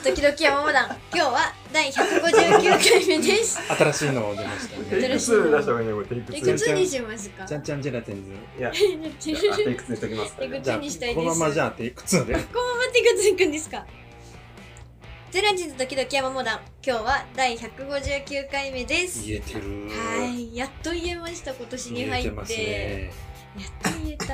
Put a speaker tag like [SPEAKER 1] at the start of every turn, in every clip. [SPEAKER 1] 時々山モダン今日は第159回目 です
[SPEAKER 2] 新しいの出ま
[SPEAKER 1] テイ
[SPEAKER 2] したね。
[SPEAKER 1] ク
[SPEAKER 3] テイク
[SPEAKER 1] 2
[SPEAKER 3] 2
[SPEAKER 1] 出し方テイク2にし
[SPEAKER 3] 出したた方がいいね、テイク2。
[SPEAKER 1] ますか
[SPEAKER 2] ちゃんちゃんジェラテンズ。
[SPEAKER 3] いや、あ
[SPEAKER 1] テイク
[SPEAKER 3] テイク2にしときますか、
[SPEAKER 1] テイク
[SPEAKER 3] ね。
[SPEAKER 2] じゃあ
[SPEAKER 1] にしたいです
[SPEAKER 2] このままじゃあテイク2で。
[SPEAKER 1] このままテイク2行くんですかゼラチンと時々山モダン今日は第159回目です
[SPEAKER 2] 言えてる。
[SPEAKER 1] はいやっと言えました今年に
[SPEAKER 2] 言え
[SPEAKER 1] 入
[SPEAKER 2] て
[SPEAKER 1] って
[SPEAKER 2] ますね。
[SPEAKER 1] やっと言えた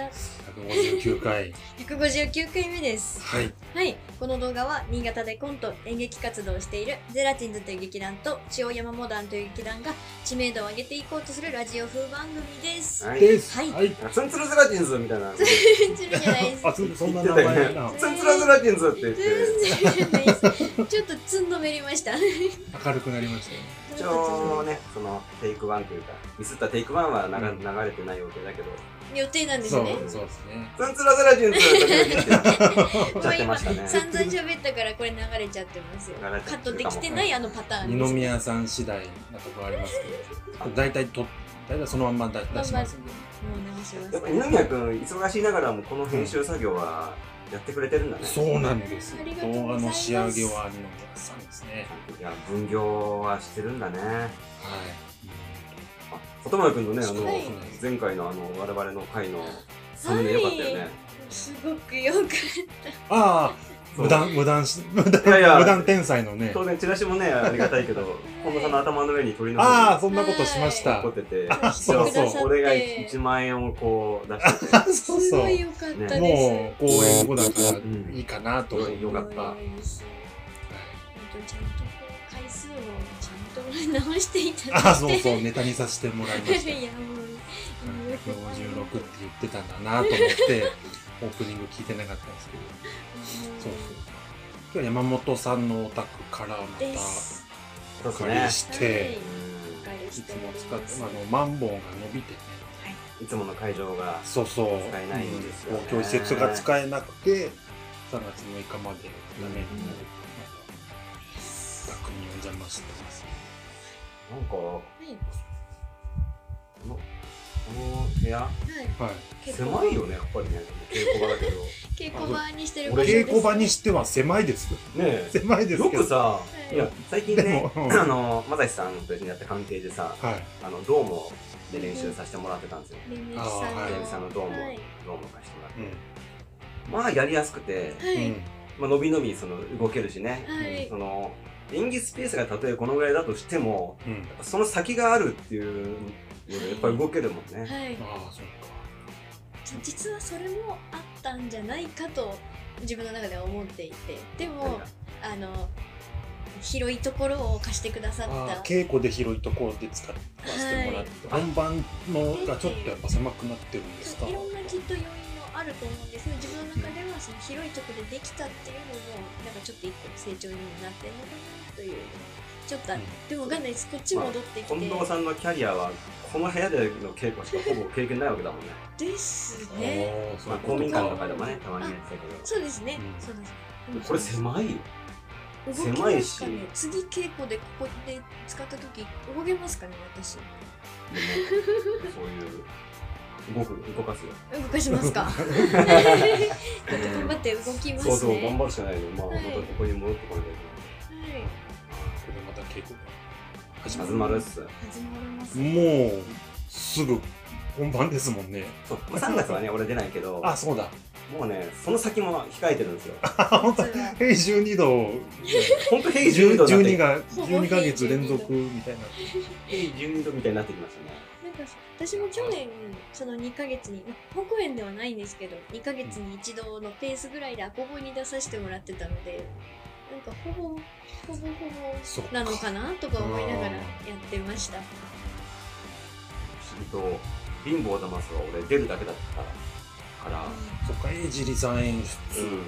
[SPEAKER 2] 159回。
[SPEAKER 1] 159回目です
[SPEAKER 2] はい。
[SPEAKER 1] はい、この動画は新潟でコント演劇活動をしているゼラチンズという劇団と塩山モダンという劇団が知名度を上げていこうとするラジオ風番組です。
[SPEAKER 3] はい。
[SPEAKER 2] です。
[SPEAKER 1] はい
[SPEAKER 2] はい。
[SPEAKER 3] ツンツルゼラチンズみたいな。
[SPEAKER 1] 全然じゃないです。
[SPEAKER 2] あ、そそんな名前なの
[SPEAKER 1] ね
[SPEAKER 3] ツンツルゼラチンズって言って、
[SPEAKER 1] 全然じゃないです。ちょっとつんのめりました。
[SPEAKER 2] 明るくなりましたよね。
[SPEAKER 3] 一応ね、そのテイク1というか、ミスったテイク1は流,、
[SPEAKER 2] うん
[SPEAKER 3] 流れてない予定だけど、
[SPEAKER 1] 予定なんです
[SPEAKER 2] そう
[SPEAKER 1] ね。、
[SPEAKER 2] そうですね。
[SPEAKER 3] ツンツルゼラチンズ時々って言っちゃってましたね。
[SPEAKER 1] 散々喋ったからこれ流れちゃってますよ。
[SPEAKER 3] 流
[SPEAKER 1] カ
[SPEAKER 3] れちゃ
[SPEAKER 1] ッ
[SPEAKER 3] って
[SPEAKER 1] ト
[SPEAKER 3] るかも
[SPEAKER 1] できてないあのパターンです。
[SPEAKER 2] 二宮さん次第なとこありますけど、大体と、大体そのまんま出出しますんで。
[SPEAKER 1] もう流します
[SPEAKER 3] やっぱ二宮君、忙しいながらもこの編集作業はやってくれてるんだね。
[SPEAKER 2] そうなんです
[SPEAKER 1] ありが。とうござい
[SPEAKER 2] 動
[SPEAKER 1] ま
[SPEAKER 2] 画
[SPEAKER 1] す
[SPEAKER 2] の仕上げは二宮さんですね。
[SPEAKER 3] いや、分業はしてるんだね。
[SPEAKER 2] はい。
[SPEAKER 3] あ、里村君のね、あの、
[SPEAKER 1] はい
[SPEAKER 3] 前回のあの、我々の回のサムネよかったよね。
[SPEAKER 1] すごくよく。
[SPEAKER 2] ああ、
[SPEAKER 3] そう
[SPEAKER 2] 無断、無断し、無断、
[SPEAKER 3] いやいや
[SPEAKER 2] 無断天才のね。
[SPEAKER 3] 当然チラシもねありがたいけ ど本田さんの頭の上に鳥の
[SPEAKER 2] ああ、
[SPEAKER 3] 骨
[SPEAKER 2] そんなことしました
[SPEAKER 3] 残っ。て て
[SPEAKER 2] あそうそう
[SPEAKER 3] 一応俺が1万円をこう出 してて
[SPEAKER 2] そう
[SPEAKER 1] す
[SPEAKER 2] そ
[SPEAKER 1] ご
[SPEAKER 2] う
[SPEAKER 1] い。よかったです。
[SPEAKER 2] もう公演後だから
[SPEAKER 3] ん
[SPEAKER 2] いいかなと思って。
[SPEAKER 3] よかっ
[SPEAKER 1] 本当ちゃんとこう回数をちゃんと直していただいて。
[SPEAKER 2] ああ、そうそう、ネタにさせてもらいま し た。
[SPEAKER 1] いやもういいよ
[SPEAKER 2] 156って言ってたんだなと思って、オープニング聞いてなかったんですけど。そうそう。今日は山本さんのお宅からま
[SPEAKER 1] で
[SPEAKER 2] た
[SPEAKER 1] す。
[SPEAKER 2] お
[SPEAKER 3] そうです
[SPEAKER 2] 借り
[SPEAKER 3] ね
[SPEAKER 2] し
[SPEAKER 1] は
[SPEAKER 2] て
[SPEAKER 1] い、お借り
[SPEAKER 2] い
[SPEAKER 1] して
[SPEAKER 2] つ
[SPEAKER 1] おり
[SPEAKER 2] も
[SPEAKER 1] ます
[SPEAKER 2] 使って、あの、マンボウが伸びてね。
[SPEAKER 3] いつもの会場が
[SPEAKER 2] そうそう。
[SPEAKER 3] 使えないんですよね
[SPEAKER 2] うん公共施設が使えなくて、3月6日までダメになる。お宅にお邪魔してます。
[SPEAKER 3] なんかこ
[SPEAKER 1] はい
[SPEAKER 3] のこの部屋
[SPEAKER 1] はい
[SPEAKER 2] はい。
[SPEAKER 3] 狭いよねやっぱりね稽古場だけ どね
[SPEAKER 1] 稽古場にしてる
[SPEAKER 3] 俺
[SPEAKER 2] 稽古場に
[SPEAKER 1] し
[SPEAKER 2] しては狭いです。
[SPEAKER 3] え
[SPEAKER 2] 狭いです
[SPEAKER 3] よ
[SPEAKER 2] けど。
[SPEAKER 3] くさ
[SPEAKER 1] はい
[SPEAKER 3] いや最近
[SPEAKER 2] で
[SPEAKER 3] ね
[SPEAKER 2] も
[SPEAKER 3] あの正志さんと一緒にやった関係でさ
[SPEAKER 2] はい。
[SPEAKER 3] あのドームで練習させてもらってたんですよ
[SPEAKER 1] レミ
[SPEAKER 2] あー
[SPEAKER 1] さんの
[SPEAKER 2] はい
[SPEAKER 3] レミさんのドームを
[SPEAKER 1] はい
[SPEAKER 3] ドーム貸してもらっ
[SPEAKER 2] う
[SPEAKER 3] て
[SPEAKER 2] ん。
[SPEAKER 3] まあやりやすくて
[SPEAKER 1] は
[SPEAKER 2] う
[SPEAKER 1] い
[SPEAKER 2] ん
[SPEAKER 3] まあ、伸び伸びその動けるしね、
[SPEAKER 1] はい
[SPEAKER 3] その演技スペースがたとえこのぐらいだとしても
[SPEAKER 2] うん。
[SPEAKER 3] その先があるっていうのでやっぱり動けるもんね、
[SPEAKER 1] はい
[SPEAKER 2] ああ、そう
[SPEAKER 1] 実はそれもあったんじゃないかと自分の中では思っていてでも
[SPEAKER 3] 何が
[SPEAKER 1] あの広いところを貸してくださっ
[SPEAKER 2] か。ああ
[SPEAKER 1] た
[SPEAKER 2] ー、稽古で広いところで使わせてもらって、
[SPEAKER 3] はい
[SPEAKER 2] 本番のがちょっとやっぱ狭くなってるんですか。
[SPEAKER 1] いろんなきっと要因もあると思うんですけど自分の中ではその広いところでできたっていうのもなんかちょっと一個成長にもなってるのかなというちょっとある
[SPEAKER 2] う
[SPEAKER 1] でもわかんないですこっち戻ってきて、
[SPEAKER 3] 近藤さんのキャリアはこの部屋での稽古しかほぼ経験ないわけだもんね、
[SPEAKER 1] です
[SPEAKER 2] ん
[SPEAKER 1] ね
[SPEAKER 2] ああ、そ
[SPEAKER 3] ま
[SPEAKER 2] うい
[SPEAKER 3] あ、
[SPEAKER 2] う
[SPEAKER 3] 公
[SPEAKER 2] ことか。
[SPEAKER 3] 民館とかでもねたまにやってたけ
[SPEAKER 1] そうですね、
[SPEAKER 2] うん
[SPEAKER 1] そうです
[SPEAKER 3] どこれ狭いよ
[SPEAKER 1] 動け
[SPEAKER 3] 狭
[SPEAKER 1] ま
[SPEAKER 3] い
[SPEAKER 1] す
[SPEAKER 3] し
[SPEAKER 1] かね次稽古でここで使った時動けますかね私
[SPEAKER 3] でもそういう動く動かすよ
[SPEAKER 1] 動かします か ちょっと頑張って動きますね
[SPEAKER 3] そうそう
[SPEAKER 1] は
[SPEAKER 3] 頑張るしかないよまあま
[SPEAKER 1] は
[SPEAKER 3] た
[SPEAKER 1] い
[SPEAKER 3] ここに戻ってこなきゃい
[SPEAKER 1] い
[SPEAKER 2] これまた稽古が始
[SPEAKER 3] けな
[SPEAKER 2] ま
[SPEAKER 3] い
[SPEAKER 2] る
[SPEAKER 3] 始。まるっす
[SPEAKER 1] 始まります
[SPEAKER 2] もうすぐ本番ですもんね。
[SPEAKER 3] そうまあ3月はね俺出ないけど
[SPEAKER 2] あ、そう だ。
[SPEAKER 3] もうねその先も控えてるんですよ
[SPEAKER 2] あ、本当。
[SPEAKER 1] 実は
[SPEAKER 2] 平十二度。
[SPEAKER 3] 本当平
[SPEAKER 2] 十
[SPEAKER 3] 12度になって
[SPEAKER 2] 二が
[SPEAKER 1] ほぼ
[SPEAKER 2] 十二ヶ月連続みたいな。
[SPEAKER 3] 平12度みたいになってきましたね
[SPEAKER 1] なんか私も去年その2ヶ月に、まあ、本公演ではないんですけど2ヶ月に一度のペースぐらいでアコボに出させてもらってたのでなんかほぼほぼほ
[SPEAKER 2] そっ
[SPEAKER 1] ぼなのかなとか思いながら
[SPEAKER 2] あ
[SPEAKER 1] やってました
[SPEAKER 3] 不思議と貧乏騙すは俺出るだけだったからから、
[SPEAKER 2] そっか、エイジリさん演
[SPEAKER 3] う
[SPEAKER 2] 出、うんん、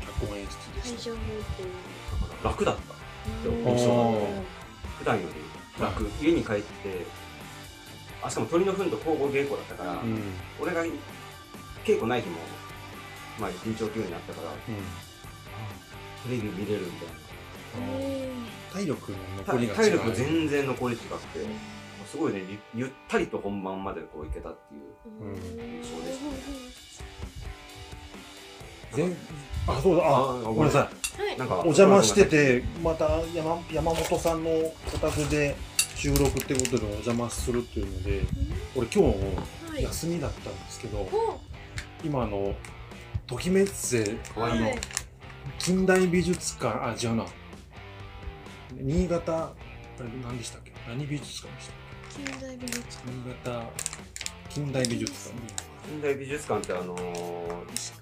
[SPEAKER 2] 脚本演出で
[SPEAKER 1] 会
[SPEAKER 2] し
[SPEAKER 1] 場もっていう
[SPEAKER 3] だから楽だった
[SPEAKER 1] うん
[SPEAKER 3] あ
[SPEAKER 2] ー
[SPEAKER 3] 普段より楽、家に帰ってあしかも鳥の糞と交互稽古だったから、
[SPEAKER 2] た。うん、うん、
[SPEAKER 3] 俺が稽古ない日もまあ緊張級になったからテレビ見れるみたい
[SPEAKER 2] あ
[SPEAKER 1] え
[SPEAKER 2] ー体力の
[SPEAKER 3] な
[SPEAKER 2] 残りが
[SPEAKER 3] 体
[SPEAKER 2] 違う。
[SPEAKER 3] 力全然残り違くて
[SPEAKER 1] え
[SPEAKER 3] すごいねゆゆったりと本番までこういけたっていう
[SPEAKER 1] う
[SPEAKER 2] うん
[SPEAKER 1] ん
[SPEAKER 3] そうですね
[SPEAKER 2] 全あそうだあ
[SPEAKER 3] あ
[SPEAKER 2] ごめんなさ
[SPEAKER 1] はい。
[SPEAKER 3] なん
[SPEAKER 1] は
[SPEAKER 2] い
[SPEAKER 3] か
[SPEAKER 2] お邪魔しててまた山山本さんのお宅で収録ってことでお邪魔するっていうので俺今
[SPEAKER 1] い。
[SPEAKER 2] 日休みだったんですけど、
[SPEAKER 1] お
[SPEAKER 2] 今あのときめっせ
[SPEAKER 3] は
[SPEAKER 1] はいい。
[SPEAKER 3] あの
[SPEAKER 1] はい。
[SPEAKER 2] 近代美術館あ違うな新潟あれ何でしたっけ何美術館でしたっ
[SPEAKER 1] 近代美術
[SPEAKER 2] け新潟近代美術館
[SPEAKER 3] 近代美術館ってあのー
[SPEAKER 1] 館しか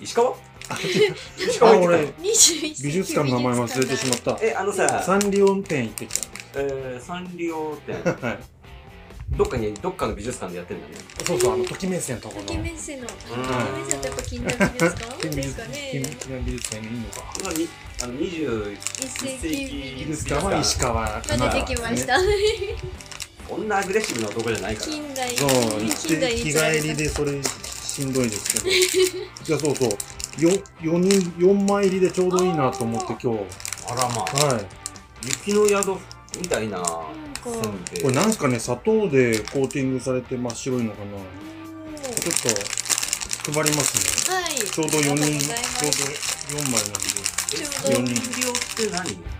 [SPEAKER 3] 石川 石
[SPEAKER 2] あ
[SPEAKER 3] 川行って
[SPEAKER 2] 俺
[SPEAKER 1] 21
[SPEAKER 3] き
[SPEAKER 1] 世紀
[SPEAKER 2] 美術館の名前忘れてしまった
[SPEAKER 3] たえあの
[SPEAKER 2] サ
[SPEAKER 3] さ、
[SPEAKER 2] ンリオ店行ってき
[SPEAKER 3] えー、サンリオ店
[SPEAKER 2] たはい
[SPEAKER 3] どっかにどっかの美術館でやってんだね
[SPEAKER 2] そうそうあのときめっせのとこ
[SPEAKER 1] と
[SPEAKER 2] の
[SPEAKER 1] きめ
[SPEAKER 2] 近
[SPEAKER 1] っせの、とき
[SPEAKER 3] ん
[SPEAKER 1] めっせのってやっぱ近代美術館
[SPEAKER 2] 代美
[SPEAKER 1] です
[SPEAKER 2] 術
[SPEAKER 1] か
[SPEAKER 2] 館
[SPEAKER 1] ね。
[SPEAKER 2] 近代美術館にいいのか
[SPEAKER 3] そのにあの21
[SPEAKER 1] 一世紀
[SPEAKER 3] 世紀
[SPEAKER 2] 美
[SPEAKER 1] 美術
[SPEAKER 2] 術館は石川かな
[SPEAKER 1] が出てきました。
[SPEAKER 3] こんなアグレッシブな男じゃないから
[SPEAKER 1] 近代、
[SPEAKER 2] そう、
[SPEAKER 1] 近代に
[SPEAKER 2] 日
[SPEAKER 1] 釣られ
[SPEAKER 2] 帰りでそれしんどいですけど。じゃあそうそう。よ、4人、四枚入りでちょうどいいなと思って今日。
[SPEAKER 3] あらまあ
[SPEAKER 2] は
[SPEAKER 3] 雪の宿みたいな
[SPEAKER 1] なんか
[SPEAKER 3] せんべ
[SPEAKER 2] い。
[SPEAKER 3] い
[SPEAKER 2] これなんすかね、砂糖でコーティングされて真っ白いのかな。ちょっと、配りますね。
[SPEAKER 1] はい。
[SPEAKER 2] ちょうど4人、ちょう
[SPEAKER 1] あ
[SPEAKER 2] ど
[SPEAKER 1] りがとうございます
[SPEAKER 2] 4枚なんで。
[SPEAKER 3] え
[SPEAKER 1] ち
[SPEAKER 3] サ
[SPEAKER 1] ょ
[SPEAKER 2] うど
[SPEAKER 3] ンリオって何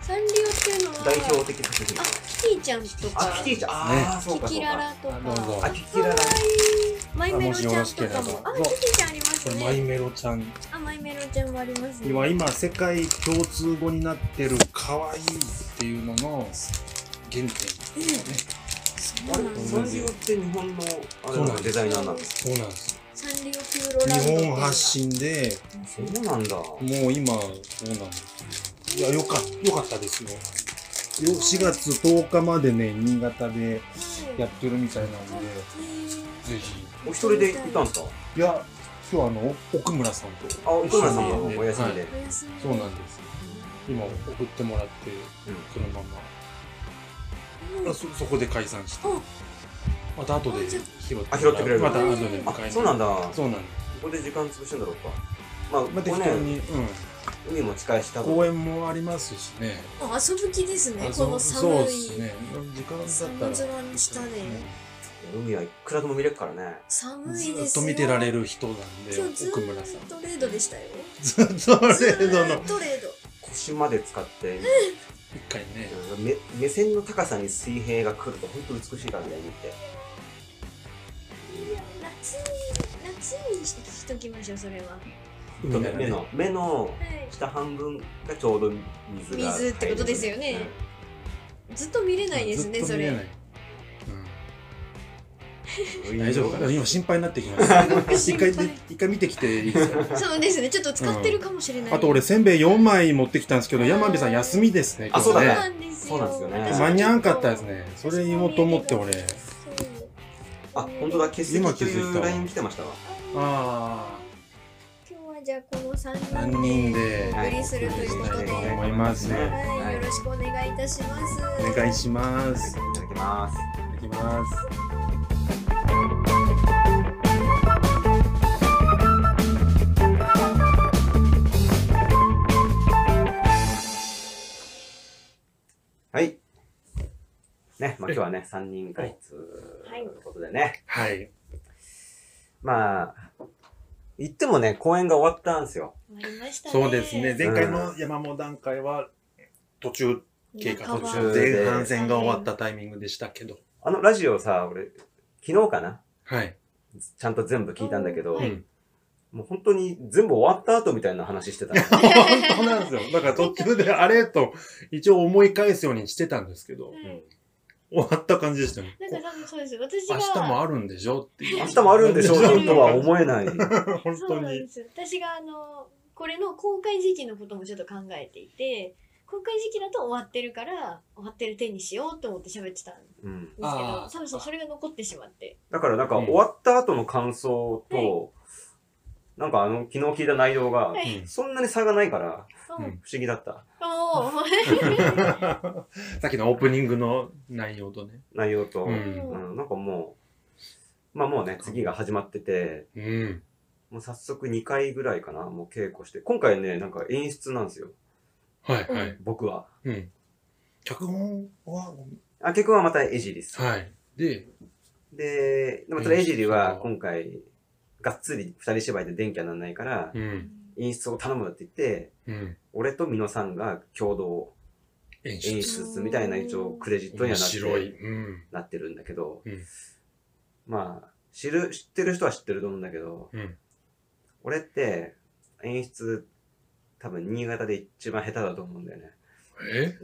[SPEAKER 1] サンリオっていうのは、
[SPEAKER 3] 代表的作品
[SPEAKER 1] あ、キティちゃんとか、
[SPEAKER 3] あキティちゃんあー、そうか
[SPEAKER 1] キキ
[SPEAKER 3] そう
[SPEAKER 1] ラ
[SPEAKER 3] か
[SPEAKER 1] ラとか、
[SPEAKER 2] あどうぞ
[SPEAKER 3] あ
[SPEAKER 1] か
[SPEAKER 3] キキララ
[SPEAKER 1] わいいマイメロちゃんとかも、あ、
[SPEAKER 2] あもしよろしければ
[SPEAKER 1] キティちゃんあります
[SPEAKER 2] これ、マイ
[SPEAKER 1] ね。
[SPEAKER 2] メロちゃん。
[SPEAKER 1] あ、マイメロちゃんもありますね。
[SPEAKER 2] 今、今、世界共通語になってる、可愛いっていうのの原点ですね。
[SPEAKER 1] そう
[SPEAKER 3] あ
[SPEAKER 1] なん
[SPEAKER 3] れ
[SPEAKER 1] です
[SPEAKER 3] サンリオって日本のあれ
[SPEAKER 2] そうな
[SPEAKER 3] な
[SPEAKER 2] んで
[SPEAKER 3] ん
[SPEAKER 2] す
[SPEAKER 3] デザイナーなんです
[SPEAKER 2] そうなんです。
[SPEAKER 1] サンリオピューロランドって
[SPEAKER 2] 日
[SPEAKER 1] いうのが。
[SPEAKER 2] 本発信で、
[SPEAKER 3] そうなんだ
[SPEAKER 2] もう今、そうなんです。いや、よか、よかったですよ。よ、4月10日までね、新潟で
[SPEAKER 1] はい。
[SPEAKER 2] やってるみたいなんで、ぜひ。
[SPEAKER 3] お一人で行ったんですか
[SPEAKER 2] いや、今日あの、奥村さんと。
[SPEAKER 3] あ、奥村さんもお休みで
[SPEAKER 2] は。
[SPEAKER 1] おやすみ
[SPEAKER 2] そうなんです。今、送ってもらって、そのま
[SPEAKER 1] うん
[SPEAKER 2] ま、そ、そこで解散して。また後で拾ってもらう。
[SPEAKER 3] あ拾ってくれる
[SPEAKER 2] また後で迎えに
[SPEAKER 3] あ、そうなんだ。こ
[SPEAKER 2] そうなんで
[SPEAKER 3] こで時間潰してんだろうか。まあ、こ
[SPEAKER 2] す。まあ、
[SPEAKER 3] こ
[SPEAKER 2] 適当
[SPEAKER 3] ね、
[SPEAKER 2] に、うん。
[SPEAKER 3] 海も近いし、多分
[SPEAKER 2] 公園もありますしね。
[SPEAKER 1] あ遊ぶ気ですね
[SPEAKER 2] あ、
[SPEAKER 1] こ
[SPEAKER 2] そう
[SPEAKER 1] の
[SPEAKER 2] そ
[SPEAKER 1] 寒
[SPEAKER 2] うです
[SPEAKER 1] い
[SPEAKER 2] ね。時間だった
[SPEAKER 1] 寒空
[SPEAKER 2] ら。
[SPEAKER 1] の下で
[SPEAKER 3] 海はいくらでも見れるからね。
[SPEAKER 1] 寒
[SPEAKER 2] ず
[SPEAKER 1] いですよ
[SPEAKER 2] っと見てられる人なんで
[SPEAKER 1] 今日ず
[SPEAKER 2] 奥村さん
[SPEAKER 1] ーっとレードでした よ
[SPEAKER 2] ず っと
[SPEAKER 1] ず
[SPEAKER 2] レード
[SPEAKER 1] ー
[SPEAKER 2] の
[SPEAKER 1] っとレード
[SPEAKER 3] 腰まで使って、
[SPEAKER 2] 一回ね
[SPEAKER 3] 目目線の高さに水平が来ると本当美しいからね、見て。
[SPEAKER 1] いや夏に夏にしときましょうそれはは
[SPEAKER 2] 海なら
[SPEAKER 3] 目
[SPEAKER 2] ね
[SPEAKER 3] の、目の
[SPEAKER 1] い
[SPEAKER 3] 下半分がちょうど水が入る。
[SPEAKER 1] 水ってことですよね
[SPEAKER 3] うん
[SPEAKER 1] ずっと見れないですね
[SPEAKER 2] ずっと
[SPEAKER 1] そ
[SPEAKER 2] 見れ
[SPEAKER 1] れ
[SPEAKER 2] ないうん大丈夫かな今心配になってきまし
[SPEAKER 1] ご
[SPEAKER 2] た
[SPEAKER 1] く
[SPEAKER 2] 一
[SPEAKER 1] 心
[SPEAKER 2] 回
[SPEAKER 1] 配
[SPEAKER 2] で一回見てきていいですか
[SPEAKER 1] そうですねちょっと使ってるかもしれない
[SPEAKER 2] あと俺せんべい4枚持ってきたんですけど山火さん休みですね
[SPEAKER 3] あ
[SPEAKER 2] 今日
[SPEAKER 1] そう
[SPEAKER 2] ね
[SPEAKER 1] なんですよ
[SPEAKER 3] そうなんですよね
[SPEAKER 1] 私も
[SPEAKER 2] 間に合わんかったですねそれ言おうと思って俺
[SPEAKER 1] そう
[SPEAKER 3] あ、本当だ、欠
[SPEAKER 2] 今気
[SPEAKER 3] 席と
[SPEAKER 2] づいた
[SPEAKER 3] いう LINE 来てましたわ。
[SPEAKER 1] あ
[SPEAKER 2] あ
[SPEAKER 1] 今日はじゃあこの三
[SPEAKER 2] あ3
[SPEAKER 1] 人
[SPEAKER 2] 人
[SPEAKER 1] で
[SPEAKER 2] で
[SPEAKER 1] お送りするということで
[SPEAKER 2] はい思いますね
[SPEAKER 1] はいよろしくお願いいたします
[SPEAKER 2] お願いします
[SPEAKER 3] いただきます。
[SPEAKER 2] いただきます
[SPEAKER 3] はい。ね、まあ今日はね、3人会通と
[SPEAKER 1] はい
[SPEAKER 3] いうことでね。
[SPEAKER 2] はい
[SPEAKER 3] まあ、言ってもね、公演が終わったんですよ。
[SPEAKER 1] 終わりましたね
[SPEAKER 2] そうですね。前回の山本段階は途中経過途中
[SPEAKER 3] で
[SPEAKER 2] 前半戦が終わったタイミングでしたけど。
[SPEAKER 3] あのラジオさ、俺、昨日かな
[SPEAKER 2] はい。
[SPEAKER 3] ちゃんと全部聞いたんだけど、
[SPEAKER 1] は
[SPEAKER 2] う
[SPEAKER 1] い
[SPEAKER 2] ん。
[SPEAKER 3] もう本当に全部終わった後みたいな話してた の。
[SPEAKER 2] 本当なんですよ。だから途中であれと一応思い返すようにしてたんですけど
[SPEAKER 1] は、い
[SPEAKER 2] 終わった感じでしたね。
[SPEAKER 1] なんか多分そうですよ私
[SPEAKER 2] 明
[SPEAKER 1] が
[SPEAKER 2] 日もあるんでしょっていう。
[SPEAKER 3] 明日もあるんでし ょうとは思えない。
[SPEAKER 2] 本
[SPEAKER 1] そ
[SPEAKER 2] 当
[SPEAKER 1] うなん
[SPEAKER 2] に
[SPEAKER 1] で。すよ私があのこれの公開時期のこともちょっと考えていて公開時期だと終わってるから終わってる手にしようと思って喋ってたんです
[SPEAKER 3] うん、
[SPEAKER 1] けど
[SPEAKER 2] あー
[SPEAKER 1] 多分そうそれが残ってしまって
[SPEAKER 3] だからなんか終わった後の感想と、なんかあの、昨日聞いた内容が
[SPEAKER 1] は、い
[SPEAKER 2] うん
[SPEAKER 3] そんなに差がないから
[SPEAKER 1] そう、
[SPEAKER 2] うん
[SPEAKER 3] 不思議だった
[SPEAKER 1] おー
[SPEAKER 2] さっきのオープニングの内容とね。
[SPEAKER 3] 内容と、
[SPEAKER 2] う。
[SPEAKER 3] うんん、なんかもう、まあもうね、次が始まってて、
[SPEAKER 2] うん。
[SPEAKER 3] もう早速2回ぐらいかな、もう稽古して。今回ね、なんか演出なんですよ、
[SPEAKER 2] はいはい。
[SPEAKER 3] 僕は。
[SPEAKER 2] うん。脚本は、
[SPEAKER 3] あ、結婚はまた江尻さん。
[SPEAKER 2] はい。で、
[SPEAKER 3] で、でまた江尻
[SPEAKER 2] う
[SPEAKER 3] は
[SPEAKER 2] ん
[SPEAKER 3] 今回、がっつり二人芝居で電気はなんないから、
[SPEAKER 2] う。
[SPEAKER 1] うんん
[SPEAKER 3] 演出を頼むって言って、
[SPEAKER 2] うん。
[SPEAKER 3] 俺と美濃さんが共同
[SPEAKER 2] 演
[SPEAKER 3] 演
[SPEAKER 2] 出。
[SPEAKER 3] 出するみたいな一応クレジット
[SPEAKER 2] 面
[SPEAKER 3] にはな
[SPEAKER 2] 白
[SPEAKER 3] って
[SPEAKER 2] い。うん。
[SPEAKER 3] なってるんだけど、
[SPEAKER 2] うん
[SPEAKER 3] まあ、知る、知ってる人は知ってると思うんだけど、
[SPEAKER 2] うん。
[SPEAKER 3] 俺って演出多分新潟で一番下手だと思うんだよね。
[SPEAKER 2] え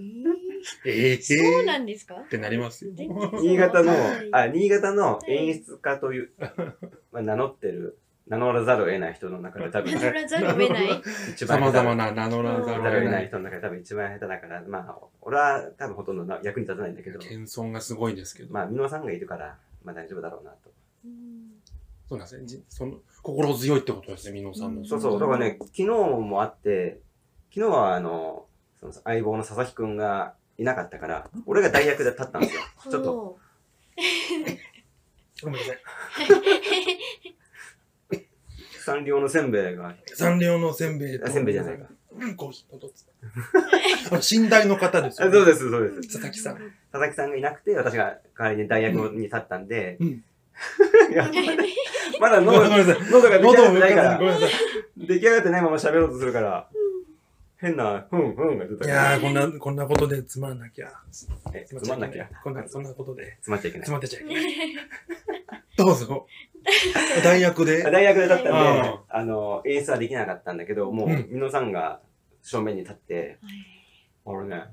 [SPEAKER 1] え
[SPEAKER 2] ええ
[SPEAKER 1] ーそうなんですか
[SPEAKER 2] ってなりますよ。
[SPEAKER 1] 全然
[SPEAKER 3] 新潟の
[SPEAKER 1] はい、
[SPEAKER 3] あ、新潟の演出家という、まあ、名乗ってる、名乗らざるを得ない人の中で多分
[SPEAKER 1] 名乗らざるを得ない。
[SPEAKER 3] 一
[SPEAKER 2] さ
[SPEAKER 3] 番
[SPEAKER 2] ま
[SPEAKER 3] 下手
[SPEAKER 2] ざまな名乗らざ
[SPEAKER 3] 名
[SPEAKER 2] る
[SPEAKER 3] 乗
[SPEAKER 2] を
[SPEAKER 3] らざる
[SPEAKER 2] 得な
[SPEAKER 3] を得ない
[SPEAKER 2] い。
[SPEAKER 3] 人の中で多分一番下手だから、まあ、俺は多分ほとんどな役に立たないんだけど、
[SPEAKER 2] 謙遜がすごいですけど。
[SPEAKER 3] まあ、美濃さんがいるから、まあ大丈夫だろうなと。
[SPEAKER 1] うん
[SPEAKER 2] そうなんですね。じその、心強いってことですね、みのさんの。
[SPEAKER 3] そうそう、だからね、昨日もあって、昨日はあの、その相棒の佐々木くんがいなかったから、俺が代役で立ったんですよ。ちょっと、
[SPEAKER 1] おー
[SPEAKER 2] ごめんなさい。
[SPEAKER 3] サンリオのせんべいが、
[SPEAKER 2] サンリオのせんべいと
[SPEAKER 3] あせんべいじゃないか。
[SPEAKER 2] うん、コーヒーのどっちだ あの寝台の方です
[SPEAKER 3] あ
[SPEAKER 2] よ、
[SPEAKER 3] そうです、そうです。
[SPEAKER 2] 佐々木さ ん。
[SPEAKER 3] 佐々木さんがいなくて、私が代わりに代役に立ったんで、
[SPEAKER 2] うん。
[SPEAKER 3] いやまだ
[SPEAKER 2] ごめん
[SPEAKER 3] 喉
[SPEAKER 2] なさい。
[SPEAKER 3] 喉が出来上
[SPEAKER 2] 喉
[SPEAKER 3] が
[SPEAKER 2] を
[SPEAKER 3] って
[SPEAKER 2] 向か
[SPEAKER 3] ないか
[SPEAKER 2] ない。
[SPEAKER 3] ら
[SPEAKER 2] ご、めんなさい。
[SPEAKER 3] 出来上がってないまま喋ろうとするから、変な、ふんふんが出た
[SPEAKER 2] い
[SPEAKER 3] から、
[SPEAKER 2] やー、こんな、こんなことでつまんなきゃ。つ
[SPEAKER 3] えつまんなきゃ。
[SPEAKER 2] こんな、そんなことで。
[SPEAKER 3] つまっちゃいけない
[SPEAKER 2] つ。まってちゃいけない。どうぞ。 大学で。
[SPEAKER 3] 大学で立ったんで、
[SPEAKER 2] うん
[SPEAKER 3] あの、演出はできなかったんだけど、もう、
[SPEAKER 2] うん
[SPEAKER 3] 美濃さんが正面に立って、
[SPEAKER 1] はい
[SPEAKER 3] 俺ね、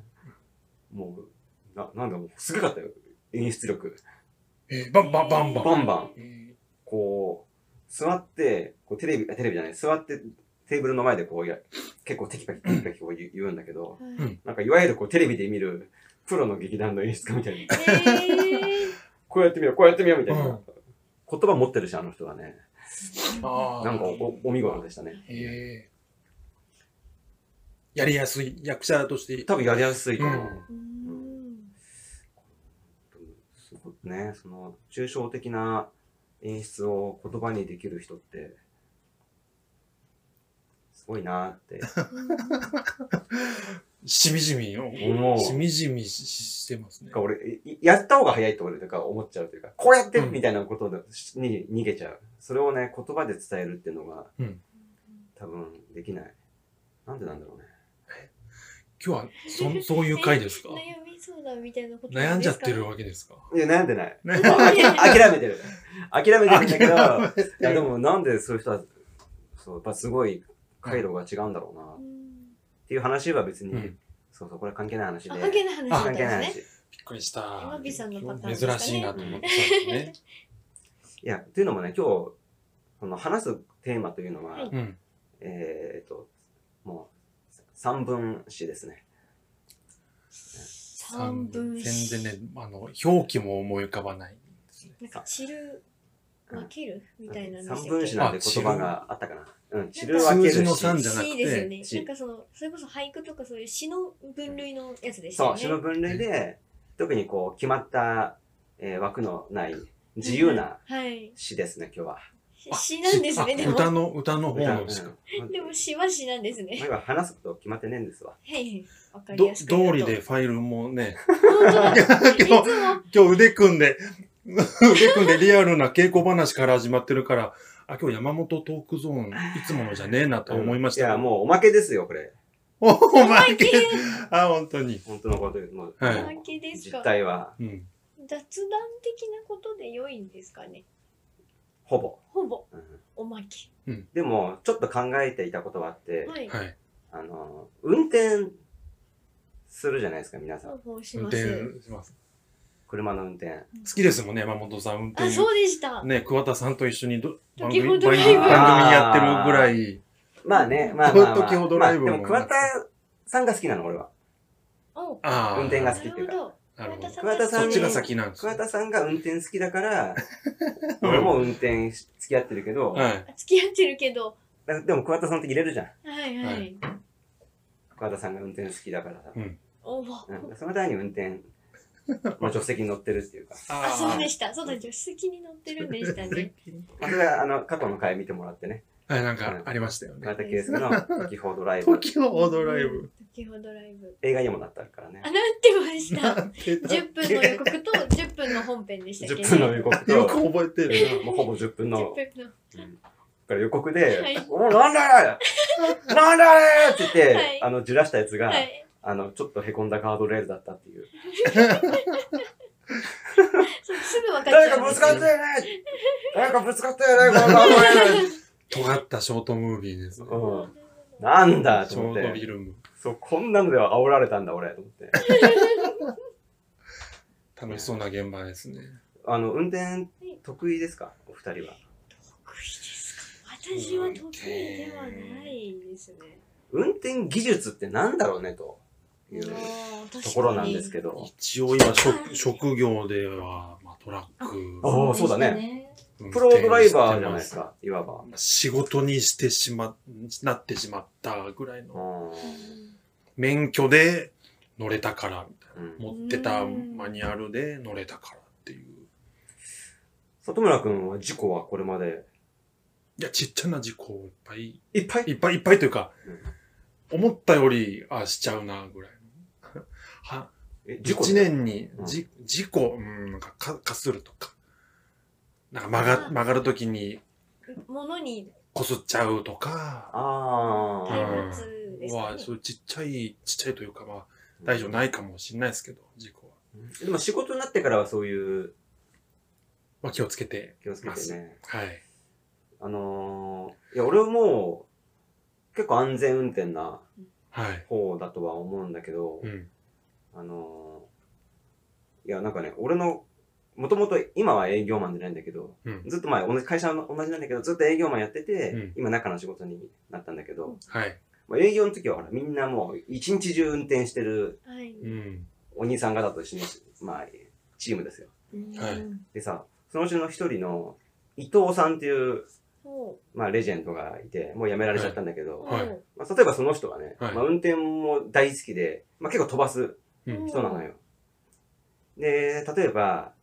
[SPEAKER 3] もう、な、なんだろう、すごかったよ。演出力。
[SPEAKER 2] えー、バンバンバンバン。
[SPEAKER 3] バンバン、
[SPEAKER 2] え
[SPEAKER 3] こう、座って、こうテレビ、あテレビじゃない、座ってテーブルの前でこうや、結構テキパキテキパキこう言う言うんだけど、
[SPEAKER 2] う
[SPEAKER 1] は
[SPEAKER 2] ん
[SPEAKER 1] い
[SPEAKER 3] なんかいわゆるこうテレビで見る、プロの劇団の演出家みたいに、
[SPEAKER 1] えー
[SPEAKER 3] こうやってみよう、こうやってみようみたいな。
[SPEAKER 2] うん
[SPEAKER 3] 言葉持ってるし、あの人はね。
[SPEAKER 2] ーあー
[SPEAKER 3] なんかおお見事でしたね。
[SPEAKER 2] えーやりやすい。役者として。
[SPEAKER 3] 多分やりやすいと思う。
[SPEAKER 2] うん
[SPEAKER 1] うん
[SPEAKER 3] すごいね、その、抽象的な演出を言葉にできる人って、すごいなーって。
[SPEAKER 2] しみじみを。
[SPEAKER 3] 思う
[SPEAKER 2] しみじみししてますね
[SPEAKER 3] なんか。俺、いやった方が早いと俺とか思っちゃうというか、こうやって
[SPEAKER 2] うん
[SPEAKER 3] みたいなことでしに逃げちゃう。それをね、言葉で伝えるっていうのが
[SPEAKER 2] うん。
[SPEAKER 3] 多分できない。なんでなんだろうね。
[SPEAKER 2] 今日は、そ、そういう回ですか
[SPEAKER 1] 悩み相談みたいなこと
[SPEAKER 2] 悩んじゃってる
[SPEAKER 1] わ。
[SPEAKER 2] わけですか
[SPEAKER 3] いや、悩んでない。
[SPEAKER 2] ね
[SPEAKER 3] まあ、あき諦めてる。諦めてるんだけど、いや、で
[SPEAKER 2] でも
[SPEAKER 3] もなんでそういう人は、そう、やっぱすごい回路が違うんだろうな。
[SPEAKER 1] う
[SPEAKER 3] っ
[SPEAKER 1] ん
[SPEAKER 3] ていう話は別に、
[SPEAKER 2] うん
[SPEAKER 3] そうそう、これは関係ない話で。
[SPEAKER 1] あ、関係ない話だったん
[SPEAKER 3] 関係
[SPEAKER 1] で
[SPEAKER 3] ない
[SPEAKER 1] すね。
[SPEAKER 3] 話。
[SPEAKER 2] びっくりした。
[SPEAKER 1] 山火さんのパターンですか
[SPEAKER 2] 珍
[SPEAKER 1] ね
[SPEAKER 2] しいなと思ってたんですね。
[SPEAKER 3] いや、というのもね、今日、その話すテーマというのは、
[SPEAKER 1] はい
[SPEAKER 2] うん。
[SPEAKER 3] えーっと、もう、三文詩ですね。
[SPEAKER 1] 三分
[SPEAKER 2] 全然ね、あの、表記も思い浮かばないですね。
[SPEAKER 1] なんか散る、分けるみたいな
[SPEAKER 3] 三文詩なんて言葉があったかな。うん、知る分
[SPEAKER 2] 数
[SPEAKER 3] け
[SPEAKER 2] 字
[SPEAKER 3] る
[SPEAKER 2] の
[SPEAKER 3] 詩。
[SPEAKER 2] 三じゃなく
[SPEAKER 1] 詩ですよ
[SPEAKER 2] て、
[SPEAKER 1] ね。
[SPEAKER 3] 詩
[SPEAKER 1] なんかその、それこそ俳句とかそういう詩の分類のやつでした
[SPEAKER 3] そ
[SPEAKER 1] よ
[SPEAKER 3] う、
[SPEAKER 1] ね。
[SPEAKER 3] 詩の分類で、特にこう、決まった、えー枠のない、自由な
[SPEAKER 1] はい。
[SPEAKER 3] 詩ですね、今日は。
[SPEAKER 1] し詩なんですね、
[SPEAKER 2] あ
[SPEAKER 1] でも。
[SPEAKER 2] 歌の、歌の方
[SPEAKER 3] 歌
[SPEAKER 2] の
[SPEAKER 3] うん
[SPEAKER 2] ですか。
[SPEAKER 1] でも詩は詩なんですね。
[SPEAKER 3] なんか話すこと決まってねえんですわ。
[SPEAKER 1] はい。わかり
[SPEAKER 2] ど、
[SPEAKER 1] や
[SPEAKER 2] 通
[SPEAKER 1] すく言うと
[SPEAKER 2] りで。ファイルもね、
[SPEAKER 1] 本当だ。いつ
[SPEAKER 2] 今
[SPEAKER 1] も
[SPEAKER 2] 日、今日腕組んで、 腕組んでリアルな稽古話から始まってるから、あ、今日山本トークゾーン、いつものじゃねえなと思いました
[SPEAKER 3] い
[SPEAKER 2] けど。
[SPEAKER 3] や、もうおまけですよ、これ。
[SPEAKER 2] おおまけあ、本当に。
[SPEAKER 3] 本当のこと言うともう、
[SPEAKER 2] はい
[SPEAKER 1] 関係です
[SPEAKER 3] 実
[SPEAKER 1] か。
[SPEAKER 3] 態は、
[SPEAKER 2] うん。
[SPEAKER 1] 雑談的なことで良いんですかね。
[SPEAKER 3] ほぼ。
[SPEAKER 1] ほぼ、
[SPEAKER 3] うん
[SPEAKER 1] おまけ。
[SPEAKER 3] でも、ちょっと考えていたことがあって、
[SPEAKER 1] はい。
[SPEAKER 2] はい。
[SPEAKER 3] あの、運転するじゃないですか、皆さ
[SPEAKER 1] 方
[SPEAKER 3] ん。
[SPEAKER 1] 法し
[SPEAKER 2] 運
[SPEAKER 1] ます。
[SPEAKER 2] 転します。
[SPEAKER 3] 車の運転。
[SPEAKER 2] 好きですもんね、山本さん。運転
[SPEAKER 1] あ、そうでした。
[SPEAKER 2] ね、桑田さんと一緒にど番組
[SPEAKER 1] 時
[SPEAKER 2] 番
[SPEAKER 1] 報ドラ
[SPEAKER 2] 組
[SPEAKER 1] イブ
[SPEAKER 2] 番組やってるぐらい、
[SPEAKER 3] まあね、まあまあ、ま
[SPEAKER 2] 時
[SPEAKER 3] あ。
[SPEAKER 2] ほどライブ
[SPEAKER 3] まあ
[SPEAKER 2] も
[SPEAKER 3] でも、桑田さんが好きなの、俺は。
[SPEAKER 1] お
[SPEAKER 2] ああ、
[SPEAKER 3] 運転が
[SPEAKER 1] な
[SPEAKER 3] 好きってい
[SPEAKER 1] る
[SPEAKER 3] うか
[SPEAKER 1] ほど。
[SPEAKER 2] なるほど。
[SPEAKER 3] 桑田さ
[SPEAKER 2] そ
[SPEAKER 3] ん
[SPEAKER 2] っ
[SPEAKER 3] に
[SPEAKER 2] ちが先なんです
[SPEAKER 3] 桑
[SPEAKER 2] ね。
[SPEAKER 3] 田さんが運転好きだから、俺も運転し付き合ってるけど、
[SPEAKER 2] はい。
[SPEAKER 1] あ付き合ってるけど。
[SPEAKER 3] だでも桑田さんって入れるじゃん。
[SPEAKER 1] はいはい。
[SPEAKER 2] はい
[SPEAKER 3] 桑田さんが運転好きだからさ。
[SPEAKER 1] おお。
[SPEAKER 3] うん、その代わりに運転、まあ、助手席に乗ってるっていうか。
[SPEAKER 1] あ、そうで
[SPEAKER 2] し
[SPEAKER 1] した。そうだ、助手席に乗ってるんでしたね。
[SPEAKER 3] それは、あの、過去の回見てもらってね。
[SPEAKER 2] た。はい、なんかありましたよね。
[SPEAKER 3] 桑田佳祐の 時報ドライブ。
[SPEAKER 2] 時をドライブ。。
[SPEAKER 1] 時ほどライブ。
[SPEAKER 3] 映画にもなったからね
[SPEAKER 1] あ、な。ってました。
[SPEAKER 2] 出た
[SPEAKER 1] 10分の予告と10分の本編でしたっけ
[SPEAKER 3] 10分の予告と、
[SPEAKER 2] よ
[SPEAKER 3] も
[SPEAKER 2] く覚えてる
[SPEAKER 3] うほぼ10分の
[SPEAKER 1] 10分の。
[SPEAKER 3] うんから予告
[SPEAKER 1] はい
[SPEAKER 3] で、おなんだあれなんだあれって言って、
[SPEAKER 1] はい
[SPEAKER 3] あの、じらしたやつが、
[SPEAKER 1] はい。
[SPEAKER 3] あの、ちょっと凹んだガードレールだったっていう。
[SPEAKER 1] そうすぐ分かっち
[SPEAKER 3] 誰
[SPEAKER 1] ゃうん
[SPEAKER 3] かぶ
[SPEAKER 1] で
[SPEAKER 3] つ
[SPEAKER 1] す
[SPEAKER 3] かったよね誰かぶつかったよねこのガードレール
[SPEAKER 2] 尖ったショートムービーです ね。
[SPEAKER 3] うんなんだ
[SPEAKER 2] シ
[SPEAKER 3] と思
[SPEAKER 2] ョ
[SPEAKER 3] っ
[SPEAKER 2] ートフ
[SPEAKER 3] て。
[SPEAKER 2] ィルム。
[SPEAKER 3] そう、こんなのでは煽られたんだ俺、と思って。
[SPEAKER 2] 楽しそうな現場ですね。
[SPEAKER 3] あの、運転得意ですかお二人は。
[SPEAKER 1] 得意ですか私は得意ではないですね。
[SPEAKER 3] 運転技術ってなんだろうね、という
[SPEAKER 1] あー確かに
[SPEAKER 3] ところなんですけど。
[SPEAKER 2] 一応今、職職業では、まあ、トラック
[SPEAKER 3] ああそうだね
[SPEAKER 1] ね。
[SPEAKER 2] 運転
[SPEAKER 3] プロドライバーじゃないですか、いわば
[SPEAKER 2] して。ます。仕事にしてしま、なってしまったぐらいの。免許で乗れたから、みたいな。
[SPEAKER 3] うん
[SPEAKER 2] 持ってたマニュアルで乗れたからっていう。
[SPEAKER 3] 里村くんは事故はこれまで
[SPEAKER 2] いや、ちっちゃな事故をいっぱい、
[SPEAKER 3] いっぱい
[SPEAKER 2] いっぱいいっぱいというか、思ったより、あしちゃうな、ぐらいの。は、
[SPEAKER 3] え事故
[SPEAKER 2] 1年に、
[SPEAKER 3] うん
[SPEAKER 2] じ、事故、うん、なんか、か、かするとか。なんか曲が、
[SPEAKER 1] あ
[SPEAKER 2] 曲がるときに、
[SPEAKER 1] ものに
[SPEAKER 2] こすっちゃうとか、
[SPEAKER 3] あ
[SPEAKER 1] 体
[SPEAKER 3] あ、
[SPEAKER 1] 罰ですか
[SPEAKER 2] は、
[SPEAKER 1] ね。
[SPEAKER 2] そういうちっちゃい、ちっちゃいというか、まあ、大丈夫ないかもしれないですけど、事故は。
[SPEAKER 3] でも仕事になってからはそういう
[SPEAKER 2] まあ、気をつけて
[SPEAKER 3] 気をつけ
[SPEAKER 2] ま
[SPEAKER 3] て
[SPEAKER 2] す。
[SPEAKER 3] ね。
[SPEAKER 2] はい。
[SPEAKER 3] あのー、いや、俺はもう結構安全運転な
[SPEAKER 2] はい。
[SPEAKER 3] 方だとは思うんだけど、
[SPEAKER 2] うん。
[SPEAKER 3] あのー、いや、なんかね、俺の、もともと今は営業マンじゃないんだけど、
[SPEAKER 2] うん。
[SPEAKER 3] ずっと前、同じ会社の同じなんだけど、ずっと営業マンやってて、
[SPEAKER 2] うん
[SPEAKER 3] 今中の仕事になったんだけど、
[SPEAKER 2] はい。
[SPEAKER 3] まあ、営業の時はほら、みんなもう一日中運転してる
[SPEAKER 1] はい。
[SPEAKER 2] うん。
[SPEAKER 3] お兄さん方と一緒に、まあ、チームですよ。
[SPEAKER 1] うん
[SPEAKER 2] はい
[SPEAKER 3] でさ、そのうちの一人の伊藤さんっていう、
[SPEAKER 1] ほ
[SPEAKER 3] まあ、レジェンドがいて、もう辞められちゃったんだけど、
[SPEAKER 1] う。
[SPEAKER 2] はい
[SPEAKER 1] ほう
[SPEAKER 3] まあ、例えばその人がね、
[SPEAKER 2] はい
[SPEAKER 3] まあ、運転も大好きで、まあ、結構飛ばす
[SPEAKER 2] うん。
[SPEAKER 3] 人なのよ。で、例えば、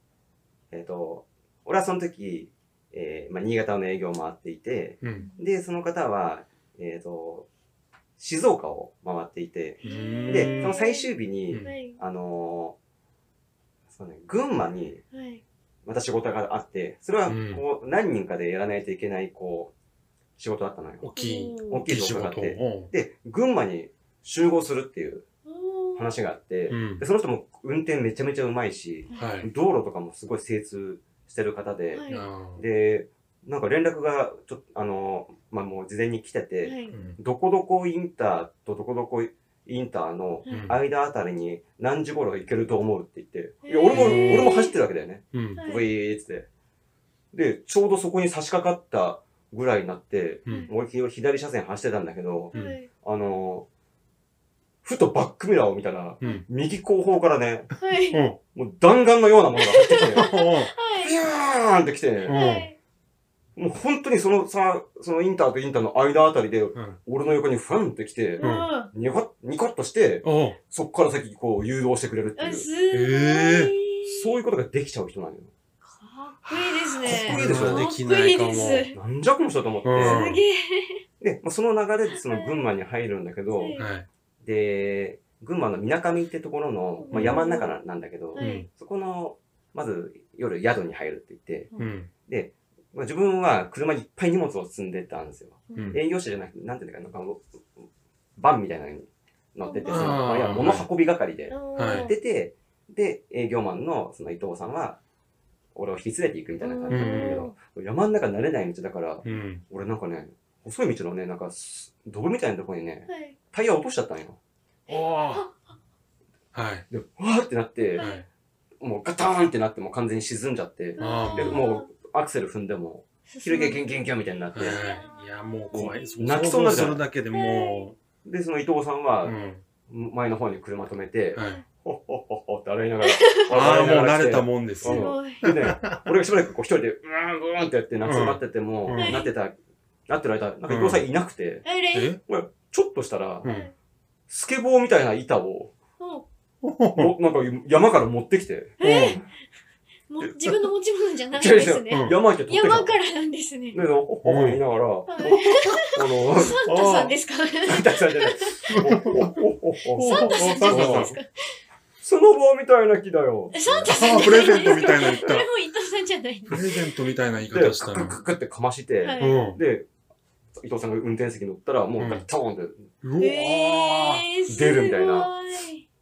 [SPEAKER 3] えっ、と、俺はその時、えーまあ、新潟の営業を回っていて、
[SPEAKER 2] うん。
[SPEAKER 3] で、その方は、えっ、と、静岡を回っていて、
[SPEAKER 2] うん
[SPEAKER 3] で、その最終日に、
[SPEAKER 2] うん
[SPEAKER 1] はい。
[SPEAKER 3] あのーそうね、群馬に
[SPEAKER 1] はい。
[SPEAKER 3] また仕事があって、それは
[SPEAKER 2] うん
[SPEAKER 3] こう、何人かでやらないといけない、こう、仕事だったのよ。
[SPEAKER 2] 大きい、
[SPEAKER 1] うん
[SPEAKER 2] 大きい仕
[SPEAKER 3] 大き
[SPEAKER 2] 事
[SPEAKER 3] い仕事
[SPEAKER 2] を。
[SPEAKER 3] で、群馬に集合するっていう
[SPEAKER 1] おー
[SPEAKER 3] 話があって、
[SPEAKER 2] うん
[SPEAKER 3] で。その人も運転めちゃめちゃうまいし、
[SPEAKER 2] は。
[SPEAKER 1] はい
[SPEAKER 3] 道路とかもすごい精通してる方で、
[SPEAKER 1] はい
[SPEAKER 2] うん
[SPEAKER 3] で、なんか連絡が、ちょっと、あの、まあ、もう事前に来てて、
[SPEAKER 1] い。
[SPEAKER 2] うん
[SPEAKER 3] どこどこインターとどこどこインターの
[SPEAKER 1] はい
[SPEAKER 2] あ
[SPEAKER 3] 間あたりに何時頃行けると思うって言って、い
[SPEAKER 1] へー
[SPEAKER 3] や、俺も、俺も走ってるわけだよね。
[SPEAKER 2] うん。
[SPEAKER 1] はい
[SPEAKER 3] ブイーっつって。で、ちょうどそこに差し掛かったぐらいになって、
[SPEAKER 2] うん
[SPEAKER 3] 俺左車線走ってたんだけど、
[SPEAKER 2] うん
[SPEAKER 1] はい。
[SPEAKER 3] あのふとバックミラーを見たら、
[SPEAKER 2] うん。
[SPEAKER 3] 右後方からね、
[SPEAKER 1] はい。
[SPEAKER 2] うん。
[SPEAKER 3] もう弾丸のようなものが入ってきて、ビ
[SPEAKER 1] は
[SPEAKER 3] ヤーンってきて、
[SPEAKER 1] い。はい。
[SPEAKER 3] もう本当にそのさ、そのインターとインターの間あたりで、
[SPEAKER 2] うん。
[SPEAKER 3] 俺の横にファンってきて
[SPEAKER 1] う、わ
[SPEAKER 3] ニコッ、ニコッとして、
[SPEAKER 2] おう
[SPEAKER 3] そっから先こう誘導してくれるってい
[SPEAKER 1] あ
[SPEAKER 3] う、
[SPEAKER 1] すご
[SPEAKER 2] え
[SPEAKER 1] い。
[SPEAKER 3] そういうことができちゃう人なのよ。
[SPEAKER 1] かっこいいですね。
[SPEAKER 3] かっこいいでしょ
[SPEAKER 1] かっ
[SPEAKER 2] でき
[SPEAKER 1] こ
[SPEAKER 2] ない
[SPEAKER 1] い
[SPEAKER 2] か
[SPEAKER 1] で
[SPEAKER 2] も
[SPEAKER 1] す。
[SPEAKER 3] なんじゃこの人と思って、
[SPEAKER 2] うん
[SPEAKER 1] すげえ。
[SPEAKER 3] で、まあその流れでその群馬に入るんだけど、
[SPEAKER 1] はい
[SPEAKER 2] はい。
[SPEAKER 3] で、群馬の水上ってところの、まあ、山の中ななんだけど、
[SPEAKER 1] はい
[SPEAKER 3] そこの、まず夜宿に入るって言って、
[SPEAKER 2] うん。
[SPEAKER 3] で、まあ、自分は車にいっぱい荷物を積んでったんですよ。
[SPEAKER 2] うん
[SPEAKER 3] 営業者じゃなくて、なんていうのかな、なんかバンみたいなのに乗ってて、
[SPEAKER 1] あー
[SPEAKER 3] そのまあ、いや物運び係で
[SPEAKER 2] はい
[SPEAKER 3] 乗ってて、で、営業マンのその伊藤さんは、俺を引き連れていくみたいな感じなんだけど、山の中慣れない道だから、
[SPEAKER 2] うん。
[SPEAKER 3] 俺なんかね、細い道のね、なんか、すドブみたいなとこにね、
[SPEAKER 1] はい。
[SPEAKER 3] タイヤ落としちゃったんよ。
[SPEAKER 2] おお。はい。
[SPEAKER 3] で、わーってなって、
[SPEAKER 2] はい。
[SPEAKER 3] もうガターンってなってもう完全に沈んじゃって、
[SPEAKER 2] あー
[SPEAKER 3] でもうアクセル踏んでも、ひるげギンギンギンみたいになって、
[SPEAKER 2] はい。いや、もう怖い。
[SPEAKER 3] 泣きそうに
[SPEAKER 2] 想像
[SPEAKER 3] なる
[SPEAKER 2] するだけでも
[SPEAKER 3] で、その伊藤さん
[SPEAKER 2] う、
[SPEAKER 3] は
[SPEAKER 2] う、ん。
[SPEAKER 3] 前の方に車止めて、
[SPEAKER 2] はい。
[SPEAKER 3] ほっほっほっほって洗いながら、
[SPEAKER 2] ああ、もう慣れた
[SPEAKER 3] も
[SPEAKER 2] もんです
[SPEAKER 1] す
[SPEAKER 2] よ。
[SPEAKER 1] ごい。
[SPEAKER 3] ん。でね、俺がしばらくこう一人で、うーん、うーんってやって、泣きそうになってても、
[SPEAKER 2] うん
[SPEAKER 3] なってた、なってる間、なんか伊藤さんいなくて、
[SPEAKER 1] あれ。
[SPEAKER 2] え
[SPEAKER 3] 俺、ちょっとしたら、
[SPEAKER 2] うん。
[SPEAKER 3] スケボーみたいな板を、
[SPEAKER 1] も
[SPEAKER 3] もなんか山から持ってきて、
[SPEAKER 1] うえーもう自分の持ち物じゃないん
[SPEAKER 3] 違う
[SPEAKER 1] で
[SPEAKER 3] 違
[SPEAKER 1] す
[SPEAKER 3] う
[SPEAKER 1] ね。
[SPEAKER 3] 山行って取ってきた
[SPEAKER 1] 山
[SPEAKER 3] の。
[SPEAKER 1] からなんですね。
[SPEAKER 3] で、ほっほっほ言いながら、あ
[SPEAKER 1] はい
[SPEAKER 3] の、
[SPEAKER 1] サンタさんですか。
[SPEAKER 3] サンタさんじゃない。おおおおお
[SPEAKER 2] お
[SPEAKER 1] サンタさんじゃない
[SPEAKER 2] お
[SPEAKER 1] で
[SPEAKER 2] サ
[SPEAKER 1] すか。
[SPEAKER 3] スノボみたいな木だよ。
[SPEAKER 1] えサンタさん
[SPEAKER 2] ああ、
[SPEAKER 1] じゃ
[SPEAKER 2] プ
[SPEAKER 1] な
[SPEAKER 2] レ
[SPEAKER 1] いんですか
[SPEAKER 2] ゼントみたいなの言っ
[SPEAKER 1] こ
[SPEAKER 2] た
[SPEAKER 1] れ。も伊藤さんじゃないんで
[SPEAKER 2] プレゼントみたいな言い
[SPEAKER 3] で、
[SPEAKER 2] 方した
[SPEAKER 3] ク
[SPEAKER 2] の
[SPEAKER 3] ク。ククってかまして、
[SPEAKER 1] はい
[SPEAKER 2] うん。
[SPEAKER 3] で、伊藤さんが運転席に乗ったら、もう
[SPEAKER 2] うん
[SPEAKER 3] タボンって、
[SPEAKER 2] うお
[SPEAKER 1] す。えー、すご
[SPEAKER 3] 出るみたいな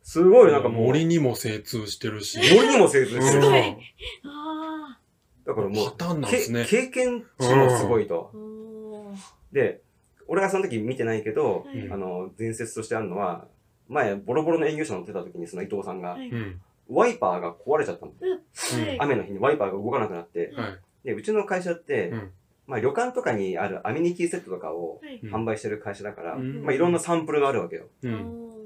[SPEAKER 3] すごいなんかもう、
[SPEAKER 2] 森にも精通してるし。
[SPEAKER 3] 森にも精通して
[SPEAKER 1] すごい
[SPEAKER 3] る。
[SPEAKER 1] あ
[SPEAKER 3] だからも
[SPEAKER 2] パ
[SPEAKER 3] う、
[SPEAKER 2] ターンなんで
[SPEAKER 3] け
[SPEAKER 2] すね。
[SPEAKER 3] 経験値がすごいと
[SPEAKER 1] あ。。おー
[SPEAKER 3] で、俺がその時見てないけ
[SPEAKER 1] は
[SPEAKER 3] ど、
[SPEAKER 2] うん
[SPEAKER 1] い
[SPEAKER 3] あの、伝説としてあるのは、前、ボロボロの営業車乗ってた時に、その伊藤さんが
[SPEAKER 1] は、い。
[SPEAKER 2] うん。
[SPEAKER 3] ワイパーが壊れちゃったの。
[SPEAKER 1] はい
[SPEAKER 3] 雨の日にワイパーが動かなくなって、
[SPEAKER 2] はい。
[SPEAKER 3] で、うちの会社って、
[SPEAKER 2] うん
[SPEAKER 3] まあ旅館とかにあるアミニティセットとかを
[SPEAKER 1] はい
[SPEAKER 2] うん
[SPEAKER 3] 販売してる会社だから、
[SPEAKER 2] うん
[SPEAKER 3] まあいろんなサンプルがあるわけよ。
[SPEAKER 2] う
[SPEAKER 1] お
[SPEAKER 2] ん。
[SPEAKER 1] ー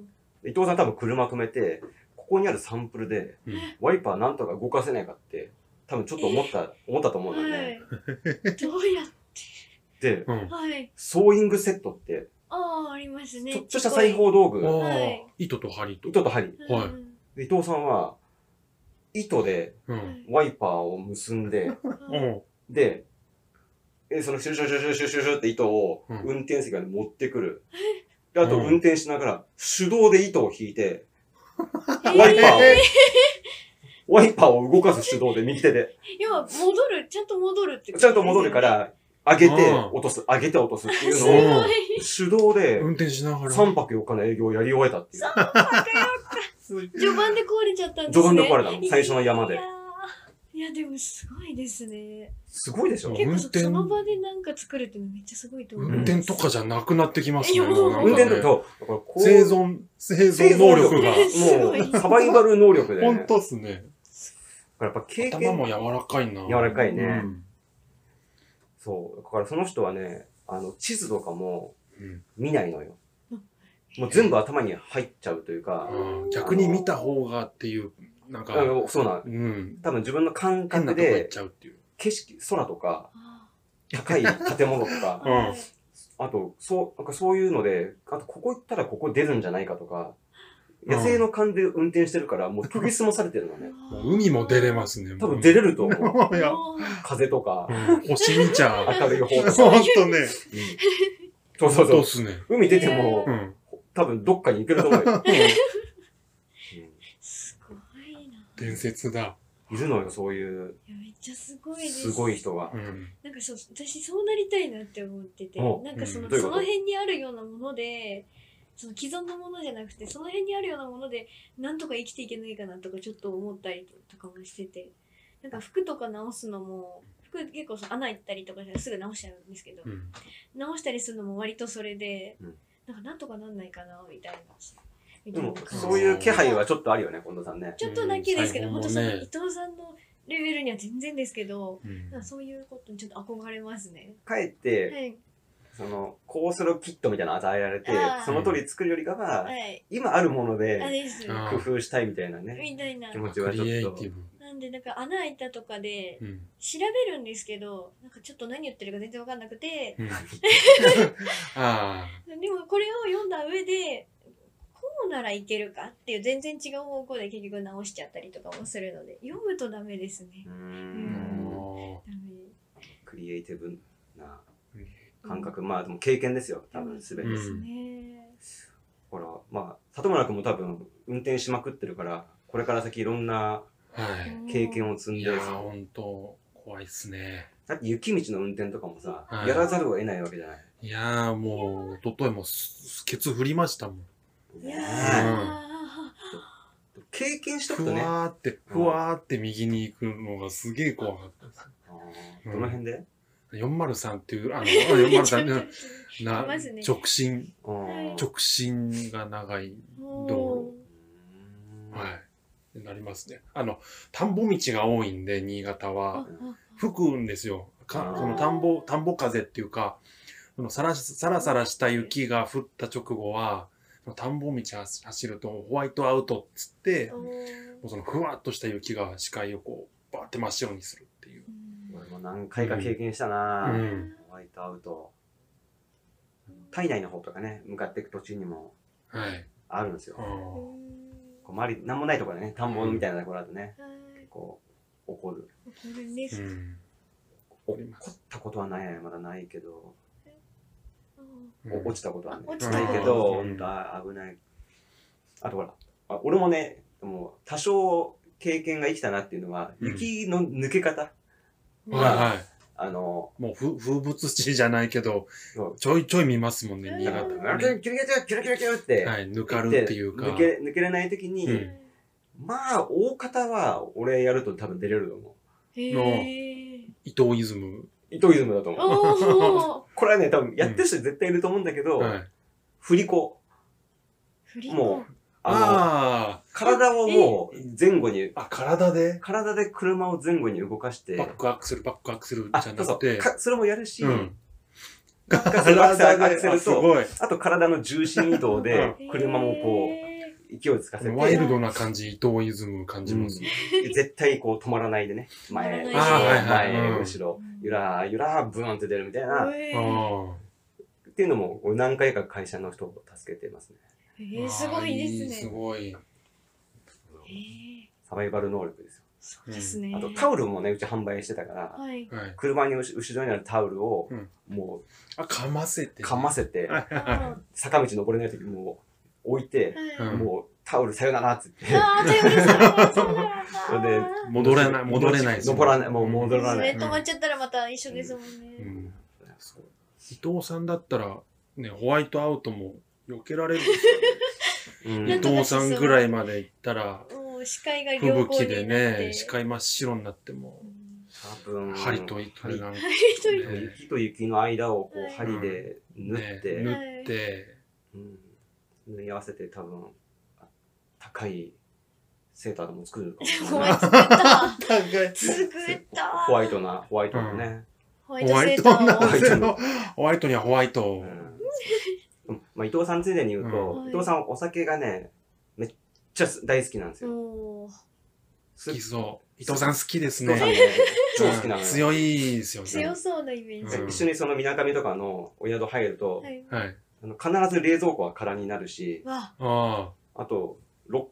[SPEAKER 3] で伊藤さん多分車止めて、ここにあるサンプルで、
[SPEAKER 2] うん
[SPEAKER 3] ワイパーなんとか動かせないかって、多分ちょっと思った、思ったと思うんだよ
[SPEAKER 1] は
[SPEAKER 3] ね。
[SPEAKER 1] い。どうやっ
[SPEAKER 3] で、
[SPEAKER 2] うん。
[SPEAKER 1] はい。
[SPEAKER 3] ソーイングセットって、
[SPEAKER 1] ああ、ありますね。
[SPEAKER 3] ちょっとした裁縫道具、
[SPEAKER 2] あ
[SPEAKER 1] は
[SPEAKER 2] あ
[SPEAKER 1] い、
[SPEAKER 2] 糸と針と。
[SPEAKER 3] 糸と針。
[SPEAKER 1] うん。
[SPEAKER 2] はい
[SPEAKER 3] で伊藤さんは、糸で
[SPEAKER 2] うん。
[SPEAKER 3] ワイパーを結 んで、
[SPEAKER 1] はい
[SPEAKER 2] お
[SPEAKER 3] で、えそのシュシュシュシュシュシュシュって糸を
[SPEAKER 2] うん
[SPEAKER 3] 運転席まで持ってくる。で、あと
[SPEAKER 2] うん
[SPEAKER 3] 運転しながら手動で糸を引いて、
[SPEAKER 1] え
[SPEAKER 3] ワイパーを
[SPEAKER 2] え、
[SPEAKER 3] ワイパーを動かす手動で右手で。
[SPEAKER 1] 要は戻る、ちゃんと戻るってこと
[SPEAKER 3] ちゃんと戻るか。ら、上げて
[SPEAKER 2] うん
[SPEAKER 3] 落とす、上げて落とすってい
[SPEAKER 1] す
[SPEAKER 3] う
[SPEAKER 1] ご
[SPEAKER 3] のを、
[SPEAKER 1] い。
[SPEAKER 3] 手動で
[SPEAKER 2] 運転しながら。
[SPEAKER 3] 3泊4日の営業をやり終えたってい
[SPEAKER 1] 三
[SPEAKER 3] う。
[SPEAKER 1] 泊四日序盤で壊れちゃったんですね。
[SPEAKER 3] 序盤で壊れたの最初の山で
[SPEAKER 1] いやー。いや、でもすごいですね。
[SPEAKER 3] すごいでしょ
[SPEAKER 2] うん
[SPEAKER 1] 結構
[SPEAKER 2] 運転
[SPEAKER 1] その場でなんか作るってのめっちゃすごいと思う。
[SPEAKER 2] 運転とかじゃなくなってきます
[SPEAKER 1] い
[SPEAKER 2] ね。
[SPEAKER 1] やもう
[SPEAKER 2] なんかね
[SPEAKER 3] 運転とか、だからこう
[SPEAKER 2] 生存、生存能力が。
[SPEAKER 1] すごい
[SPEAKER 3] もう、サバイバル能力で、ね。
[SPEAKER 2] 本当っすね。
[SPEAKER 3] だからやっぱ経
[SPEAKER 2] 頭も
[SPEAKER 3] 験、
[SPEAKER 2] 柔らかいな。
[SPEAKER 3] 柔らかいね
[SPEAKER 2] うん
[SPEAKER 3] そう。だからその人はね、あの、地図とかも
[SPEAKER 2] うん
[SPEAKER 3] 見ないのよ
[SPEAKER 1] う。
[SPEAKER 3] もう全部頭に入っちゃうというか、
[SPEAKER 2] うん逆に見た方がっていう、なん
[SPEAKER 3] あ
[SPEAKER 2] か、
[SPEAKER 3] のそうなん。
[SPEAKER 2] うん。
[SPEAKER 3] 多分自分の感
[SPEAKER 2] 変なと
[SPEAKER 3] 覚
[SPEAKER 2] こ行っ
[SPEAKER 3] で、
[SPEAKER 2] ちゃうっていう。、
[SPEAKER 3] 景色、空とか、
[SPEAKER 1] あ
[SPEAKER 3] 高い建物とか
[SPEAKER 1] ー はい。
[SPEAKER 3] あと、そう、なんかそういうので、あと、ここ行ったらここ出るんじゃないかとか、野生の勘で運転してるから、もう研ぎ澄まされてるのね。
[SPEAKER 2] もう海も出れますすね。
[SPEAKER 3] 多分出
[SPEAKER 2] る。
[SPEAKER 3] れると思う。
[SPEAKER 2] いや、
[SPEAKER 3] 風と か
[SPEAKER 2] う、ん星見ちゃう。
[SPEAKER 3] 明るい方とか。
[SPEAKER 2] ほんとね。
[SPEAKER 3] そうそ
[SPEAKER 2] ほ
[SPEAKER 3] う
[SPEAKER 2] んと
[SPEAKER 3] そ
[SPEAKER 2] っ
[SPEAKER 3] う。
[SPEAKER 2] すね。
[SPEAKER 3] 海出ても
[SPEAKER 2] う、ん。
[SPEAKER 3] 多分どっかに行けると思うよ。
[SPEAKER 1] すごいな。
[SPEAKER 2] 伝説だ。
[SPEAKER 3] いるのよ、そういう、
[SPEAKER 1] いやめっちゃすごいです。
[SPEAKER 3] すごい人が
[SPEAKER 2] う。ん。
[SPEAKER 1] なんかそう私そうなりたいなって思ってて
[SPEAKER 3] お
[SPEAKER 1] なんかその,、
[SPEAKER 2] うん
[SPEAKER 3] どういう
[SPEAKER 1] そ
[SPEAKER 3] こ
[SPEAKER 1] の
[SPEAKER 3] と
[SPEAKER 1] 辺にあるようなものでその既存のものじゃなくてその辺にあるようなものでなんとか生きていけないかなとかちょっと思ったりとかもしててなんか服とか直すのも服結構その穴いったりとかしたらすぐ直しちゃうんですけど、
[SPEAKER 2] うん
[SPEAKER 1] 直したりするのも割とそれで、
[SPEAKER 3] うん
[SPEAKER 1] なんかなんとかなんないかなみたいなみたい
[SPEAKER 3] で
[SPEAKER 1] な
[SPEAKER 3] も、
[SPEAKER 1] 感じ
[SPEAKER 3] そういう気配はちょっとあるよね、近藤さんね。
[SPEAKER 1] ちょっとだけですけど、
[SPEAKER 2] うん
[SPEAKER 1] 本当その
[SPEAKER 2] 最
[SPEAKER 1] 伊
[SPEAKER 2] 後もね
[SPEAKER 1] 藤さんのレベルには全然ですけど、
[SPEAKER 2] うん
[SPEAKER 1] なんかそういうことにちょっと憧れますね。
[SPEAKER 3] かえっ
[SPEAKER 1] はい
[SPEAKER 3] て、その、こうするキットみたいなの与えられて
[SPEAKER 1] あー、
[SPEAKER 3] その通り作るよりかは
[SPEAKER 1] は、い
[SPEAKER 3] 今あるもの
[SPEAKER 1] あ
[SPEAKER 3] で
[SPEAKER 1] です
[SPEAKER 2] あ
[SPEAKER 3] 工夫したいみたいなね。
[SPEAKER 1] みたいな
[SPEAKER 3] 気。持ち
[SPEAKER 2] ク
[SPEAKER 3] はちょっと
[SPEAKER 2] リエイティブ。
[SPEAKER 1] なんでなんか穴開いたとかで
[SPEAKER 2] うん。
[SPEAKER 1] 調べるんですけどなんかちょっと何言ってるか全然わかんなくて
[SPEAKER 2] うん あ
[SPEAKER 1] でもこれを読んだ上でこうならいけるかっていう全然違う方向で結局直しちゃったりとかもするので読むとダメですね
[SPEAKER 3] う。ー
[SPEAKER 2] あ。
[SPEAKER 3] ん
[SPEAKER 1] ダメ
[SPEAKER 3] クリエイティブな
[SPEAKER 1] うん
[SPEAKER 3] 感覚、まあでも経験ですよ、多分すべて。
[SPEAKER 2] うん
[SPEAKER 1] ですね。
[SPEAKER 3] ほら、まあ、里村君も多分運転しまくってるから、これから先いろんな
[SPEAKER 2] はい。
[SPEAKER 3] 経験を積ん
[SPEAKER 2] い
[SPEAKER 3] で
[SPEAKER 2] や、ー、ほんと、怖いっすね。
[SPEAKER 3] だって雪道の運転とかもさ、
[SPEAKER 2] はい
[SPEAKER 3] やらざるを得ないわけじゃない。
[SPEAKER 2] いやー、もう、一昨日もす、ケツ振りましたもん。
[SPEAKER 1] いや
[SPEAKER 2] うん
[SPEAKER 3] ね
[SPEAKER 1] ー
[SPEAKER 3] え経験しと
[SPEAKER 2] ふ
[SPEAKER 3] くとね、あ
[SPEAKER 2] わーって、ふわーって右に行くのがすげえ怖かったです。
[SPEAKER 3] ーどの辺で、
[SPEAKER 2] 403っていう、あ の、
[SPEAKER 1] ちょっと
[SPEAKER 2] 403な、
[SPEAKER 1] まずね
[SPEAKER 2] 直進、
[SPEAKER 3] うん
[SPEAKER 2] 直進が長い。
[SPEAKER 1] も
[SPEAKER 3] うん
[SPEAKER 2] はい。なりますね。あの、田んぼ道が多いんで、新潟
[SPEAKER 1] うあ
[SPEAKER 2] は。吹くんですよ。か
[SPEAKER 3] あー
[SPEAKER 2] その田んぼ、田んぼ風っていうか、そのさらしさらさらした雪が降った直後は、その田んぼ道走走るとホワイトアウトっつって、
[SPEAKER 1] あ
[SPEAKER 2] も
[SPEAKER 1] う
[SPEAKER 2] うそのふわっとした雪が視界をこう、バーって真っ白にするっていう。
[SPEAKER 1] ん
[SPEAKER 3] 俺も何回か経験したな、
[SPEAKER 2] うん
[SPEAKER 3] ホワイトアウト。体内の方とかね、向かっていく途中にも
[SPEAKER 2] はい。
[SPEAKER 3] あるんですよ。
[SPEAKER 2] あ
[SPEAKER 1] う
[SPEAKER 2] ー
[SPEAKER 1] ん
[SPEAKER 3] こう周り、なんもないところでね、田んぼみたいなところだとね、
[SPEAKER 1] はい
[SPEAKER 3] こう、怒る。
[SPEAKER 1] わかるんです
[SPEAKER 2] う
[SPEAKER 1] か
[SPEAKER 2] ん。
[SPEAKER 3] 怒
[SPEAKER 2] あり
[SPEAKER 3] っ
[SPEAKER 2] ます
[SPEAKER 3] たことはない、まだないけど、
[SPEAKER 1] う
[SPEAKER 3] お落ちたことはね
[SPEAKER 1] あ落
[SPEAKER 2] ちた
[SPEAKER 3] ないけ
[SPEAKER 2] う
[SPEAKER 3] ど、
[SPEAKER 2] ん
[SPEAKER 3] 本当は危ない。あとほら、あ俺もね、もう多少経験が生きたなっていうのは、
[SPEAKER 2] うん
[SPEAKER 3] 雪の抜け方。
[SPEAKER 1] うん
[SPEAKER 2] はいは
[SPEAKER 3] あの、
[SPEAKER 2] い。もうふ風物詩じゃないけど
[SPEAKER 3] そう、
[SPEAKER 2] ちょいちょい見ますもんね、新
[SPEAKER 3] な
[SPEAKER 2] 潟
[SPEAKER 3] んか
[SPEAKER 1] うん
[SPEAKER 3] あ
[SPEAKER 2] ね
[SPEAKER 3] キュルキュルキュルキュルキュルキュルって、
[SPEAKER 2] はい、抜かるっていうか。
[SPEAKER 3] 抜け、抜けれない時に、
[SPEAKER 2] うん
[SPEAKER 3] まあ、大方は俺やると多分出れると思
[SPEAKER 1] へえ。
[SPEAKER 2] 伊藤イズム。
[SPEAKER 3] う。糸イズムだと思う。
[SPEAKER 1] おお。
[SPEAKER 3] これはね、多分やってる人絶対いると思うんだけど、
[SPEAKER 2] はい。
[SPEAKER 3] 振り子。
[SPEAKER 1] 振り子。
[SPEAKER 3] もあの、
[SPEAKER 2] あ
[SPEAKER 3] 体をもう前後に、
[SPEAKER 2] あ。あ、体で
[SPEAKER 3] 体で車を前後に動かして
[SPEAKER 2] バ、ックアクセル、バックアクセル
[SPEAKER 3] あ、
[SPEAKER 2] じゃ
[SPEAKER 3] そう
[SPEAKER 2] な
[SPEAKER 3] そう
[SPEAKER 2] くて。
[SPEAKER 3] かそれもやるし、
[SPEAKER 2] うん。
[SPEAKER 3] バックアクセル、アクセルアクセ
[SPEAKER 2] あ
[SPEAKER 3] ル
[SPEAKER 2] す
[SPEAKER 3] と、
[SPEAKER 2] ごい。
[SPEAKER 3] あと体の重心移動で
[SPEAKER 1] へー、
[SPEAKER 3] 車もこう、勢いをつかせ
[SPEAKER 2] ワイ
[SPEAKER 3] て、
[SPEAKER 2] ルドな感じ、伊藤イズム感じますね。
[SPEAKER 3] 絶対こう止まらないでね、前、
[SPEAKER 1] 止
[SPEAKER 3] 後
[SPEAKER 1] まら
[SPEAKER 3] ろ、
[SPEAKER 2] ないで
[SPEAKER 3] 前
[SPEAKER 2] うん、
[SPEAKER 3] 後ろ、ゆらーゆらー、ブーンって出るみたいな、っ
[SPEAKER 1] うえ
[SPEAKER 2] ああ。
[SPEAKER 3] ていうのも、俺何回か会社の人を助けてますね。
[SPEAKER 1] えー、すごいです
[SPEAKER 2] す
[SPEAKER 1] ね。
[SPEAKER 2] ごい。
[SPEAKER 1] えー
[SPEAKER 3] サバイバル能力ですよ。
[SPEAKER 1] そうですね。
[SPEAKER 3] あとタオルもね、うち販売してたから、
[SPEAKER 1] はい。
[SPEAKER 2] はい。
[SPEAKER 3] 車に後後ろにあるタオルを
[SPEAKER 2] うん、
[SPEAKER 3] も
[SPEAKER 2] あ、かませ
[SPEAKER 3] う、
[SPEAKER 2] て。
[SPEAKER 3] かませて、
[SPEAKER 1] あー
[SPEAKER 3] 坂道登れない時もう置いて、
[SPEAKER 1] は
[SPEAKER 2] うん
[SPEAKER 1] い。
[SPEAKER 3] もうタオルさよならっつ って、
[SPEAKER 1] ああ、ということですそうだった
[SPEAKER 3] それで
[SPEAKER 2] 戻れない、戻れないですね
[SPEAKER 3] 登らないもう戻らない
[SPEAKER 1] それ止まっちゃったらまた一緒ですもんね。
[SPEAKER 2] うん伊藤さんだったら、ね、ホワイトアウトも避けられるんです
[SPEAKER 3] う
[SPEAKER 2] け
[SPEAKER 3] ん
[SPEAKER 2] ど。伊藤さんぐらいまで行ったら、
[SPEAKER 1] もう視界が
[SPEAKER 2] 吹
[SPEAKER 1] 良好になっ
[SPEAKER 2] 雪
[SPEAKER 1] て。
[SPEAKER 2] でね、視界真っ白になっても
[SPEAKER 1] う、ん
[SPEAKER 3] 多分
[SPEAKER 2] 針と針なんか
[SPEAKER 1] 一人
[SPEAKER 2] ね
[SPEAKER 3] 雪と雪の間をこ
[SPEAKER 1] はいう
[SPEAKER 3] 針で縫
[SPEAKER 2] ね
[SPEAKER 3] っ、て、
[SPEAKER 2] 縫って、
[SPEAKER 3] うん縫い合わせて多分あ高いセーターでも作れるかもし れ
[SPEAKER 1] お
[SPEAKER 3] な
[SPEAKER 1] 前
[SPEAKER 3] い。
[SPEAKER 1] 作った作った
[SPEAKER 3] ホワイトな、ホワイトのね。
[SPEAKER 1] ホワイ
[SPEAKER 2] ホ
[SPEAKER 1] ト
[SPEAKER 2] ワ
[SPEAKER 1] セ
[SPEAKER 2] イ
[SPEAKER 1] ー
[SPEAKER 2] ト
[SPEAKER 1] タ
[SPEAKER 2] な
[SPEAKER 1] ー
[SPEAKER 2] ん
[SPEAKER 1] を。
[SPEAKER 2] ですよ。ホワイトにはホワイト
[SPEAKER 3] う
[SPEAKER 2] を。
[SPEAKER 3] んうんまあ、伊藤さんついでに言うと、
[SPEAKER 1] うん
[SPEAKER 3] 伊藤さんお酒がね、めっちゃ大好きなんですよ。
[SPEAKER 1] おー
[SPEAKER 3] す
[SPEAKER 2] 好きそう。伊藤さん好きです
[SPEAKER 3] 伊藤さん
[SPEAKER 2] ね。
[SPEAKER 3] ね、超好き
[SPEAKER 2] う
[SPEAKER 3] なの
[SPEAKER 2] ん
[SPEAKER 3] よ。
[SPEAKER 2] 強いですよね。
[SPEAKER 1] 強そうなイメージ。
[SPEAKER 2] うん
[SPEAKER 3] 一緒にその水上とかのお宿入ると、
[SPEAKER 1] はい。
[SPEAKER 2] はい。
[SPEAKER 3] あの必ず冷蔵庫は空になるし、
[SPEAKER 1] わ、
[SPEAKER 2] あ
[SPEAKER 3] あと、ろ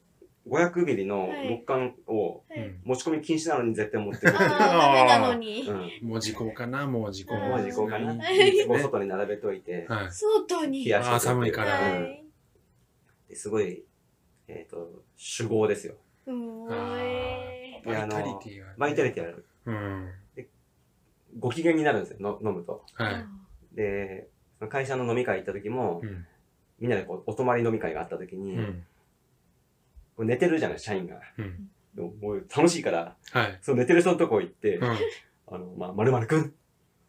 [SPEAKER 3] 500ミリの
[SPEAKER 1] はい
[SPEAKER 3] 六缶を
[SPEAKER 1] は
[SPEAKER 2] あ。う
[SPEAKER 1] い、
[SPEAKER 2] ん
[SPEAKER 3] 持ち込み禁止なのに絶対持ってくる。
[SPEAKER 1] ああ、ダメなのに
[SPEAKER 3] う。ん。
[SPEAKER 2] もう時効かな、もう時効。
[SPEAKER 1] うん
[SPEAKER 3] もう時効かな。
[SPEAKER 1] ん
[SPEAKER 3] いつも外に並べといて、
[SPEAKER 2] はい。
[SPEAKER 1] 外に。
[SPEAKER 3] 冷やして
[SPEAKER 2] あー寒いから
[SPEAKER 1] は
[SPEAKER 3] うん
[SPEAKER 1] い。
[SPEAKER 3] ですごい、えっ、と、酒豪ですよ。
[SPEAKER 1] うお
[SPEAKER 2] あー
[SPEAKER 1] え
[SPEAKER 2] バイタリティがね。
[SPEAKER 3] バイタリティある。
[SPEAKER 2] うん。
[SPEAKER 3] ご機嫌になるんですよ、の飲むと。
[SPEAKER 1] ー。
[SPEAKER 2] はい。
[SPEAKER 3] で、その会社の飲み会行った時も、
[SPEAKER 2] うん。
[SPEAKER 3] みんなでこうお泊まり飲み会があった時
[SPEAKER 2] う
[SPEAKER 3] に、
[SPEAKER 2] ん。
[SPEAKER 3] こう寝てるじゃない、社員が。
[SPEAKER 2] うん。
[SPEAKER 3] でももう楽しいから、
[SPEAKER 2] はい。
[SPEAKER 3] その寝てる人のとこ行って、
[SPEAKER 2] うん。
[SPEAKER 3] あの、まあ、まるまるくん。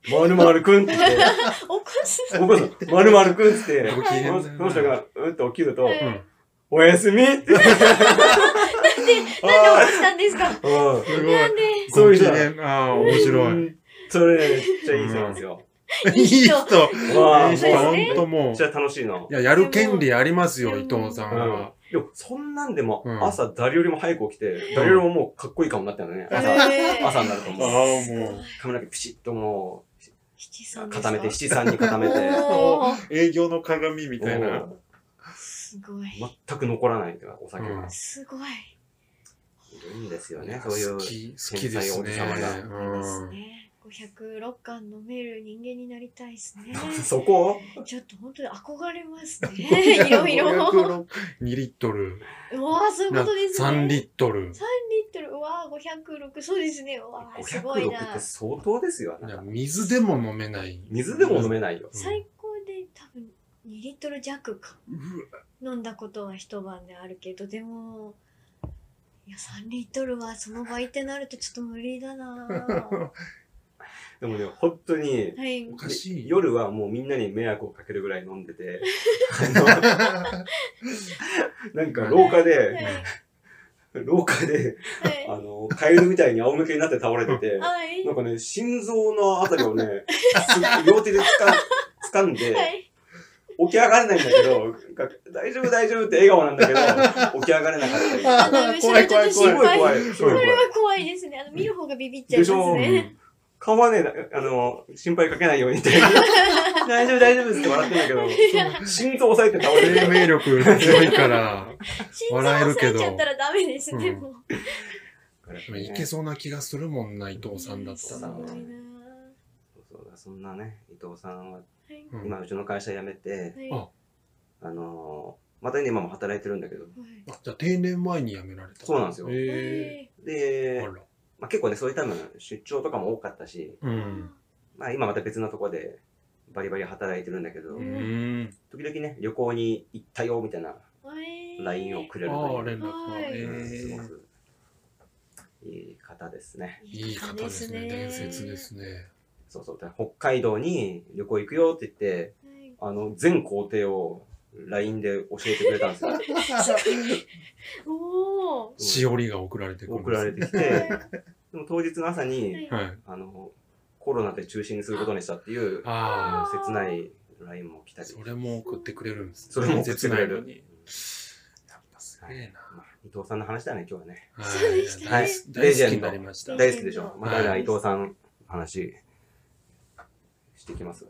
[SPEAKER 3] まるまるくんって言って、
[SPEAKER 1] おかしい。
[SPEAKER 3] 僕の、まるまるくんって言って、
[SPEAKER 2] ご機嫌だ
[SPEAKER 3] こ
[SPEAKER 2] な
[SPEAKER 3] のこの人が、うんって起きると
[SPEAKER 1] は、い
[SPEAKER 2] うん
[SPEAKER 3] おやすみって。
[SPEAKER 1] なんで起きたんですか
[SPEAKER 3] うん
[SPEAKER 2] すごい。
[SPEAKER 1] なんで
[SPEAKER 3] そういう人
[SPEAKER 2] ご機嫌ああ、面白い。。
[SPEAKER 3] それね、めっちゃいい人なんですよ。
[SPEAKER 2] いい人。
[SPEAKER 3] わあ
[SPEAKER 2] いい人、ほんとも
[SPEAKER 3] め
[SPEAKER 2] う
[SPEAKER 3] っち。ゃ楽しいの
[SPEAKER 2] い。や、やる権利ありますよ、
[SPEAKER 1] で
[SPEAKER 2] 伊
[SPEAKER 1] も
[SPEAKER 2] 藤さん
[SPEAKER 3] うん
[SPEAKER 2] は。
[SPEAKER 3] でも、そんなんでも
[SPEAKER 2] うん、
[SPEAKER 3] 朝誰よりも早く起きて、誰よりももうかっこいい顔になったよね。朝、
[SPEAKER 1] えー
[SPEAKER 3] 朝になると
[SPEAKER 2] ああ、
[SPEAKER 3] 思う。
[SPEAKER 2] もう。
[SPEAKER 3] 髪の毛ピシッとも
[SPEAKER 1] 七
[SPEAKER 3] う、
[SPEAKER 1] 三ですか
[SPEAKER 3] 固めて、七三に固めて、
[SPEAKER 1] おー
[SPEAKER 2] 営業の鏡みたいな。
[SPEAKER 3] も。
[SPEAKER 1] すごいう
[SPEAKER 3] 全く残らないというか、お酒が。
[SPEAKER 1] すごい。
[SPEAKER 3] いるんですよ
[SPEAKER 2] いや
[SPEAKER 3] ね、そういう
[SPEAKER 2] 好。き、好きですね
[SPEAKER 3] 天才王子様が。
[SPEAKER 1] です
[SPEAKER 2] うん
[SPEAKER 1] ね。506巻飲める人間になりたいですね。
[SPEAKER 3] そこ
[SPEAKER 1] ちょっと本当に憧れます ね。いろいろ。
[SPEAKER 2] 506 2リットル。
[SPEAKER 1] うわーそういうことですね。
[SPEAKER 2] 3リットル。
[SPEAKER 1] 三リットル。うわー506。そうですね。うわーすごい
[SPEAKER 3] 506っ
[SPEAKER 1] な
[SPEAKER 3] て。相当ですよ
[SPEAKER 2] いや
[SPEAKER 3] な。
[SPEAKER 2] 水でも飲めない。
[SPEAKER 3] 水でも飲めないよ。
[SPEAKER 1] 最高で多分2リットル弱か。飲んだことは一晩であるけど、でも、いや3リットルはその倍ってなるとちょっと無理だなぁ。
[SPEAKER 3] でもね、本当に、
[SPEAKER 1] はい
[SPEAKER 2] お。かしい。
[SPEAKER 3] 夜はもうみんなに迷惑をかけるぐらい飲ん でて、なんか廊下
[SPEAKER 1] はい
[SPEAKER 3] で、。廊下で、
[SPEAKER 1] はい
[SPEAKER 3] あの、カエルみたいに仰向けになって倒れてて、
[SPEAKER 1] はい
[SPEAKER 3] な。んかね、心臓のあたりをね、す両手で掴ん掴ん
[SPEAKER 1] は
[SPEAKER 3] で、
[SPEAKER 1] い。
[SPEAKER 3] 起き上がれないんだけど、なんか大丈夫大丈夫って笑顔なんだけど、起き上がれなかった
[SPEAKER 1] あの、後ろちょっと
[SPEAKER 3] り。すご
[SPEAKER 1] 心
[SPEAKER 3] い
[SPEAKER 1] 配。
[SPEAKER 3] 怖い、すごい
[SPEAKER 1] そ
[SPEAKER 3] 怖い
[SPEAKER 1] れ。は怖いですね。あの、見る方がビビっちゃいますね。
[SPEAKER 3] 顔はね、あの、心配かけないようにって。 大丈夫大丈夫って笑ってんだけど、心臓押さえて倒れて
[SPEAKER 2] 生
[SPEAKER 3] る。
[SPEAKER 2] 命力強い から、
[SPEAKER 1] 心臓押さえちゃったらダメですね、
[SPEAKER 2] うん
[SPEAKER 1] もう。
[SPEAKER 2] いけそうな気がするもんな、伊藤さんだった
[SPEAKER 1] す
[SPEAKER 2] ら。
[SPEAKER 1] ごいな
[SPEAKER 3] そうだそんなね、伊藤さんは、
[SPEAKER 1] ぁ。
[SPEAKER 2] うん
[SPEAKER 3] 今うちの会社辞めて、
[SPEAKER 1] はい。
[SPEAKER 2] あ
[SPEAKER 1] は
[SPEAKER 3] あのまたね、今も働いてるんだけど。
[SPEAKER 1] はい
[SPEAKER 2] あじゃあ定年前に辞められた
[SPEAKER 3] そうなんですよ
[SPEAKER 2] へえ
[SPEAKER 3] で
[SPEAKER 2] あ、ら
[SPEAKER 3] まあ、結構ね、そういう多分出張とかも多かったし、
[SPEAKER 2] う
[SPEAKER 1] うん
[SPEAKER 3] まあ今また別のとこでバリバリ働いてるんだけど、
[SPEAKER 1] う
[SPEAKER 2] うん
[SPEAKER 3] 時々ね、旅行に行ったよみたいな
[SPEAKER 1] えー
[SPEAKER 3] LINE をくれる
[SPEAKER 2] ああ
[SPEAKER 3] という
[SPEAKER 2] 連絡が
[SPEAKER 1] はい
[SPEAKER 2] え
[SPEAKER 3] うんすご
[SPEAKER 2] ー
[SPEAKER 3] くいい方ですね。
[SPEAKER 2] いい方ですね伝説です ね
[SPEAKER 3] そうそう。で北海道に旅行行くよって言って、
[SPEAKER 1] はい
[SPEAKER 3] あの、全工程を LINE で教えてくれたんですよ。
[SPEAKER 1] おお。
[SPEAKER 2] しおりが送られてくるんです
[SPEAKER 3] 送られてきて、でも当日の朝に、
[SPEAKER 2] はい
[SPEAKER 3] あの、コロナで中止にすることにしたっていう、
[SPEAKER 2] ああ
[SPEAKER 3] 切ない LINE も来たり。
[SPEAKER 2] それも送ってくれるんですね
[SPEAKER 3] それも送ってくれ
[SPEAKER 2] 切ないの
[SPEAKER 3] る
[SPEAKER 2] に。やっぱすげえな
[SPEAKER 3] まあ伊藤さんの話だね、今日はね。
[SPEAKER 1] そうでしたね
[SPEAKER 2] はい大好きになりました
[SPEAKER 1] レジェンド
[SPEAKER 3] 大好きでしょ。またね、
[SPEAKER 1] はい
[SPEAKER 3] 伊藤さんの話、していきます。
[SPEAKER 2] ぜ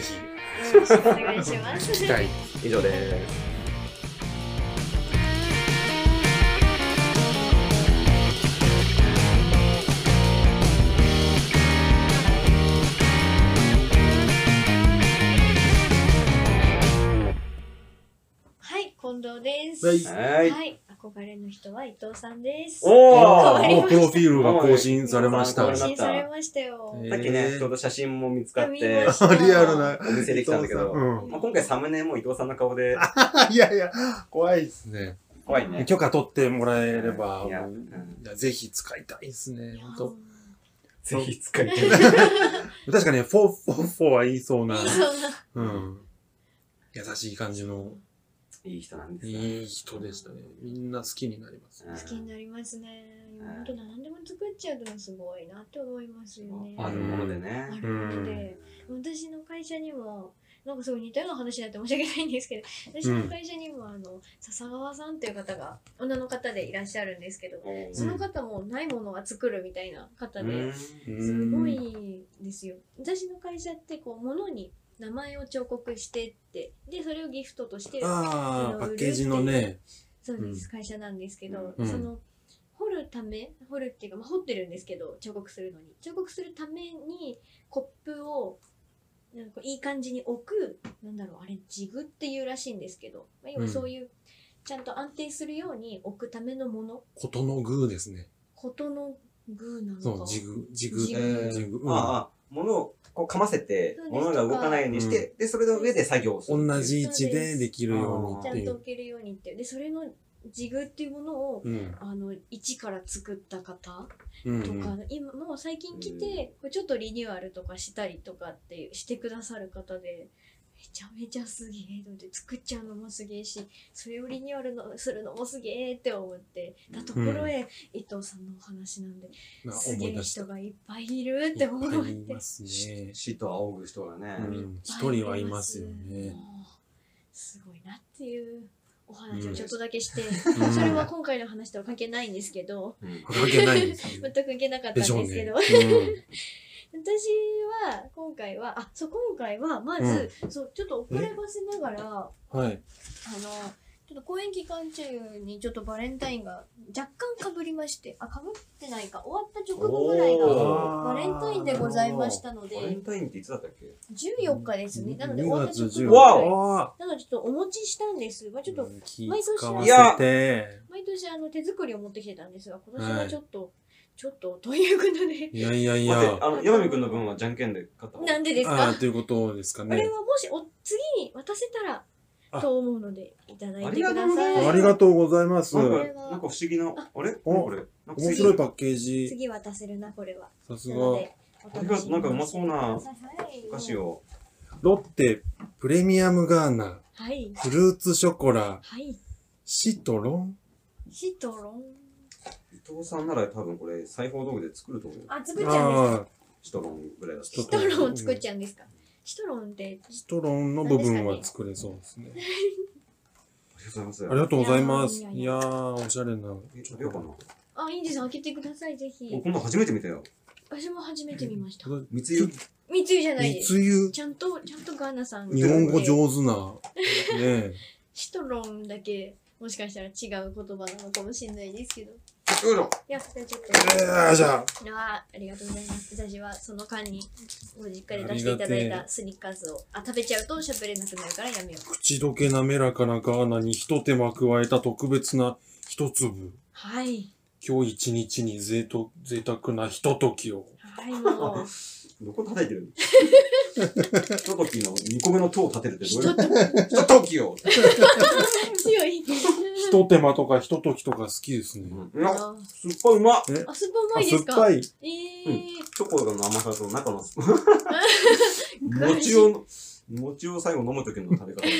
[SPEAKER 2] ひ
[SPEAKER 1] よろしくお願いしま
[SPEAKER 2] 聞き
[SPEAKER 1] す。
[SPEAKER 2] たい
[SPEAKER 3] 以上です。
[SPEAKER 1] はい、近藤です。
[SPEAKER 2] はい
[SPEAKER 3] はい
[SPEAKER 1] はい、憧れの人は伊藤さんです。
[SPEAKER 3] お
[SPEAKER 1] 変わりました
[SPEAKER 2] もうプロフィールが更新されました
[SPEAKER 3] お
[SPEAKER 1] 更
[SPEAKER 3] ー
[SPEAKER 1] 新されましたよ。
[SPEAKER 2] えー
[SPEAKER 3] さっきね、ちょうど写真も見つかっ
[SPEAKER 1] 見ま
[SPEAKER 3] て
[SPEAKER 1] し、た
[SPEAKER 2] リアルな
[SPEAKER 3] お店できたんだけど
[SPEAKER 2] うん
[SPEAKER 3] まあ、今回サムネも伊藤さんの顔で、
[SPEAKER 2] いやいや怖いですね
[SPEAKER 3] 怖いね。
[SPEAKER 2] 許可取ってもらえれば
[SPEAKER 3] いや
[SPEAKER 2] もう
[SPEAKER 3] うん
[SPEAKER 2] いやぜひ使いたいですね
[SPEAKER 1] いやー
[SPEAKER 2] 本
[SPEAKER 3] ぜひ使いたい。
[SPEAKER 2] 当確かにフォーフォーフォーは言いそうな
[SPEAKER 1] そうなんだ
[SPEAKER 2] うん優しい感じの
[SPEAKER 3] いい人なんですよ
[SPEAKER 2] いい人でしたねみんな好きになります
[SPEAKER 3] うん
[SPEAKER 1] 好きになりますね。今本当何でも作っちゃうのもすごいなって思いますよね。
[SPEAKER 3] あるものでね
[SPEAKER 1] あ。るので、私の会社にも、なんかすごい似たような話になって申し訳ないんですけど、私の会社にも、あの、笹川さんという方が、女の方でいらっしゃるんですけど、
[SPEAKER 3] おー
[SPEAKER 1] その方もないものは作るみたいな方
[SPEAKER 3] う
[SPEAKER 1] で、
[SPEAKER 3] ん
[SPEAKER 1] すご
[SPEAKER 2] うん
[SPEAKER 1] いですよ。私の会社って、こう、物に名前を彫刻してって、で、それをギフトとして、
[SPEAKER 2] あ
[SPEAKER 1] あの
[SPEAKER 2] あパッケージのね
[SPEAKER 1] そうです、会社なんですけど、
[SPEAKER 2] うん
[SPEAKER 1] その掘るため掘るっていうか、まあ、掘ってるんですけど彫刻するのに彫刻するためにコップをなんかこういい感じに置くなんだろうあれジグっていうらしいんですけど、まあ、要
[SPEAKER 2] う
[SPEAKER 1] は
[SPEAKER 2] ん
[SPEAKER 1] そういう、ちゃんと安定するように置くためのもの
[SPEAKER 2] ことのグーですね
[SPEAKER 1] ことの具なのか
[SPEAKER 2] そうジグジグ
[SPEAKER 1] ジ
[SPEAKER 2] ジ
[SPEAKER 1] グ
[SPEAKER 2] グうん
[SPEAKER 3] ああ、物をこうかませて
[SPEAKER 1] そうで、す
[SPEAKER 3] 物が動かないようにして、で、それの上で作業をするっていう。
[SPEAKER 2] 同じ位置でできるよう
[SPEAKER 1] ち
[SPEAKER 2] に
[SPEAKER 1] ゃ
[SPEAKER 2] って
[SPEAKER 1] ん
[SPEAKER 2] い
[SPEAKER 1] と置
[SPEAKER 2] う。
[SPEAKER 1] けるようにっていうでそれのジグっていうものを
[SPEAKER 2] うん。
[SPEAKER 1] あの一から作った方
[SPEAKER 2] うん
[SPEAKER 1] とか、今もう最近来て、こうちょっとリニューアルとかしたりとかっていうしてくださる方でめちゃめちゃすげえと思って作っちゃうのもすげえしそれをリニューアルのするのもすげえって思ってたところへ、伊藤さんのお話なんで、
[SPEAKER 2] な
[SPEAKER 1] す
[SPEAKER 2] 思
[SPEAKER 1] げ
[SPEAKER 2] い
[SPEAKER 1] え
[SPEAKER 2] 出した。
[SPEAKER 1] 人がいっぱいいるって思っ
[SPEAKER 2] いっぱいい
[SPEAKER 1] て。
[SPEAKER 2] ます
[SPEAKER 3] し
[SPEAKER 2] ね。
[SPEAKER 3] 死と仰ぐ人がね
[SPEAKER 2] う、ん一人はいますよね。
[SPEAKER 1] もうすごいなっていうお話を
[SPEAKER 2] うん
[SPEAKER 1] ちょっとだけして、
[SPEAKER 2] ん
[SPEAKER 1] それは今回の話とは関係ないんですけど、
[SPEAKER 3] うん
[SPEAKER 2] 関係ないんですよ
[SPEAKER 1] 全
[SPEAKER 2] ね。
[SPEAKER 1] く関係なかったん
[SPEAKER 2] で
[SPEAKER 1] で
[SPEAKER 2] し
[SPEAKER 1] す
[SPEAKER 2] ょう
[SPEAKER 1] け
[SPEAKER 2] ね
[SPEAKER 1] ど。。私は今回はあそう今回はまず、そうちょっと遅ればせながらあの
[SPEAKER 2] うん はい。
[SPEAKER 1] ちょっと公演期間中にちょっとバレンタインが若干かぶりましてあかぶってないか終わった直後ぐらい
[SPEAKER 3] お
[SPEAKER 1] がバ
[SPEAKER 3] ー
[SPEAKER 1] レンタインでございましたので
[SPEAKER 3] バレンタインっていつだったっけ
[SPEAKER 1] 14日ですねなので終わ
[SPEAKER 2] 2
[SPEAKER 1] った
[SPEAKER 2] 月
[SPEAKER 1] 直後
[SPEAKER 2] 10
[SPEAKER 1] ぐらい
[SPEAKER 2] わ
[SPEAKER 1] なのでちょっとお持ちしたんです、まあ、ちょっと
[SPEAKER 2] 気
[SPEAKER 1] 毎年
[SPEAKER 2] 使わせて。
[SPEAKER 1] 毎年あの手作りを持ってきてたんですが今年
[SPEAKER 2] は
[SPEAKER 1] はいちょっと、ちょっとということで
[SPEAKER 2] いやいやい
[SPEAKER 3] 待っ
[SPEAKER 2] や
[SPEAKER 3] て、。あの、山見くんの分はじゃんけんで勝った方
[SPEAKER 1] なんでです
[SPEAKER 2] あ
[SPEAKER 1] か
[SPEAKER 2] あ、ということですか
[SPEAKER 1] これ
[SPEAKER 2] ね。
[SPEAKER 1] はもしお次に渡せたら
[SPEAKER 2] あ
[SPEAKER 1] と思うのでいただいて
[SPEAKER 3] あ
[SPEAKER 1] く
[SPEAKER 3] りがと
[SPEAKER 1] だ
[SPEAKER 3] うござい
[SPEAKER 1] さい。
[SPEAKER 3] ます
[SPEAKER 2] ありがとうございます。
[SPEAKER 3] なん
[SPEAKER 2] 面
[SPEAKER 1] れ
[SPEAKER 3] か、
[SPEAKER 1] は
[SPEAKER 3] なんか不思議な、あれ
[SPEAKER 2] お
[SPEAKER 3] これ。なんか
[SPEAKER 2] 白い
[SPEAKER 3] パ
[SPEAKER 2] パッケージ。
[SPEAKER 1] 次渡せるなこれは。
[SPEAKER 2] さす
[SPEAKER 1] な
[SPEAKER 2] が。
[SPEAKER 1] のでお
[SPEAKER 3] ありが
[SPEAKER 1] 楽
[SPEAKER 3] と
[SPEAKER 1] し
[SPEAKER 3] う。
[SPEAKER 1] み
[SPEAKER 3] なんかう
[SPEAKER 1] に
[SPEAKER 3] ま
[SPEAKER 1] して
[SPEAKER 3] そうな
[SPEAKER 1] ください
[SPEAKER 3] お菓子。を。
[SPEAKER 2] ロッテプレミアムガーナ、
[SPEAKER 1] はい
[SPEAKER 2] フルーツショコラ、
[SPEAKER 1] はい
[SPEAKER 2] シトロン
[SPEAKER 1] シトロン
[SPEAKER 3] 伊藤さんなら多分これ、裁縫道具で作ると思うよ。
[SPEAKER 1] あ作っちゃうんですか。
[SPEAKER 3] シトロンぐらいだった
[SPEAKER 2] シ
[SPEAKER 1] シトロン
[SPEAKER 2] ン
[SPEAKER 1] を作っちゃうんですか。シトロンって
[SPEAKER 2] シトロンの部分は作れそうですね。
[SPEAKER 3] ありがとうござい
[SPEAKER 2] あ
[SPEAKER 3] ま
[SPEAKER 2] り
[SPEAKER 3] す。
[SPEAKER 2] がとうございます。
[SPEAKER 1] い
[SPEAKER 2] い
[SPEAKER 1] や
[SPEAKER 2] や
[SPEAKER 1] いや
[SPEAKER 2] ー、おしゃれな。
[SPEAKER 3] え食べようかな。
[SPEAKER 1] あインディさん開けてくださいぜひ
[SPEAKER 3] お、。今度初めて見たよ。
[SPEAKER 1] 私も初めて見ました。
[SPEAKER 3] 密輸。
[SPEAKER 1] 密輸じゃないです。
[SPEAKER 2] 密輸、
[SPEAKER 1] ちゃんとちゃんとガーナさん。
[SPEAKER 2] 日本語上手な。ねえ。
[SPEAKER 1] シトロンだけもしかしたら違う言葉なのかもしれないですけど。
[SPEAKER 2] よいしょ
[SPEAKER 1] いや、大丈夫。
[SPEAKER 2] えー、じゃあ、
[SPEAKER 1] それはありがとうございます。私はその間にご実家で出していただいたスニッカーズをあ食べちゃうと喋れなくなるからやめよう。
[SPEAKER 2] 口どけ滑らかなガーナにひと手間加えた特別な一粒。
[SPEAKER 1] はい。
[SPEAKER 2] 今日一日に贅と贅沢なひとときを。
[SPEAKER 1] はい、もう。
[SPEAKER 3] どこ叩いて るのトトキの2個目の塔を立てるってどういうことトトキを
[SPEAKER 1] 強い。
[SPEAKER 2] ひと手間とかひとときとか好きですね。
[SPEAKER 3] うん な
[SPEAKER 1] あ、
[SPEAKER 3] 酸っぱいうまっ
[SPEAKER 1] あ酸っぱいです
[SPEAKER 2] 酸っ
[SPEAKER 1] か
[SPEAKER 2] ぱい。
[SPEAKER 1] え
[SPEAKER 3] チョコの甘さと中の
[SPEAKER 1] ー、詳しい
[SPEAKER 3] 餅を、餅を最後飲む時の 食べ方。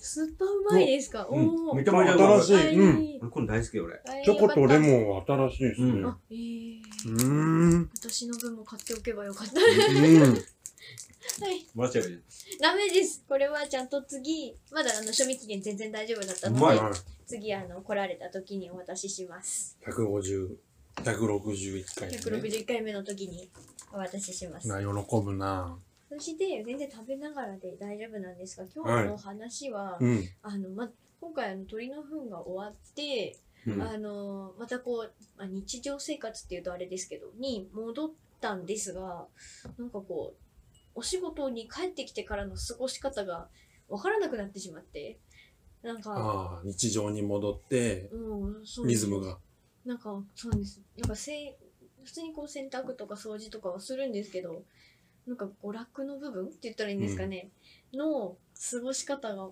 [SPEAKER 1] 酸っぱうまいですか、
[SPEAKER 3] うん
[SPEAKER 1] おお。
[SPEAKER 3] め
[SPEAKER 1] ー
[SPEAKER 3] ちゃめちゃうまい
[SPEAKER 2] 新しい。う
[SPEAKER 1] は
[SPEAKER 2] ん。
[SPEAKER 1] い
[SPEAKER 3] 俺これ大好きよ、俺。
[SPEAKER 2] チョコとレ
[SPEAKER 1] ン。
[SPEAKER 2] モンは新しいですね。
[SPEAKER 3] う
[SPEAKER 1] あ、えー、
[SPEAKER 2] うーん。
[SPEAKER 1] 私の分も買っておけばよかった。
[SPEAKER 2] うん。
[SPEAKER 1] はい。
[SPEAKER 3] もらっちゃえばいい
[SPEAKER 1] ダメです。これはちゃんと次、まだあの賞味期限全然大丈夫だったの
[SPEAKER 3] うま
[SPEAKER 1] で
[SPEAKER 3] い、
[SPEAKER 2] はい。
[SPEAKER 1] 次あの来られた時にお渡しします。
[SPEAKER 2] 150、161回、ね。
[SPEAKER 1] 161回目の時にお渡しします。
[SPEAKER 2] な、喜ぶな。
[SPEAKER 1] そして全然食べながらで大丈夫なんですが、今日の話は、
[SPEAKER 2] うん。
[SPEAKER 1] あのま今回あの鳥の糞が終わって、
[SPEAKER 2] うん
[SPEAKER 1] あのまたこう、まあ、日常生活っていうとあれですけどに戻ったんですがなんかこうお仕事に帰ってきてからの過ごし方が分からなくなってしまってなんか
[SPEAKER 2] ああ、日常に戻って、
[SPEAKER 1] うんそう
[SPEAKER 2] リズムが。
[SPEAKER 1] なんかそうですなんかせい普通にこう洗濯とか掃除とかはするんですけどなんか娯楽の部分って言ったらいいんですかね、の過ごし方が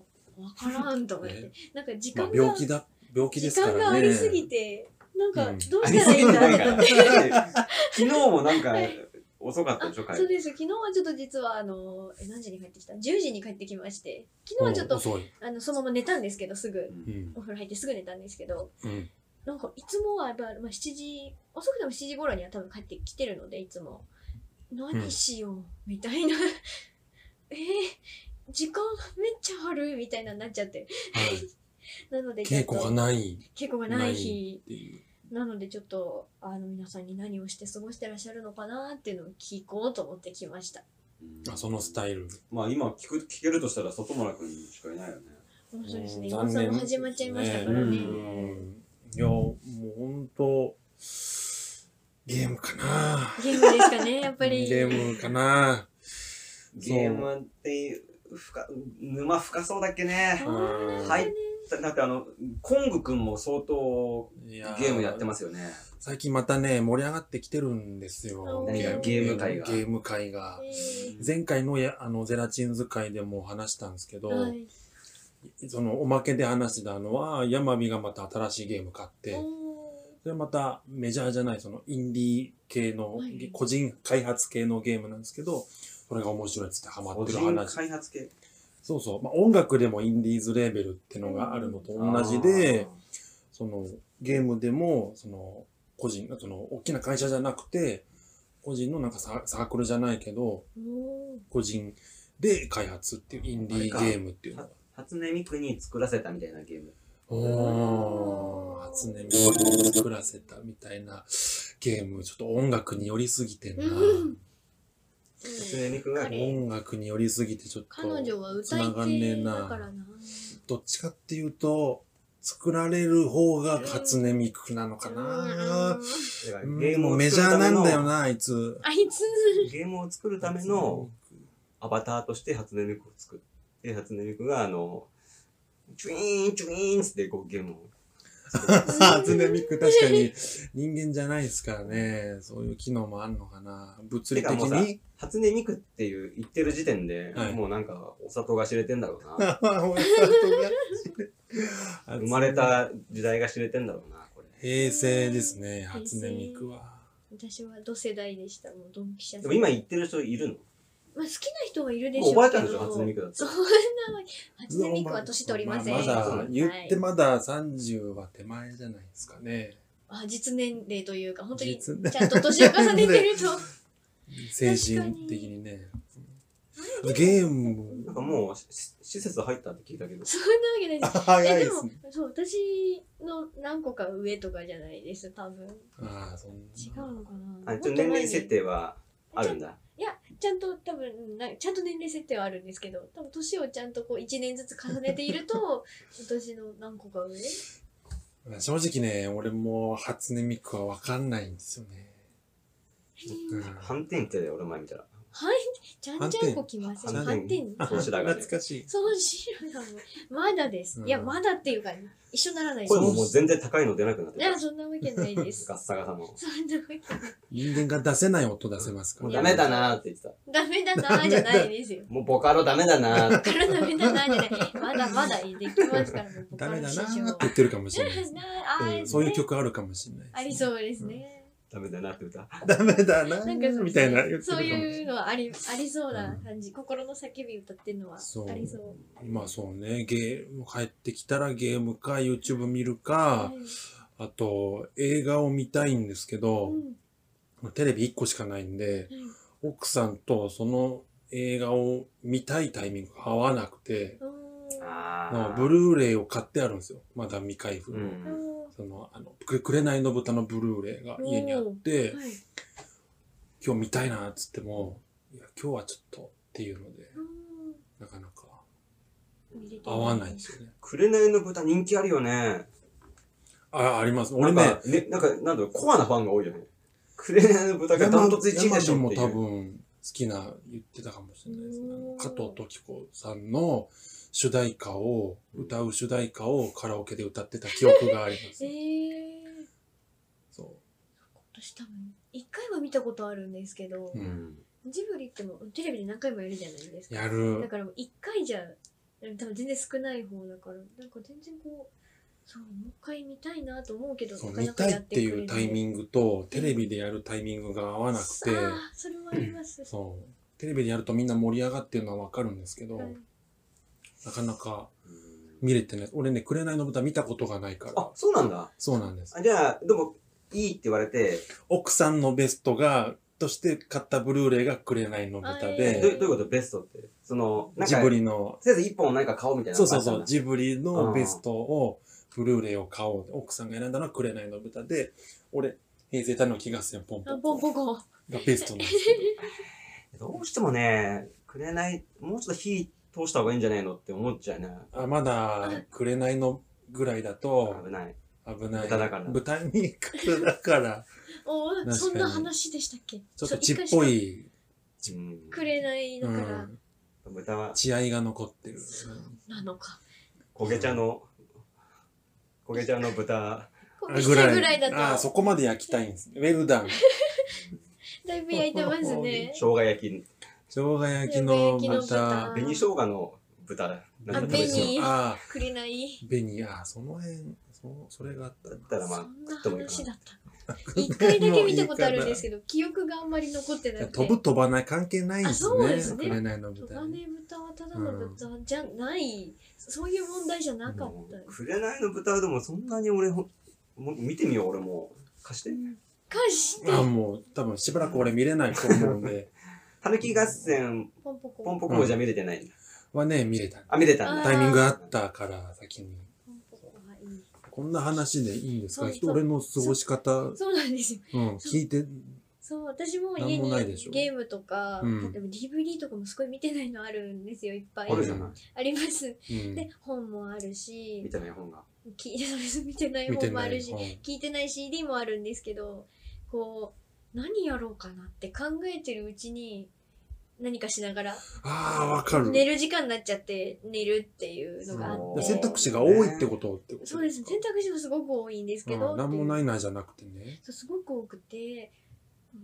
[SPEAKER 1] 分からんと思って
[SPEAKER 2] ね
[SPEAKER 1] なんか時
[SPEAKER 2] まあ
[SPEAKER 1] 間、が、
[SPEAKER 2] 病気だ、病気で
[SPEAKER 1] 時
[SPEAKER 2] すから
[SPEAKER 1] 間
[SPEAKER 2] ね。
[SPEAKER 1] がありすぎて、なん
[SPEAKER 2] う
[SPEAKER 1] か
[SPEAKER 2] ん
[SPEAKER 1] どうしたらいいんだろうと思って、
[SPEAKER 3] 昨日もなんか遅かったでしょ、
[SPEAKER 1] あ
[SPEAKER 3] 帰
[SPEAKER 1] そう
[SPEAKER 3] り。
[SPEAKER 1] です昨日はちょっと実はあのえ何時に帰ってきた10時に帰ってきまして昨日はちょっ
[SPEAKER 2] うん
[SPEAKER 1] と
[SPEAKER 2] 遅い。
[SPEAKER 1] あのそのまま寝たんですけどすぐ
[SPEAKER 2] うん。
[SPEAKER 1] お風呂入ってすぐ寝たんですけど
[SPEAKER 2] うん。
[SPEAKER 1] なんかいつもはやっぱ、まあ、7時遅くても7時頃には多分帰ってきてるのでいつも何しよう、みたいな えー、時間めっちゃあるみたいなになっちゃって
[SPEAKER 2] はい。
[SPEAKER 1] なのでちょっ
[SPEAKER 2] 稽
[SPEAKER 1] と
[SPEAKER 2] 古がないっ
[SPEAKER 1] 稽古がない日
[SPEAKER 2] ていう。
[SPEAKER 1] なのでちょっとあの皆さんに何をして過ごしてらっしゃるのかなっていうのを聞こうと思ってきました。
[SPEAKER 2] あ、そのスタイル。
[SPEAKER 3] まあ今聞く聞けるとしたら、外村くんしかいないよね。
[SPEAKER 1] 面白いですね。
[SPEAKER 2] うん
[SPEAKER 1] 今さんも始まっちゃいましたから
[SPEAKER 3] 残
[SPEAKER 1] ね。
[SPEAKER 3] 念です
[SPEAKER 2] う
[SPEAKER 3] ね
[SPEAKER 2] んいや、もう本当ゲームかな。
[SPEAKER 1] ゲームですかね、やっぱ り。
[SPEAKER 2] ゲームかな。
[SPEAKER 3] ゲームっていう、深沼深そうだっけね。
[SPEAKER 1] あー
[SPEAKER 3] はいだってあの、コングくんも相当
[SPEAKER 2] い
[SPEAKER 3] ゲ
[SPEAKER 2] や
[SPEAKER 3] ームやってますよね。
[SPEAKER 2] 最近またね、盛り上がってきてるんですよ。
[SPEAKER 1] 何が
[SPEAKER 3] ゲーム会が
[SPEAKER 2] ゲーム会が。
[SPEAKER 1] え
[SPEAKER 2] 前回のやあのゼラチン使いでも話したんですけど、
[SPEAKER 1] ーはい。
[SPEAKER 2] そのおまけで話してたのは、ヤマビがまた新しいゲーム買って、
[SPEAKER 1] お
[SPEAKER 2] それまたメジャーじゃない、そのインディー系の、
[SPEAKER 1] はい
[SPEAKER 2] 個人開発系のゲームなんですけど、それが面白いっつってハマ
[SPEAKER 3] 個
[SPEAKER 2] ってる
[SPEAKER 3] 人
[SPEAKER 2] 話。
[SPEAKER 3] 開発系。
[SPEAKER 2] そうそう。まあ、音楽でもインディーズレーベルってのがあるのと同じで、そのゲームでも、その個人、その大きな会社じゃなくて、個人のなんかササークルじゃないけど、
[SPEAKER 1] ーお
[SPEAKER 2] 個人で開発っていうインディーゲームっていうのが。
[SPEAKER 3] 初音ミクに作らせたみたいなゲーム。
[SPEAKER 2] おー、初音ミクを作らせたみたいなゲーム。ちょっと音楽に寄りすぎてんな。
[SPEAKER 1] うんー。
[SPEAKER 3] 初音ミクが
[SPEAKER 1] あれ
[SPEAKER 2] 音楽に寄りすぎてちょっと。
[SPEAKER 1] 彼女は歌い
[SPEAKER 2] つながんねえ
[SPEAKER 1] 手だ
[SPEAKER 2] な
[SPEAKER 1] からな。
[SPEAKER 2] どっちかっていうと、作られる方が初音ミクなのか
[SPEAKER 1] う
[SPEAKER 2] な。
[SPEAKER 1] ん
[SPEAKER 3] だから
[SPEAKER 2] うん
[SPEAKER 3] ゲームを
[SPEAKER 2] メジ
[SPEAKER 3] 作
[SPEAKER 2] ャ
[SPEAKER 3] る
[SPEAKER 2] ーな
[SPEAKER 3] ため
[SPEAKER 2] ん
[SPEAKER 3] の
[SPEAKER 2] だよな、あいつ。
[SPEAKER 1] あいつ、
[SPEAKER 3] ゲームを作るためのアバターとして初音ミクを作って初音ミクがあのチュイーンチュイーンっつってこうゲームを作る
[SPEAKER 2] 初音ミク確かに人間じゃないですからね。そういう機能もあるのかな。物理的
[SPEAKER 3] てかもうさ
[SPEAKER 2] に。
[SPEAKER 3] 初音ミクっていう言ってる時点で、
[SPEAKER 2] はい
[SPEAKER 3] もうなんかお砂糖が知れてんだ ろうな生
[SPEAKER 2] 生
[SPEAKER 3] まれた時代が知れてんだろうなこれ
[SPEAKER 2] 平成ですね、
[SPEAKER 1] 平成
[SPEAKER 2] 初音ミクは。
[SPEAKER 1] 私は同世代でした。もうドンピシャ。
[SPEAKER 3] でも今言ってる人いるの
[SPEAKER 1] まあ、好きな人はいるでしょ
[SPEAKER 3] もう
[SPEAKER 1] う
[SPEAKER 3] おばあちゃんでしょ初音ミ
[SPEAKER 1] ク。
[SPEAKER 3] クだって
[SPEAKER 1] そんな、初音ミクは年取りません。
[SPEAKER 2] まあま
[SPEAKER 3] は
[SPEAKER 2] だ
[SPEAKER 3] い
[SPEAKER 2] 言ってまだ30は手前じゃないですかね。
[SPEAKER 1] あ実年齢というか本当にち
[SPEAKER 2] 実年
[SPEAKER 1] ゃんと年を重ねてると
[SPEAKER 2] 精神的にね。ゲーム
[SPEAKER 3] なんかもうしし施設入ったって聞いたけど
[SPEAKER 1] そんなわけないです
[SPEAKER 2] 早
[SPEAKER 1] え
[SPEAKER 2] い
[SPEAKER 1] で
[SPEAKER 2] で
[SPEAKER 1] も
[SPEAKER 2] すね。
[SPEAKER 1] そう私の何個か上とかじゃないです多分
[SPEAKER 2] ああ、そん
[SPEAKER 1] 違う
[SPEAKER 2] な。
[SPEAKER 1] のかな
[SPEAKER 3] あ
[SPEAKER 1] もっ
[SPEAKER 3] 一
[SPEAKER 1] と
[SPEAKER 3] 応
[SPEAKER 1] 前
[SPEAKER 3] 年
[SPEAKER 1] に
[SPEAKER 3] 齢設定はあるんだ
[SPEAKER 1] いやちゃんと多分なちゃんと年齢設定はあるんですけど多分年をちゃんとこう1年ずつ重ねていると私の何個か上
[SPEAKER 2] 正直ね、俺も初音ミクはわかんないんですよね。うん
[SPEAKER 3] 反転って俺前見たら。
[SPEAKER 1] はい、ちゃんちゃんこ来ません。
[SPEAKER 3] 反
[SPEAKER 1] 反
[SPEAKER 3] 転
[SPEAKER 1] 転。
[SPEAKER 2] あ
[SPEAKER 3] そう白髪ね
[SPEAKER 2] 懐かしい。
[SPEAKER 1] その資料なの。まだです。いや、
[SPEAKER 2] うん
[SPEAKER 1] まだっていうか、一緒ならないです
[SPEAKER 3] 声ももう全然高いの出なくなって
[SPEAKER 1] い
[SPEAKER 3] た。ガ
[SPEAKER 1] や、そんなわけないです。
[SPEAKER 3] ッサガサの。
[SPEAKER 1] そんなわけ
[SPEAKER 2] 人間が出せない音出せますか
[SPEAKER 3] も
[SPEAKER 2] ら。
[SPEAKER 3] うダメだなーって言ってた。
[SPEAKER 1] ダメだなーじゃないですよ。
[SPEAKER 3] もうボカロダメだなーって。
[SPEAKER 1] からダメだなーじゃない。まだまだできますから、もう
[SPEAKER 2] ダメだな
[SPEAKER 1] 他の市場
[SPEAKER 2] ーっ
[SPEAKER 1] は
[SPEAKER 2] て言ってるかもしれないですね。
[SPEAKER 1] な あ
[SPEAKER 2] うんそういう曲あるかもしれないですね。
[SPEAKER 1] ありそうですね。
[SPEAKER 3] ダメだなって歌。
[SPEAKER 2] ダメだな
[SPEAKER 1] なんかそ
[SPEAKER 2] ー
[SPEAKER 1] う
[SPEAKER 2] みたいな言ってるか
[SPEAKER 1] そ
[SPEAKER 2] も
[SPEAKER 1] う
[SPEAKER 2] しれない。
[SPEAKER 1] いうのはありありそうな感じ、心の叫び歌ってるのは
[SPEAKER 2] そう
[SPEAKER 1] ありそう。
[SPEAKER 2] まあそうね、ゲーム帰ってきたらゲームか YouTube 見る
[SPEAKER 1] は
[SPEAKER 2] か、
[SPEAKER 1] い
[SPEAKER 2] あと映画を見たいんですけ
[SPEAKER 1] う
[SPEAKER 2] ど、
[SPEAKER 1] ん
[SPEAKER 2] テレビ1個しかないんで、
[SPEAKER 1] はい
[SPEAKER 2] 奥さんとその映画を見たいタイミングが合わなくて、
[SPEAKER 1] うん
[SPEAKER 3] あ
[SPEAKER 2] まあ
[SPEAKER 3] ー。
[SPEAKER 2] ブルーレイを買ってあるんですよ。まだ未開封。
[SPEAKER 3] うん。
[SPEAKER 2] その、あの、くくれないの豚のブルーレイが家にあって、
[SPEAKER 1] はい
[SPEAKER 2] 今日見たいなっつっても、いや、今日はちょっとっていうので、
[SPEAKER 1] う
[SPEAKER 2] なかなか
[SPEAKER 1] ん入れて
[SPEAKER 2] 合わないんですよね。
[SPEAKER 3] 紅の豚人気あるよね。
[SPEAKER 2] あ、あります。俺ね
[SPEAKER 3] なん、か、ね、なんか、なんだろう、コアなファンが多いよね。紅の豚がダントツ1位でしょ
[SPEAKER 2] 山
[SPEAKER 3] って
[SPEAKER 2] 地も多
[SPEAKER 3] いう。
[SPEAKER 2] 分好きな言ってたかもしれないですね。あ
[SPEAKER 1] う
[SPEAKER 2] の
[SPEAKER 1] ん
[SPEAKER 2] 加藤時子さんの主題歌を、歌う主題歌をカラオケで歌ってた記憶があります。
[SPEAKER 1] えー、
[SPEAKER 2] そ
[SPEAKER 1] 私多分一回は見たことあるんですけど
[SPEAKER 2] う。、う。
[SPEAKER 3] うんん。
[SPEAKER 1] ジブリってもテレビで何回もやるじゃないですか。
[SPEAKER 2] や
[SPEAKER 1] だ
[SPEAKER 2] る。
[SPEAKER 1] からもう一回じゃ多分全然少ない方だからなんか全然こうそうもう一回見たいなと思うけど
[SPEAKER 2] そう
[SPEAKER 1] なか
[SPEAKER 2] 見
[SPEAKER 1] なか
[SPEAKER 2] たい
[SPEAKER 1] や
[SPEAKER 2] ってい
[SPEAKER 1] くれ
[SPEAKER 2] う
[SPEAKER 1] な
[SPEAKER 2] タイミングと、テレビでやるタイミングが合わなくて、
[SPEAKER 1] ああそれもあります。
[SPEAKER 2] そう。テレビでやるとみんな盛り上がってるのはわかるんですけど、
[SPEAKER 1] はい
[SPEAKER 2] なかなか見れてない。俺ね、紅の豚見たことがないから
[SPEAKER 3] あ、。そうなんだ。
[SPEAKER 2] そうなんです。
[SPEAKER 3] あじゃあ、でも、いいって言われて、
[SPEAKER 2] 奥さんのベストが、として買ったブルーレイが紅の豚
[SPEAKER 1] え
[SPEAKER 2] で
[SPEAKER 1] え
[SPEAKER 3] ど、どういうことベストって。その、なん
[SPEAKER 2] ジ
[SPEAKER 3] か、
[SPEAKER 2] ブリの、
[SPEAKER 3] せいぜい一本なんか買おうみたいな。
[SPEAKER 2] そうそうそ
[SPEAKER 3] あ
[SPEAKER 2] う、
[SPEAKER 3] ったんだ
[SPEAKER 2] ジブリのベストを、ブルーレイを買おう。奥さんが選んだのは紅の豚で、俺、平成太郎の気がするポンポ
[SPEAKER 1] あ
[SPEAKER 2] ン
[SPEAKER 1] ポンポコ。
[SPEAKER 2] がベストなんですけ
[SPEAKER 3] どうしてもね、くれない、もうちょっと火通した方がいいんじゃないのって思っちゃうね。
[SPEAKER 2] ど。あまだ、紅のぐらいだと
[SPEAKER 3] 危ない。
[SPEAKER 2] 危ない。
[SPEAKER 3] 豚だから
[SPEAKER 2] 豚肉だから、
[SPEAKER 1] お
[SPEAKER 2] 確かに
[SPEAKER 1] そんな話でしたっけ？
[SPEAKER 2] ちょっと血っぽ。い、
[SPEAKER 3] うん
[SPEAKER 1] くれないだ
[SPEAKER 2] う
[SPEAKER 1] から
[SPEAKER 2] ん、
[SPEAKER 3] 豚は
[SPEAKER 2] 血合いが残ってる。
[SPEAKER 1] なのか。
[SPEAKER 3] 焦げ茶の、焦げ茶の豚。
[SPEAKER 1] こ
[SPEAKER 2] あ
[SPEAKER 1] うしたぐらいだ
[SPEAKER 2] あ、
[SPEAKER 1] と
[SPEAKER 2] そこまで焼きたいんです。ウェルダン。
[SPEAKER 1] だいぶ焼いてますね
[SPEAKER 3] 生。姜焼き、
[SPEAKER 2] 生姜焼きの
[SPEAKER 1] 生姜焼きの豚
[SPEAKER 2] 豚。
[SPEAKER 3] 紅生姜の豚。な
[SPEAKER 1] あ
[SPEAKER 3] んか食べてみよ
[SPEAKER 1] 紅
[SPEAKER 2] あ
[SPEAKER 1] くれない。
[SPEAKER 2] ー、紅。あー、その辺、そそれがあった
[SPEAKER 3] う
[SPEAKER 2] な
[SPEAKER 3] だったらま
[SPEAKER 1] そ
[SPEAKER 3] あ、
[SPEAKER 1] んな
[SPEAKER 3] 食ってもいいか
[SPEAKER 1] 話
[SPEAKER 3] な。
[SPEAKER 1] だった。一回だけ見たことあるん ですけど、記憶があんまり残ってなくて。
[SPEAKER 2] 飛ぶ飛ばない関係ないんです
[SPEAKER 1] あそう
[SPEAKER 2] ね。
[SPEAKER 1] ですね
[SPEAKER 2] 紅の
[SPEAKER 1] 飛
[SPEAKER 2] 豚。
[SPEAKER 1] ばね豚はただの豚じゃない、そういう問題じゃなかった、
[SPEAKER 3] くれないの豚はでもそんなに俺ほん、もう見てみよう、俺も。貸して。
[SPEAKER 1] かして
[SPEAKER 2] あ、もう多分しばらく俺見れないと思うんで、
[SPEAKER 3] たぬき合戦、
[SPEAKER 1] ポンポコ
[SPEAKER 3] ポンポコもじゃ見れてないんだ。
[SPEAKER 2] はね、見れた。
[SPEAKER 3] あ、見れたんだ。
[SPEAKER 2] タイミングあったから先に。
[SPEAKER 1] ポンポコはいい
[SPEAKER 2] こんな話でいいんですか
[SPEAKER 1] そうそう
[SPEAKER 2] 俺の過ごし方、うん、
[SPEAKER 1] そうなんですよ
[SPEAKER 2] 聞いて、
[SPEAKER 1] そう私も家
[SPEAKER 2] なんも
[SPEAKER 1] に
[SPEAKER 2] ないでしょ
[SPEAKER 1] ゲームとか、
[SPEAKER 2] うん
[SPEAKER 1] 例えば DVD とかもすごい見てないのあるんですよいっぱい
[SPEAKER 3] あるじゃない。
[SPEAKER 1] あります
[SPEAKER 2] うん、
[SPEAKER 1] で本もある
[SPEAKER 3] 見
[SPEAKER 1] して
[SPEAKER 3] ない本が。
[SPEAKER 1] 聞いて そうです見てない
[SPEAKER 2] 見て
[SPEAKER 1] 本も
[SPEAKER 2] な
[SPEAKER 1] あ
[SPEAKER 2] い
[SPEAKER 1] るし
[SPEAKER 2] 本
[SPEAKER 1] 聞いてない CD もあるんですけどこう何やろうかなって考えてるうちに何かしながら
[SPEAKER 2] ああ、わかる。
[SPEAKER 1] 寝る時間になっちゃって寝るっていうのがあっ
[SPEAKER 3] そう
[SPEAKER 1] て
[SPEAKER 2] 選択肢が多いってことってこと
[SPEAKER 1] そうですね選択肢もすごく多いんですけど、
[SPEAKER 2] うんなんもないいなじゃなくてね。
[SPEAKER 1] そうすごく多くて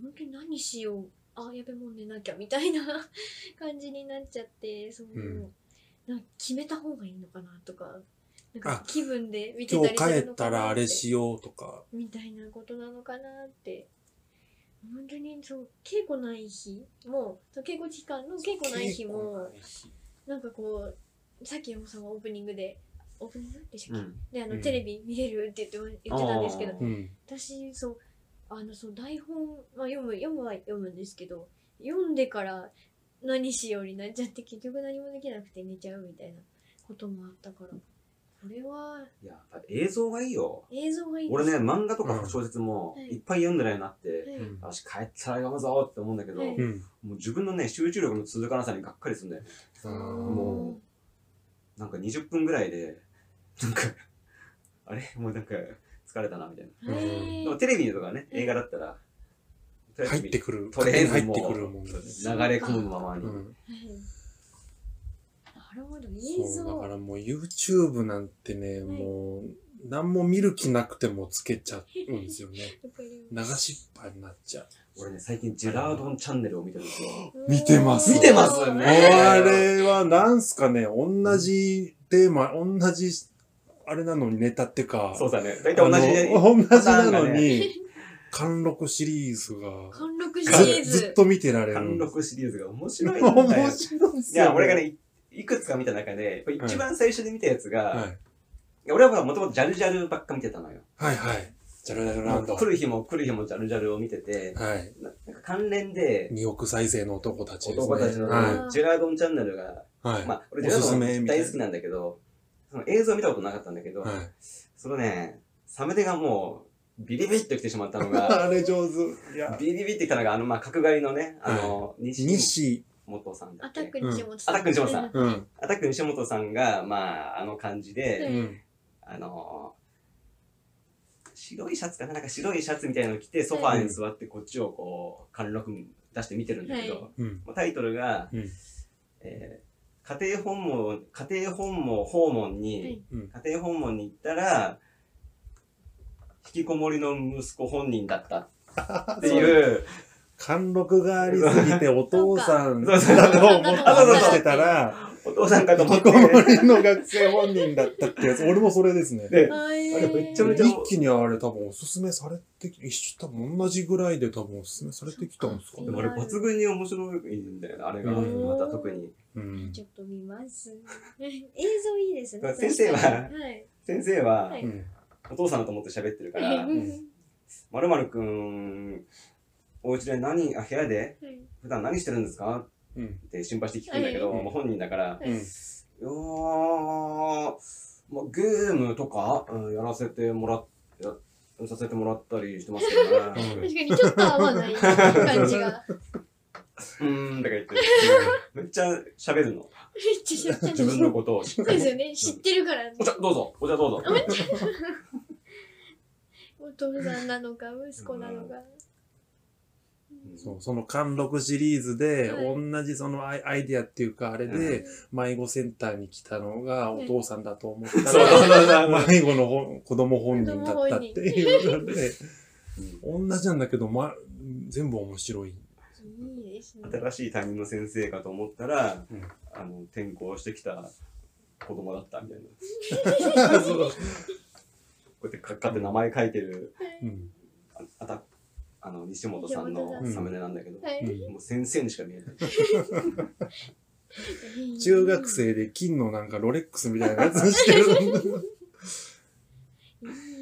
[SPEAKER 1] 本当に何しようあやべもう寝なきゃみたいな 感じになっちゃってそう、
[SPEAKER 2] うん
[SPEAKER 1] なんか決めた方がいいのかなとかなん
[SPEAKER 2] あ
[SPEAKER 1] か気分で見て
[SPEAKER 2] 今
[SPEAKER 1] た
[SPEAKER 2] 日
[SPEAKER 1] り
[SPEAKER 2] 帰
[SPEAKER 1] する
[SPEAKER 2] っ
[SPEAKER 1] の
[SPEAKER 2] た
[SPEAKER 1] からな
[SPEAKER 2] あ
[SPEAKER 1] っ
[SPEAKER 2] れ
[SPEAKER 1] て
[SPEAKER 2] しようとか。
[SPEAKER 1] みたいなことなのかなって本当にそう稽古ない日もそう稽古期間の稽古ない日も。なんかこうさっき山本さんがオープニングでオープニングでしたっけ、
[SPEAKER 3] ん。
[SPEAKER 1] であの、
[SPEAKER 2] うん
[SPEAKER 1] テレビ見れるって言って言ってたんですけ
[SPEAKER 3] あ
[SPEAKER 1] ど
[SPEAKER 3] ー
[SPEAKER 2] うん。
[SPEAKER 1] 私そうあのそう台本、まあ、読む読むは読むんですけど読んでから何しようになっちゃって結局何もできなくて寝ちゃうみたいなこともあったからこれはい
[SPEAKER 3] や、やっぱ映像がいいよ。
[SPEAKER 1] 映像がいい
[SPEAKER 3] 俺
[SPEAKER 1] で
[SPEAKER 3] ね、
[SPEAKER 1] す
[SPEAKER 3] 漫画とか小説も
[SPEAKER 1] うんはい
[SPEAKER 3] いっぱい読んでないなって、
[SPEAKER 1] はい
[SPEAKER 2] うん
[SPEAKER 3] よし、帰ったら読むぞって思うんだけど、
[SPEAKER 1] はい
[SPEAKER 3] も
[SPEAKER 2] うん。
[SPEAKER 3] う自分のね、集中力の続かなさにがっかりするんだよね。
[SPEAKER 2] あー
[SPEAKER 1] あー
[SPEAKER 3] もうなんか20分ぐらいで、なんか、あれもうなんか疲れたなみたいな。
[SPEAKER 2] うん
[SPEAKER 1] へ
[SPEAKER 3] でも
[SPEAKER 1] ー
[SPEAKER 3] テレビとかね、
[SPEAKER 1] うん
[SPEAKER 3] 映画だったら、とりあえず
[SPEAKER 2] 入ってくる。
[SPEAKER 3] とりあえず
[SPEAKER 2] 勝手に
[SPEAKER 3] も
[SPEAKER 2] 入
[SPEAKER 3] う
[SPEAKER 2] ってくるもんだね。
[SPEAKER 3] 流れ込むままに。
[SPEAKER 2] うん。
[SPEAKER 1] うんなるほど、いい
[SPEAKER 2] そう、だか
[SPEAKER 1] ぞ。
[SPEAKER 2] らもう YouTube なんてね、
[SPEAKER 1] ん
[SPEAKER 2] もう、何も見る気なくてもつけちゃうんで すよね。流しっぱいになっちゃう。
[SPEAKER 3] 俺ね、最近ジェラードンチャンネルを見てるんですよ。
[SPEAKER 2] 見てます
[SPEAKER 3] 見てますよ
[SPEAKER 2] あ
[SPEAKER 3] ね
[SPEAKER 2] れはなんすかね、同じテーマ、同じ、あれなのにネタってか、
[SPEAKER 3] そうだね。大体
[SPEAKER 2] あの
[SPEAKER 3] 同じね。
[SPEAKER 2] 同じな
[SPEAKER 3] パターン
[SPEAKER 2] の
[SPEAKER 3] が
[SPEAKER 2] に、貫禄シリーズが、
[SPEAKER 1] 貫禄シリ
[SPEAKER 2] ず
[SPEAKER 1] ー
[SPEAKER 2] ずっ
[SPEAKER 1] ズ。
[SPEAKER 2] と見てられる。
[SPEAKER 3] 貫禄シリーズが面白いんだよ。
[SPEAKER 2] 面白いっ
[SPEAKER 3] い
[SPEAKER 2] すよ、
[SPEAKER 3] や、俺が、ね、いいくつか見た中で、やっぱ一番最初で見たやつが、
[SPEAKER 2] はい。
[SPEAKER 3] いや俺はもともとジャルジャルばっか見てたのよ。
[SPEAKER 2] はいはい。ジャルジャルランド。
[SPEAKER 3] 来る日も来る日もジャルジャルを見てて、
[SPEAKER 2] はい。
[SPEAKER 3] ななんか関連で、
[SPEAKER 2] 2億再生の男たちですね。
[SPEAKER 3] 男たちの、
[SPEAKER 2] は
[SPEAKER 3] ジェラードンチャンネルが、
[SPEAKER 2] い。はい。
[SPEAKER 3] まあ、俺
[SPEAKER 2] お
[SPEAKER 3] ジェラ
[SPEAKER 2] す
[SPEAKER 3] ー
[SPEAKER 2] す
[SPEAKER 3] ド
[SPEAKER 2] め
[SPEAKER 3] ン
[SPEAKER 2] みたいな
[SPEAKER 3] 大好きなんだけど、その映像見たことなかったんだけど、
[SPEAKER 2] はい
[SPEAKER 3] そのね、サムネがもう、ビリビリっと来てしまった のが、
[SPEAKER 2] あれ上手。いや。
[SPEAKER 3] ビリビリってきたのが、あの、まあ、角刈りのね、あの、西
[SPEAKER 2] 西。
[SPEAKER 3] 本さんだ
[SPEAKER 1] ア
[SPEAKER 3] っ
[SPEAKER 1] タック
[SPEAKER 3] け
[SPEAKER 1] 西本さん。
[SPEAKER 3] アタック西本さん
[SPEAKER 2] うん。
[SPEAKER 3] アタック西本さんが、まあ、あの感じで、
[SPEAKER 2] うん。
[SPEAKER 3] あのー白いシャツかななんか白いシャツみたいなの着て、ソファーに座ってこっちをこう、貫禄出して見てるんだけど、
[SPEAKER 1] はい
[SPEAKER 2] うん。
[SPEAKER 3] もうタイトルが、
[SPEAKER 2] うん
[SPEAKER 3] えー家庭訪問、家庭訪問訪問に、家庭訪問に行ったら、引きこもりの息子本人だった っていう、
[SPEAKER 2] 貫禄がありすぎて、お父さん
[SPEAKER 3] そう
[SPEAKER 2] だ
[SPEAKER 3] そう
[SPEAKER 2] と思ってしてたら、
[SPEAKER 3] お父さんかと
[SPEAKER 2] 引
[SPEAKER 3] 思
[SPEAKER 2] き
[SPEAKER 3] って
[SPEAKER 2] こ、もりの学生本人だったってやつ。俺もそれですね。
[SPEAKER 3] で、
[SPEAKER 1] あれ
[SPEAKER 3] あれめっちゃめちゃ
[SPEAKER 2] 一気にあれ多分おすすめされてき、一緒多分同じぐらいで多分おすすめされてきたんですか
[SPEAKER 3] でも
[SPEAKER 2] ね。
[SPEAKER 3] 俺抜群に面白いんだよね、あれが、
[SPEAKER 2] うん
[SPEAKER 3] また特に。
[SPEAKER 2] うん。
[SPEAKER 1] ちょっと見ます。 映像いいですね。
[SPEAKER 3] 先生は
[SPEAKER 1] 確かにはい。
[SPEAKER 3] 先生は
[SPEAKER 1] は、い
[SPEAKER 2] うん
[SPEAKER 3] お父さんだと思って喋って るから、
[SPEAKER 1] うん
[SPEAKER 3] まるまるくん、お家で何、あ、部屋で
[SPEAKER 1] はい
[SPEAKER 3] 普段何してるんですか
[SPEAKER 2] うん。
[SPEAKER 3] って心配して聞くんだけど、
[SPEAKER 2] うん
[SPEAKER 3] もう本人だから、
[SPEAKER 2] うん。
[SPEAKER 3] いやー、まあ、ゲームとか、うん、やらせてもらっ、やさせてもらったりしてますけどね。
[SPEAKER 2] う
[SPEAKER 1] 確
[SPEAKER 2] ん
[SPEAKER 1] かにちょっと合わない感じが。
[SPEAKER 3] うーん、とか言って、めっちゃ喋るの。
[SPEAKER 1] めっちゃ知って
[SPEAKER 3] 自分のことをしっか
[SPEAKER 1] で
[SPEAKER 3] り
[SPEAKER 1] す。よね。知ってるから。
[SPEAKER 3] お茶どうぞ、お茶どうぞ。
[SPEAKER 1] お父さんなのか、息子なのか。
[SPEAKER 2] そう、その貫禄シリーズで、
[SPEAKER 1] はい
[SPEAKER 2] 同じそのアイアイディアっていうか、あれで、迷子センターに来たのがお父さんだと思った
[SPEAKER 3] そうそうそうそう
[SPEAKER 2] ら、迷子のほ子供本人だったっていうので、同じなんだけど、ま、全部面白い。
[SPEAKER 1] いいですね。
[SPEAKER 3] 新しい担任の先生かと思ったら、
[SPEAKER 2] うん
[SPEAKER 3] あの転校してきた子供だったみたいな。
[SPEAKER 2] そう
[SPEAKER 3] こうやってかっかって名前書いてる、
[SPEAKER 2] うん
[SPEAKER 3] ああたあの西本さん
[SPEAKER 1] 西
[SPEAKER 3] の
[SPEAKER 2] 本さん
[SPEAKER 3] サムネなんだけど、
[SPEAKER 1] はい
[SPEAKER 2] うん
[SPEAKER 3] もう先生にしか見えない。
[SPEAKER 2] 中学生で金のなんかロレックスみたいなやつしてる。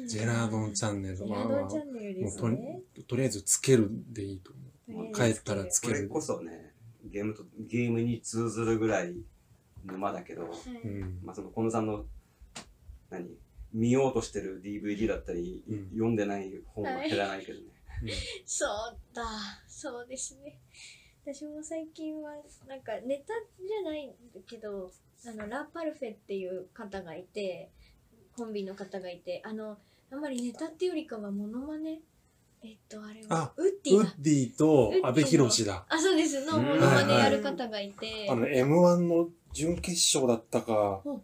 [SPEAKER 2] ジェラードンチャンネ
[SPEAKER 1] ジ
[SPEAKER 2] ル。
[SPEAKER 1] ェ
[SPEAKER 2] ま
[SPEAKER 1] ラ
[SPEAKER 2] あ
[SPEAKER 1] ー
[SPEAKER 2] ま
[SPEAKER 1] ドンチャンネルですね。
[SPEAKER 2] あ、とりあえずつけるでいいと思
[SPEAKER 3] もう
[SPEAKER 2] う。帰ったらつ
[SPEAKER 3] こ
[SPEAKER 2] け
[SPEAKER 3] れ
[SPEAKER 2] る。
[SPEAKER 3] こそね、ゲームとゲームに通ずるぐらい沼だけど、
[SPEAKER 2] うん。
[SPEAKER 3] まあその近野さんの何見ようとしてる DVD だったり、
[SPEAKER 2] うん
[SPEAKER 3] 読んでない本は減らないけどね。
[SPEAKER 1] そうだ、そうですね。私も最近は、なんかネタじゃないんだけど、あの、ラ・パルフェっていう方がいて、コンビの方がいて、あの、あんまりネタっていうよりかはモノマネえっと、あれは
[SPEAKER 2] あ、
[SPEAKER 1] ウッディ
[SPEAKER 2] ウッ
[SPEAKER 1] だ。
[SPEAKER 2] ディと阿部寛だ。
[SPEAKER 1] あ、そうです。のモノマネやる方がいて、
[SPEAKER 2] あの、M1 の準決勝だったか
[SPEAKER 1] うん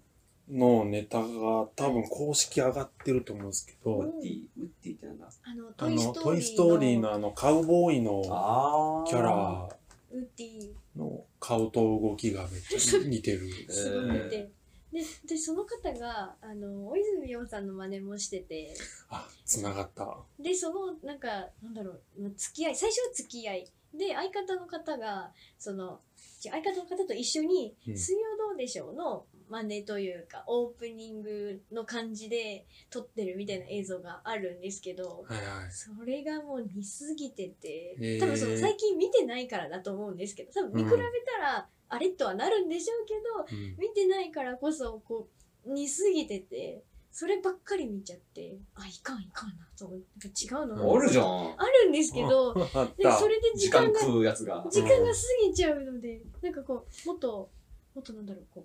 [SPEAKER 2] のネタが多分公式上がってると思うんですけ
[SPEAKER 3] ウ
[SPEAKER 2] ど、
[SPEAKER 3] ッディ、ウッディってなんだ
[SPEAKER 1] あの、
[SPEAKER 2] あ
[SPEAKER 1] トイ・
[SPEAKER 2] の、トイ・ストーリーのあの、カウボーイの
[SPEAKER 3] あー
[SPEAKER 2] キャラ
[SPEAKER 1] ウッディ
[SPEAKER 2] の顔と動きがめっ ちゃ似てる。
[SPEAKER 1] すごくて、ででその方があの大泉洋さんの真似もしてて
[SPEAKER 2] あ、繋がった。
[SPEAKER 1] でそのなんかなんだろうまあ付き合い最初は付き合いで相方の方がその違う相方の方と一緒に「
[SPEAKER 2] うん
[SPEAKER 1] 水曜どうでしょう」の真似というかオープニングの感じで撮ってるみたいな映像があるんですけど。
[SPEAKER 2] はいはい。
[SPEAKER 1] それがもう似すぎてて、
[SPEAKER 2] へー
[SPEAKER 1] 多分その最近見てないからだと思うんですけど多分見比べたらあれとはなるんでしょうけど、
[SPEAKER 2] うん
[SPEAKER 1] 見てないからこそこう似すぎててそればっかり見ちゃってあいかんいかんなと思ってなんか違うの
[SPEAKER 3] あるじゃん。
[SPEAKER 1] あるんですけど
[SPEAKER 2] あっ
[SPEAKER 1] で
[SPEAKER 2] た
[SPEAKER 1] そ。れで時
[SPEAKER 3] 時
[SPEAKER 1] 間
[SPEAKER 3] 間
[SPEAKER 1] が
[SPEAKER 3] 食うやつが。
[SPEAKER 1] 時間が過ぎちゃうのでなんかこうもっともっとなんだろうこう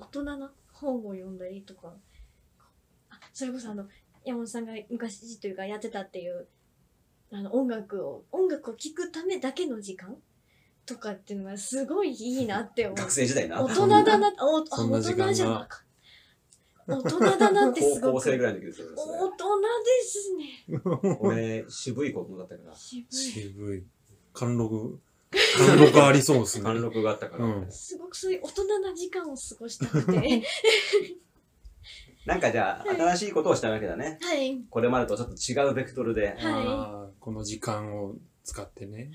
[SPEAKER 1] 大人な本を読んだりとかあそれこそあの山本さんが昔というかやってたっていうあの音楽を音楽を聴くためだけの時間とかっていうのがすごいいいなって思う
[SPEAKER 3] 学生時代な。
[SPEAKER 1] 大人だなおあ
[SPEAKER 2] そんな
[SPEAKER 1] 大
[SPEAKER 2] 時間
[SPEAKER 1] 人
[SPEAKER 2] が
[SPEAKER 1] じゃなかった大人だなってす
[SPEAKER 3] 高
[SPEAKER 1] ご
[SPEAKER 3] 校
[SPEAKER 1] く
[SPEAKER 3] 生
[SPEAKER 1] 大
[SPEAKER 3] ぐらいの時ですよね。
[SPEAKER 1] 人ですね
[SPEAKER 3] 俺、渋い高校だったから。
[SPEAKER 1] 渋い
[SPEAKER 2] 渋い。貫禄。貫禄ありそうですね。
[SPEAKER 3] 貫禄があったから。
[SPEAKER 2] うん
[SPEAKER 1] すごくそういう大人な時間を過ごした くて
[SPEAKER 3] なんかじゃあ、新しいことをしたわけだね。
[SPEAKER 1] はい、はい
[SPEAKER 3] これまでとちょっと違うベクトルで。
[SPEAKER 1] はい
[SPEAKER 2] あーこの時間を使ってね。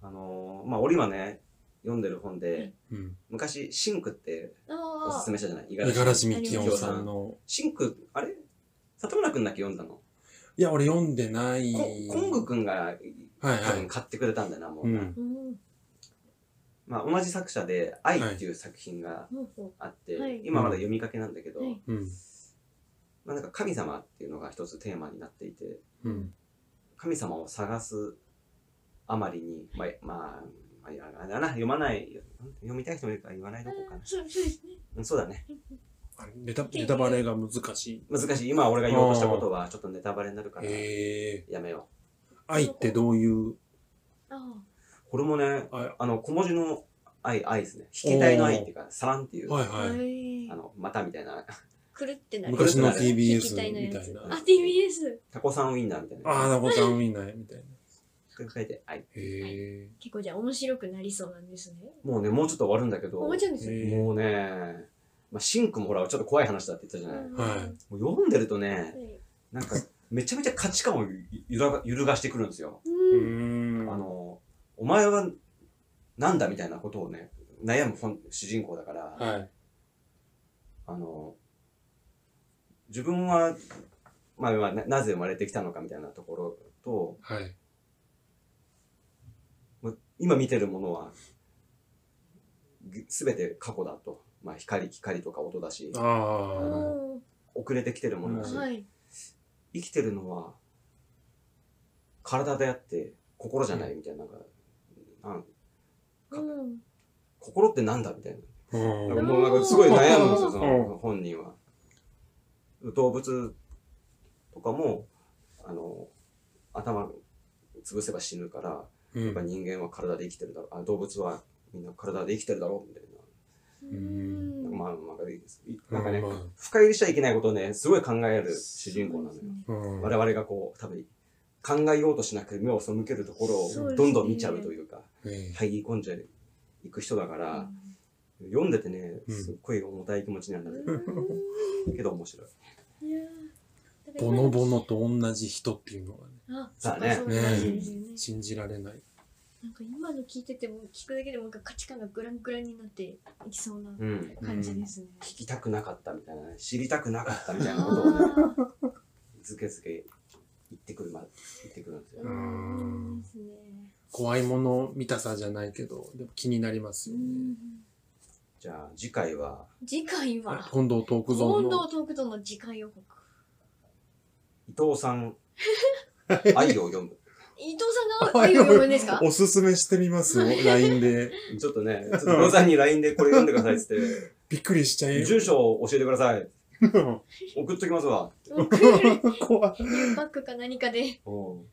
[SPEAKER 3] あのー、まあ、俺今ね、読んでる本
[SPEAKER 1] はい
[SPEAKER 3] で、
[SPEAKER 2] うん。
[SPEAKER 3] 昔、シンクってお
[SPEAKER 1] あ
[SPEAKER 3] すすめしたじゃない五
[SPEAKER 2] 五
[SPEAKER 3] 十
[SPEAKER 2] 十
[SPEAKER 3] 嵐。
[SPEAKER 2] 嵐美紀夫さんの。
[SPEAKER 3] シンク、あれ里村くんだけ読んだの
[SPEAKER 2] いや、俺読んでない。
[SPEAKER 3] こコングくんが
[SPEAKER 2] はい
[SPEAKER 3] 多
[SPEAKER 2] は
[SPEAKER 3] 分
[SPEAKER 2] い。
[SPEAKER 3] 買ってくれたんだよな、もう
[SPEAKER 2] う
[SPEAKER 3] な。
[SPEAKER 2] ん。
[SPEAKER 1] ーうん
[SPEAKER 3] まあ、同じ作者で、愛っていう作品が
[SPEAKER 1] ほうほ
[SPEAKER 3] あって、
[SPEAKER 1] はい
[SPEAKER 3] 今まだ読みかけなんだけど、
[SPEAKER 1] うはい
[SPEAKER 2] うん。
[SPEAKER 3] まあ、なんか神様っていうのが一つテーマになっていて、
[SPEAKER 2] うん。
[SPEAKER 3] 神様を探すあまりに、まあ、まあ、まあ、いやあれだな、読まない、読みたい人もいるから言わないどこうかな。
[SPEAKER 1] そうそうですね
[SPEAKER 3] うん、そうだね。
[SPEAKER 2] あれネタネタバレが難しい。
[SPEAKER 3] 難しい。今俺が言おうとしたことは、ちょっとネタバレになるから、
[SPEAKER 2] ええ
[SPEAKER 3] やめよ
[SPEAKER 2] 愛ってどういう、
[SPEAKER 1] あ
[SPEAKER 3] う。これもね、
[SPEAKER 2] あ
[SPEAKER 3] あの、小文字の愛、愛ですね。引き体の愛っていうか、サランっていう、
[SPEAKER 2] はい
[SPEAKER 1] あは
[SPEAKER 2] はい。
[SPEAKER 1] い
[SPEAKER 3] あの、またみたいな、
[SPEAKER 1] くるってなり
[SPEAKER 2] 昔の
[SPEAKER 1] くるってなる
[SPEAKER 2] TBS
[SPEAKER 1] 聞きいのや
[SPEAKER 2] みた
[SPEAKER 1] つ
[SPEAKER 2] いな。
[SPEAKER 1] あ TBS
[SPEAKER 3] タコさんウインナーみたいな。
[SPEAKER 2] ああ、なこさんいないみたいな。
[SPEAKER 3] 書いて、愛。
[SPEAKER 2] へえ。
[SPEAKER 1] 結構じゃあ面白くなりそうなんですね
[SPEAKER 3] もうね、もうちょっと終わるんだけど、
[SPEAKER 1] おもちゃですよ
[SPEAKER 2] へえ
[SPEAKER 3] もうね、まあ、シンクもほら、ちょっと怖い話だって言ったじゃない。
[SPEAKER 1] うん
[SPEAKER 2] はい
[SPEAKER 1] は
[SPEAKER 3] もう読んでるとね、
[SPEAKER 1] い
[SPEAKER 3] なんか、めちゃめちゃ価値観を揺らが揺るがしてくるんですよ。
[SPEAKER 2] う
[SPEAKER 1] うん
[SPEAKER 2] ーん。
[SPEAKER 3] あの、お前はなんだみたいなことをね、悩む本主人公だから、
[SPEAKER 2] はい。
[SPEAKER 3] あの、自分は、まあ、まあななぜ生まれてきたのかみたいなところと、
[SPEAKER 2] はい。
[SPEAKER 3] もう今見てるものは、すべて過去だと。まあ、光、光とか音だし、
[SPEAKER 1] あ
[SPEAKER 2] ああ。
[SPEAKER 1] ー
[SPEAKER 3] 遅れてきてるものだし、
[SPEAKER 2] うん
[SPEAKER 1] はい
[SPEAKER 3] 生きてるのは体であって心じゃないみたいななんかなん
[SPEAKER 1] うん
[SPEAKER 3] 心ってなんだみたいな
[SPEAKER 2] うん
[SPEAKER 3] なんか
[SPEAKER 1] ん
[SPEAKER 3] もうなんかすごい悩むんですよ
[SPEAKER 2] うん
[SPEAKER 3] その本人は。動物とかもあの頭潰せば死ぬから
[SPEAKER 2] う
[SPEAKER 3] やっぱ
[SPEAKER 2] ん。
[SPEAKER 3] 人間は体で生きてるだろうあ動物はみんな体で生きてるだろうみたいな。
[SPEAKER 2] ん
[SPEAKER 3] なんかまあ、なんかいいですなんか
[SPEAKER 2] う
[SPEAKER 3] ね
[SPEAKER 2] んまあ、
[SPEAKER 3] 深入りしちゃいけないことをね、すごい考える主人公なのよ。
[SPEAKER 2] うん
[SPEAKER 3] 我々がこう多分考えようとしなく目を背けるとこ
[SPEAKER 1] そう
[SPEAKER 3] ろ
[SPEAKER 1] です
[SPEAKER 3] を
[SPEAKER 1] ね
[SPEAKER 3] どんどん見ちゃうというか
[SPEAKER 2] ええ
[SPEAKER 3] 入り込んじゃういく人だか
[SPEAKER 1] う
[SPEAKER 3] ら、
[SPEAKER 1] ん
[SPEAKER 3] 読んでてね
[SPEAKER 2] うん
[SPEAKER 3] すっごい重たい気持ちになる、けど面白い
[SPEAKER 1] いやー
[SPEAKER 2] ボノボノと同じ人っていうのがね、
[SPEAKER 1] あそ
[SPEAKER 3] そううだね
[SPEAKER 1] かそうなんですよね
[SPEAKER 2] 信じられない。
[SPEAKER 1] なんか今の聞いてても聞くだけでもなんか価値観がグラングランになっていきそうな
[SPEAKER 3] うん
[SPEAKER 1] 感じですね。
[SPEAKER 3] 聞きたくなかったみたいなね知りたくなかったみたいなことをね
[SPEAKER 1] ああ
[SPEAKER 3] ずけずけ言ってくるま言ってくるんですよ
[SPEAKER 1] ー、うん、いいですね。
[SPEAKER 2] 怖いもの見たさじゃないけど、でも気になります
[SPEAKER 1] う
[SPEAKER 2] よね。
[SPEAKER 1] ん
[SPEAKER 3] じゃあ次回は
[SPEAKER 1] 次回
[SPEAKER 2] あ
[SPEAKER 1] は
[SPEAKER 2] 近藤トー
[SPEAKER 1] 近
[SPEAKER 2] ク
[SPEAKER 1] 藤
[SPEAKER 2] ゾーンの。
[SPEAKER 1] トークとの次回予告。
[SPEAKER 3] 伊藤 さん愛を読む
[SPEAKER 1] 伊藤さんが愛を読むんです か？
[SPEAKER 2] おすすめしてみますよ、LINE で。
[SPEAKER 3] ちょっとねちょっと伊藤さんに LINE でこれ読んでくださいっつっ
[SPEAKER 2] びっくりしちゃ
[SPEAKER 3] て
[SPEAKER 2] い
[SPEAKER 3] 住所を教えてください送っときますわ
[SPEAKER 2] 怖い。
[SPEAKER 1] バッグか何かで。
[SPEAKER 3] うん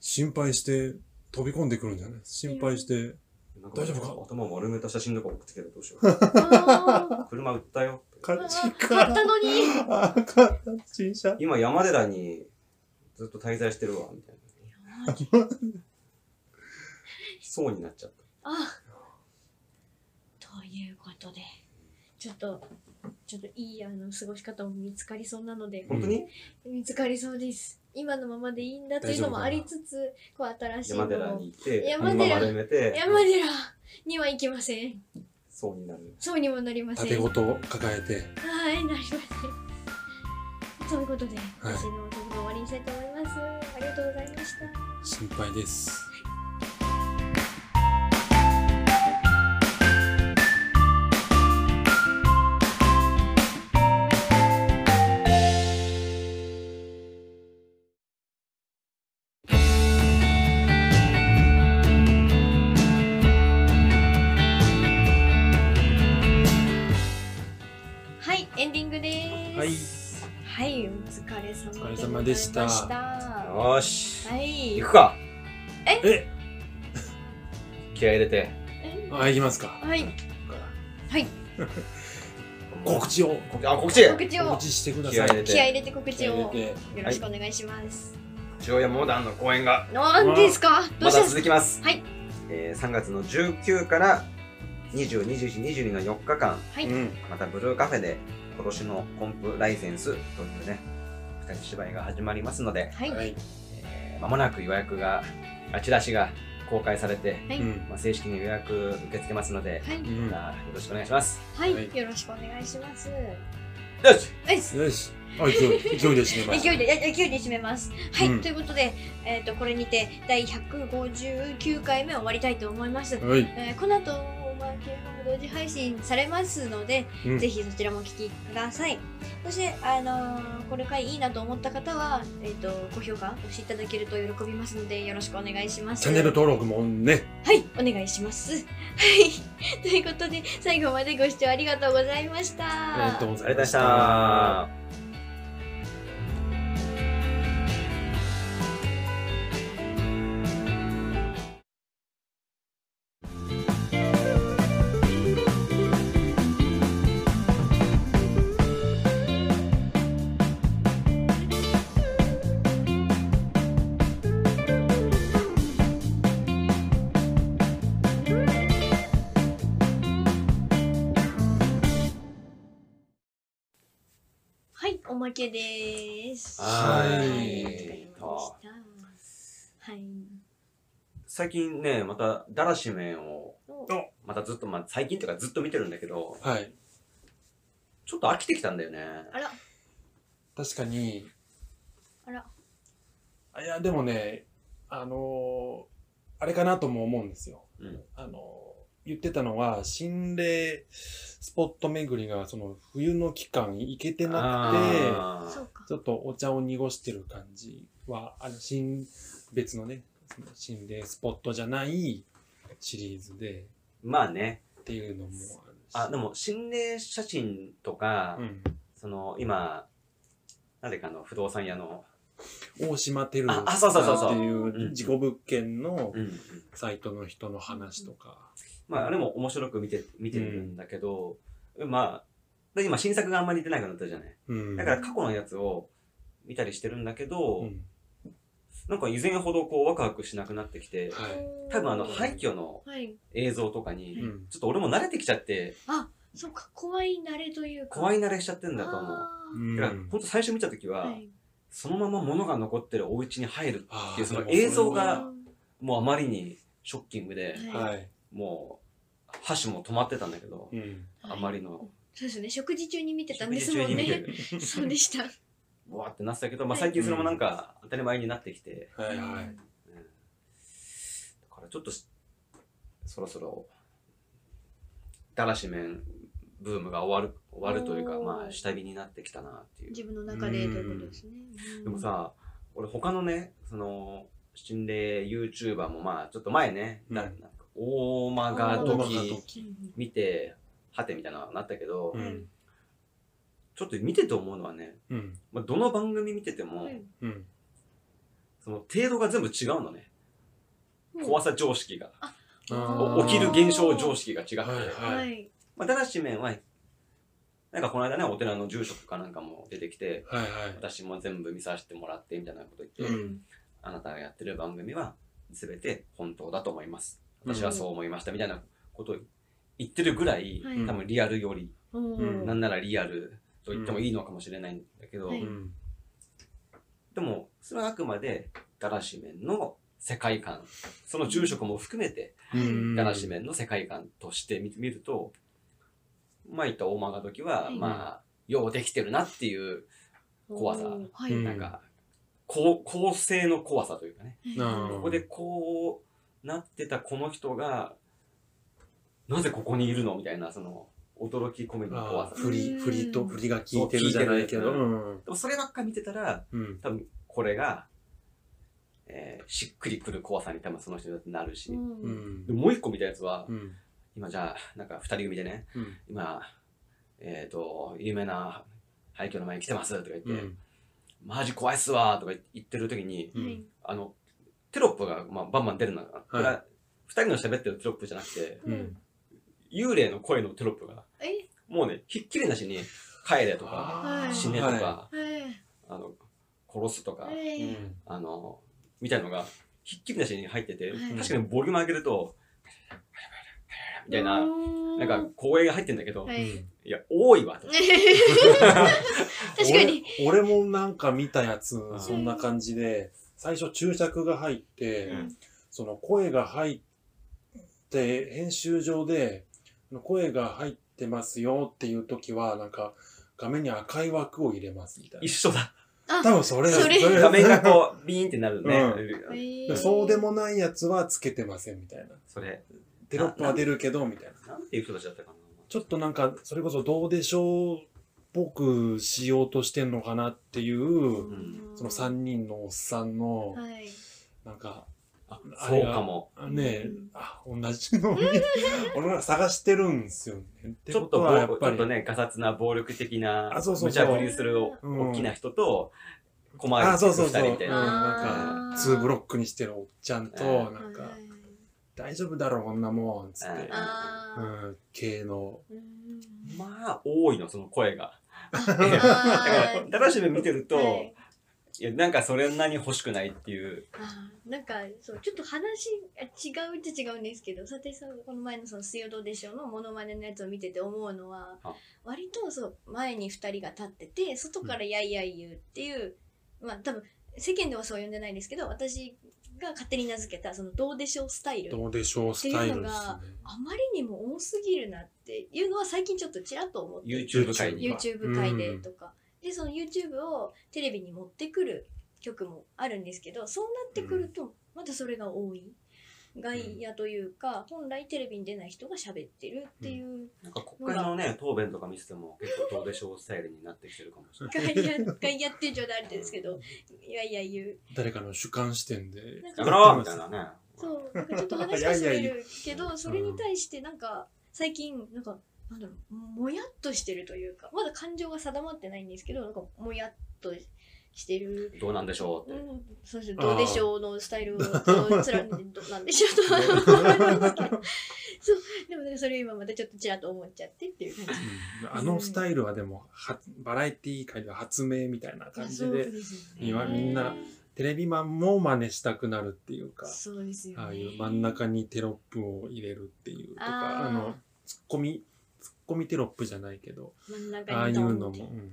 [SPEAKER 2] 心配して飛び込んでくるんじゃない心配して。
[SPEAKER 3] なん
[SPEAKER 2] 大丈夫か
[SPEAKER 3] 頭丸めた写真とか送ってきたらどうしよう。
[SPEAKER 1] あー
[SPEAKER 3] 車売ったよ。
[SPEAKER 2] 勝
[SPEAKER 1] あ買ったのに。
[SPEAKER 2] あ、勝った。新車。
[SPEAKER 3] 今山寺にずっと滞在してるわ、みたいな。そうになっちゃっ
[SPEAKER 1] あということでちょっとちょっといいあの過ごし方も見つかりそうなので
[SPEAKER 3] た。本当に、
[SPEAKER 1] 見つかりそうです今のままでいいんだというのもありつつこう新しいの
[SPEAKER 3] 山寺
[SPEAKER 1] を
[SPEAKER 3] に行って、
[SPEAKER 1] 山
[SPEAKER 3] 車
[SPEAKER 1] 寺
[SPEAKER 3] 丸めて、
[SPEAKER 1] 山寺には行きません
[SPEAKER 3] そうになる。
[SPEAKER 1] そうにもなりません
[SPEAKER 2] 縦ごと抱えて。
[SPEAKER 1] はいなりませんということで、
[SPEAKER 2] はい
[SPEAKER 1] 私の特番終わりにしたいと思いますありがとうございました
[SPEAKER 2] 心配です。
[SPEAKER 1] はいエンディングです
[SPEAKER 2] はい
[SPEAKER 1] 様で
[SPEAKER 2] お疲れ様でした
[SPEAKER 1] ございまは
[SPEAKER 3] よーし。
[SPEAKER 1] い
[SPEAKER 3] 行くか。
[SPEAKER 2] え
[SPEAKER 3] 気合い入れて。
[SPEAKER 2] あ、いきますか。
[SPEAKER 1] はいはい
[SPEAKER 2] 告知を。
[SPEAKER 3] 告あ、告知
[SPEAKER 1] 告知を
[SPEAKER 2] 告知してくだ
[SPEAKER 3] 気合
[SPEAKER 2] さ
[SPEAKER 3] い入れ
[SPEAKER 2] い。
[SPEAKER 1] 気合い
[SPEAKER 3] て。
[SPEAKER 1] 入れて告知をよろしくお願いします
[SPEAKER 3] 城山モダンの公演が
[SPEAKER 1] なんですかど
[SPEAKER 3] ま
[SPEAKER 1] うしたんで
[SPEAKER 3] だ
[SPEAKER 1] すか
[SPEAKER 3] 続きます。
[SPEAKER 1] はい。
[SPEAKER 3] えー、3月の19から20、21、22の4日間、
[SPEAKER 1] い
[SPEAKER 2] うん。
[SPEAKER 3] またブルーカフェで今年のコンプライセンスというね、二人芝居が始まりますので、
[SPEAKER 1] はい
[SPEAKER 2] は
[SPEAKER 1] はい
[SPEAKER 2] い。
[SPEAKER 3] えー間もなく予約が、あチラシが公開されて、
[SPEAKER 1] は
[SPEAKER 2] う
[SPEAKER 1] い
[SPEAKER 2] ん。
[SPEAKER 3] まあ、正式に予約受け付けますので、
[SPEAKER 2] う
[SPEAKER 3] ま
[SPEAKER 2] ん。
[SPEAKER 3] たよろしくお願いします。
[SPEAKER 1] はいよろしくお願いします
[SPEAKER 3] よし
[SPEAKER 1] はい
[SPEAKER 2] よし。あ、勢い、勢いで締めます。
[SPEAKER 1] 勢いでや勢いで締めます。はい、
[SPEAKER 2] うん
[SPEAKER 1] ということで、えっとこれにて第159回目を終わりたいと思います。
[SPEAKER 2] はい。
[SPEAKER 1] えーこの後おまけも同時配信されますので、
[SPEAKER 2] うん
[SPEAKER 1] ぜひそちらもお聞きください。そして、あのーこれ回いいなと思った方は、えっと高評価押していただけると喜びますのでよろしくお願いします。
[SPEAKER 2] チャンネル登録もね。
[SPEAKER 1] はい、お願いします。はい、 ということで最後までご視聴ありがとうございました。
[SPEAKER 2] ありがとうご
[SPEAKER 3] あ
[SPEAKER 2] ざい
[SPEAKER 3] りがとうござい
[SPEAKER 2] ま
[SPEAKER 3] ま
[SPEAKER 2] し
[SPEAKER 3] したた。
[SPEAKER 1] はい、おまけです。
[SPEAKER 3] はい
[SPEAKER 1] わかりました。はい。
[SPEAKER 3] 最近ね、また、だらし面を、
[SPEAKER 1] お
[SPEAKER 3] またずっと、まあ、最近というかずっと見てるんだけど、
[SPEAKER 2] はい。
[SPEAKER 3] ちょっと飽きてきたんだよね。
[SPEAKER 1] あら、
[SPEAKER 2] 確かに。
[SPEAKER 1] あら。
[SPEAKER 2] あいや、でもね、あのーあれかなとも思うんですよ。
[SPEAKER 3] うん。
[SPEAKER 2] あのー言ってたのは、心霊スポット巡りが、その、冬の期間行けてなくて、
[SPEAKER 3] あー
[SPEAKER 1] そうか。
[SPEAKER 2] ちょっとお茶を濁してる感じは、あの、新、別のね、その心霊スポットじゃないシリーズで、
[SPEAKER 3] まあね。
[SPEAKER 2] っていうのもあるし。
[SPEAKER 3] あ、でも、心霊写真とか、
[SPEAKER 2] うん。
[SPEAKER 3] その、今、なぜかあの不動産屋の、
[SPEAKER 2] 大島テル
[SPEAKER 3] ああそうそうそうそう
[SPEAKER 2] さんって
[SPEAKER 3] う
[SPEAKER 2] いうん事故物件の
[SPEAKER 3] うんうん
[SPEAKER 2] サイトの人の話とか。
[SPEAKER 3] まあ、あれも面白く見て、見てるんだけど、まあ、で今新作があんまり出なくなったじゃない。
[SPEAKER 2] うん。
[SPEAKER 3] だから過去のやつを見たりしてるんだけど、
[SPEAKER 2] うん、
[SPEAKER 3] なんか以前ほどこうワクワクしなくなってきて、
[SPEAKER 2] はい。
[SPEAKER 3] 多分あの
[SPEAKER 1] は
[SPEAKER 3] 廃墟の
[SPEAKER 1] い。
[SPEAKER 3] 映像とかに、
[SPEAKER 2] うん。
[SPEAKER 3] ちょっと俺も慣れてきちゃって、
[SPEAKER 1] あ、そうか。怖い慣れというか。
[SPEAKER 3] 怖い
[SPEAKER 1] 慣
[SPEAKER 3] 慣れしちゃってんだと思う。だから、ほんと最初見たときは、
[SPEAKER 1] はい。
[SPEAKER 3] そのまま物が残ってるお家に入る。
[SPEAKER 2] あ
[SPEAKER 3] っていうその
[SPEAKER 2] でもれは
[SPEAKER 3] 映像
[SPEAKER 1] う
[SPEAKER 3] が
[SPEAKER 1] ん
[SPEAKER 3] もうあまりにショッキングで、
[SPEAKER 1] は
[SPEAKER 2] はい。
[SPEAKER 3] もう、箸も止まってたんだけど、
[SPEAKER 2] うん。
[SPEAKER 1] はい
[SPEAKER 3] あまりの、
[SPEAKER 1] そうですよね。食事中に見てたん
[SPEAKER 3] 食
[SPEAKER 1] で
[SPEAKER 3] 事
[SPEAKER 1] す
[SPEAKER 3] 中
[SPEAKER 1] も
[SPEAKER 3] に
[SPEAKER 1] ん
[SPEAKER 3] 見て
[SPEAKER 1] ね。
[SPEAKER 3] る、
[SPEAKER 1] そうでした。
[SPEAKER 3] うわーってなってたけど、ま
[SPEAKER 1] は
[SPEAKER 3] あ
[SPEAKER 1] い
[SPEAKER 3] 最近それもなんか当たり前になってきて、
[SPEAKER 2] はいはい。
[SPEAKER 3] うんだからちょっとし、そろそろ、だらし面ブームが終わる、終わるというか、
[SPEAKER 1] おー
[SPEAKER 3] まあ下火になってきたなっていう。
[SPEAKER 1] 自分の中でということですね。うん
[SPEAKER 3] でも、さ、俺他のね、その、心霊 YouTuber もまあ、ちょっと前ね、
[SPEAKER 2] うん
[SPEAKER 3] だなんか大間が
[SPEAKER 1] 大
[SPEAKER 2] 間が
[SPEAKER 3] 時
[SPEAKER 2] 時
[SPEAKER 1] うん
[SPEAKER 3] 見て、はてみたいなのになったけど、
[SPEAKER 2] う
[SPEAKER 1] はい
[SPEAKER 2] ん。
[SPEAKER 3] ちょっと見てて思うのはね、
[SPEAKER 2] うん。
[SPEAKER 3] まあ、どの番組見てても、
[SPEAKER 1] はい
[SPEAKER 2] うん。
[SPEAKER 3] その程度が全部違うのね。怖さ常識が。
[SPEAKER 1] あ
[SPEAKER 3] お
[SPEAKER 1] ー
[SPEAKER 3] 起きる現象常識が違って。
[SPEAKER 2] はい
[SPEAKER 1] うんはい。
[SPEAKER 3] まあ、だらし面は、なんかこの間ね、お寺の住職かなんかも出てきて、
[SPEAKER 2] はいはい。
[SPEAKER 3] 私も全部見させてもらってみたいなこと言って、
[SPEAKER 2] うん
[SPEAKER 3] あなたがやってる番組は全て本当だと思います。私はそう思いましたみたいなことを言ってるぐらい、
[SPEAKER 1] はい
[SPEAKER 3] 多分リアルより、
[SPEAKER 1] お
[SPEAKER 2] うん
[SPEAKER 1] ー
[SPEAKER 3] なんならリアルと言ってもいいのかもしれないんだけど、
[SPEAKER 1] はい
[SPEAKER 2] うん。
[SPEAKER 3] でもそれはあくまでだらし面の世界観、その住職も含めて
[SPEAKER 2] うん。
[SPEAKER 3] だらし面の世界観として見見ると、前言った大間が時は、
[SPEAKER 1] はい
[SPEAKER 3] まあ、ようできてるなっていう、怖さ
[SPEAKER 1] は
[SPEAKER 2] う
[SPEAKER 1] い。
[SPEAKER 2] ん
[SPEAKER 3] なんか、こう構成の怖さというかね、
[SPEAKER 2] な
[SPEAKER 3] ここでこうなってたこの人が、なぜここにいるのみたいな、その、驚き込みの怖
[SPEAKER 2] あ
[SPEAKER 3] さ
[SPEAKER 2] あ、。振り、振りと振りが効いてるじゃないけど。
[SPEAKER 3] そう
[SPEAKER 2] うん。
[SPEAKER 3] でもそればっか見てたら、
[SPEAKER 2] うん。
[SPEAKER 3] 多分これが、えーしっくりくる怖さに多分その人だってなるし。
[SPEAKER 2] う
[SPEAKER 1] うん
[SPEAKER 2] ん
[SPEAKER 3] で。もう一個見たやつは、
[SPEAKER 2] うん。
[SPEAKER 3] 今じゃあ、なんか二人組でね、
[SPEAKER 2] うん。
[SPEAKER 3] 今、えっ、と、有名な廃墟の前に来てますとか言って、
[SPEAKER 2] うん。
[SPEAKER 3] マジ怖いっすわーとか言ってる時に、
[SPEAKER 2] うん
[SPEAKER 1] はい
[SPEAKER 3] あの、テロップが、まあ、バンバン出るな。これは二人の喋ってるテロップじゃなくて、
[SPEAKER 1] うん
[SPEAKER 2] うん
[SPEAKER 3] 幽霊の声のテロップが、
[SPEAKER 1] え
[SPEAKER 3] もうね、ひっきりなしに、帰れとか、
[SPEAKER 2] あー
[SPEAKER 3] 死ねとか、
[SPEAKER 2] は
[SPEAKER 1] はい
[SPEAKER 3] あの、殺すとか、
[SPEAKER 1] はいい
[SPEAKER 3] あの、みたいのが、ひっきりなしに入ってて、
[SPEAKER 1] はい
[SPEAKER 3] 確かにボリューム上げると、みたいな、なんか、光栄が入ってんだけど、、
[SPEAKER 1] はい い
[SPEAKER 3] や、多いわ、と。
[SPEAKER 1] 確かに
[SPEAKER 2] 俺俺もなんか見たやつそんな感じで最初注釈が入って、
[SPEAKER 1] うん
[SPEAKER 2] その声が入って編集上で声が入ってますよっていう時はなんか画面に赤い枠を入れますみたい
[SPEAKER 3] 一
[SPEAKER 2] な
[SPEAKER 3] 緒 だ。
[SPEAKER 2] 多分それだ
[SPEAKER 1] それ
[SPEAKER 3] 画面がこう、ビーンってなるね。
[SPEAKER 1] え
[SPEAKER 2] で
[SPEAKER 1] ー
[SPEAKER 2] そうでもないやつはつけてませんみたいな
[SPEAKER 3] それ、
[SPEAKER 2] テロップは出るけどみたいな
[SPEAKER 3] なんていう人たちだったかな。
[SPEAKER 2] ちょっとなんかそれこそどうでしょうっぽくしようとしてんのかなっていう、
[SPEAKER 3] ん
[SPEAKER 2] その3人のおっさんの
[SPEAKER 1] はい
[SPEAKER 2] なんか
[SPEAKER 3] あ
[SPEAKER 2] あ
[SPEAKER 3] そ
[SPEAKER 2] れ
[SPEAKER 3] う
[SPEAKER 2] が
[SPEAKER 3] かも。
[SPEAKER 2] ねえ
[SPEAKER 1] うん
[SPEAKER 2] あ同じのに俺ら探してるんですよね。って
[SPEAKER 3] ちょ
[SPEAKER 2] こ
[SPEAKER 3] っと
[SPEAKER 2] と
[SPEAKER 3] ぼ
[SPEAKER 2] はや
[SPEAKER 3] う
[SPEAKER 2] っ
[SPEAKER 3] ち
[SPEAKER 2] ぱ
[SPEAKER 3] ょっ
[SPEAKER 2] り
[SPEAKER 3] とね、ガサツな暴力的な、
[SPEAKER 2] あそうそう
[SPEAKER 3] 無
[SPEAKER 2] そう
[SPEAKER 3] 茶ぶりする
[SPEAKER 2] うん
[SPEAKER 3] 大きな人と、困る
[SPEAKER 2] あそうそう
[SPEAKER 3] 二
[SPEAKER 2] そう、
[SPEAKER 3] 人み
[SPEAKER 2] うん、
[SPEAKER 3] たいな。
[SPEAKER 2] なん
[SPEAKER 1] あ
[SPEAKER 2] か
[SPEAKER 1] ー
[SPEAKER 2] 2ブロックにしてるおっちゃんと
[SPEAKER 3] う
[SPEAKER 2] なんか
[SPEAKER 1] はいはい
[SPEAKER 2] 「大丈夫だろうこんなもん」っつって、う
[SPEAKER 1] あ
[SPEAKER 2] ん、系の
[SPEAKER 1] ーうん
[SPEAKER 3] まあ、多いの、その声が。 だか
[SPEAKER 1] あ
[SPEAKER 3] ら、
[SPEAKER 1] ー
[SPEAKER 3] 楽しみ見てると、
[SPEAKER 1] はい
[SPEAKER 3] い、や、なんかそれなに欲しくないっていう。
[SPEAKER 1] あーなんかそうちょっと話あ違うっちゃ違うんですけど佐藤さんがこの前の「その水曜どうでしょう」のモノマネのやつを見てて思うのは
[SPEAKER 3] あ
[SPEAKER 1] 割とそう前に2人が立ってて外からやいやい言うっていう、まあ多分世間ではそう呼んでないですけど私が勝手に名付けたその「どうでしょう」スタイ
[SPEAKER 2] 「
[SPEAKER 1] ル
[SPEAKER 2] どうでしょう」スタイルです
[SPEAKER 1] っ
[SPEAKER 2] ね。
[SPEAKER 1] あまりにも多すぎるなっていうのは最近ちょっとちらっと思って
[SPEAKER 3] YouTube 界に。
[SPEAKER 1] YouTube 界でとか、でその YouTube をテレビに持ってくる曲もあるんですけどそうなってくるとまたそれが多い外野というか、本来テレビに出ない人が喋ってるっていう
[SPEAKER 3] なんか国会のね、答弁とか見せても、結構どうでしょうスタイルになってきてるかもしれない。
[SPEAKER 1] 外野外野っていう状態あるんですけどいやいや言う
[SPEAKER 2] 誰かの主観視点で
[SPEAKER 1] なんか
[SPEAKER 3] やめろみたいなね。
[SPEAKER 1] そうなんかちょっと話がそれるけどそれに対してなんか最近なんかなんだろうもやっとしてるというかまだ感情が定まってないんですけどなんかもやっとしてる
[SPEAKER 3] どうなんでしょう
[SPEAKER 1] う
[SPEAKER 3] って。
[SPEAKER 1] ん、そうですどうでしょうのスタイルを貫いてどうなんでしょうとそうでもなんかそれ今またちょっとちらっと思っちゃってっていう感じ
[SPEAKER 2] うんあのスタイルはでもはバラエティー界では発明みたいな感じ
[SPEAKER 1] そう
[SPEAKER 2] で
[SPEAKER 1] ですよね
[SPEAKER 2] 今みんなテレビマンも真似したくなるっていうか
[SPEAKER 1] そうですよね
[SPEAKER 2] ああいう真ん中にテロップを入れるっていうとか
[SPEAKER 1] あー
[SPEAKER 2] あのツッコミツッコミテロップじゃないけど
[SPEAKER 1] 真ん中に
[SPEAKER 2] ああい
[SPEAKER 1] ドン
[SPEAKER 2] う
[SPEAKER 1] って
[SPEAKER 2] のも「うん、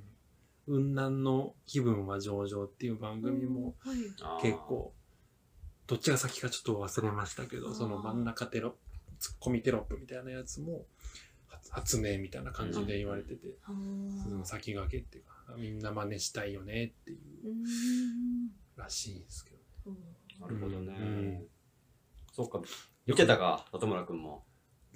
[SPEAKER 2] 雲南の気分は上々」っていう番組も
[SPEAKER 1] うんはい
[SPEAKER 3] あー
[SPEAKER 2] 結。構どっちが先かちょっと忘れましたけ
[SPEAKER 1] あ
[SPEAKER 2] ど
[SPEAKER 1] ー
[SPEAKER 2] その真ん中テロツッコミテロップみたいなやつも発発明みたいな感じで言われてて、
[SPEAKER 1] あー
[SPEAKER 2] うん、先駆けっていうかみんな真似したいよねっていう
[SPEAKER 1] うーん
[SPEAKER 2] らしいんですけ
[SPEAKER 1] そ
[SPEAKER 2] ど。
[SPEAKER 1] う
[SPEAKER 3] なるほどね。
[SPEAKER 2] うん
[SPEAKER 3] そっか。見てたか、里村くんも。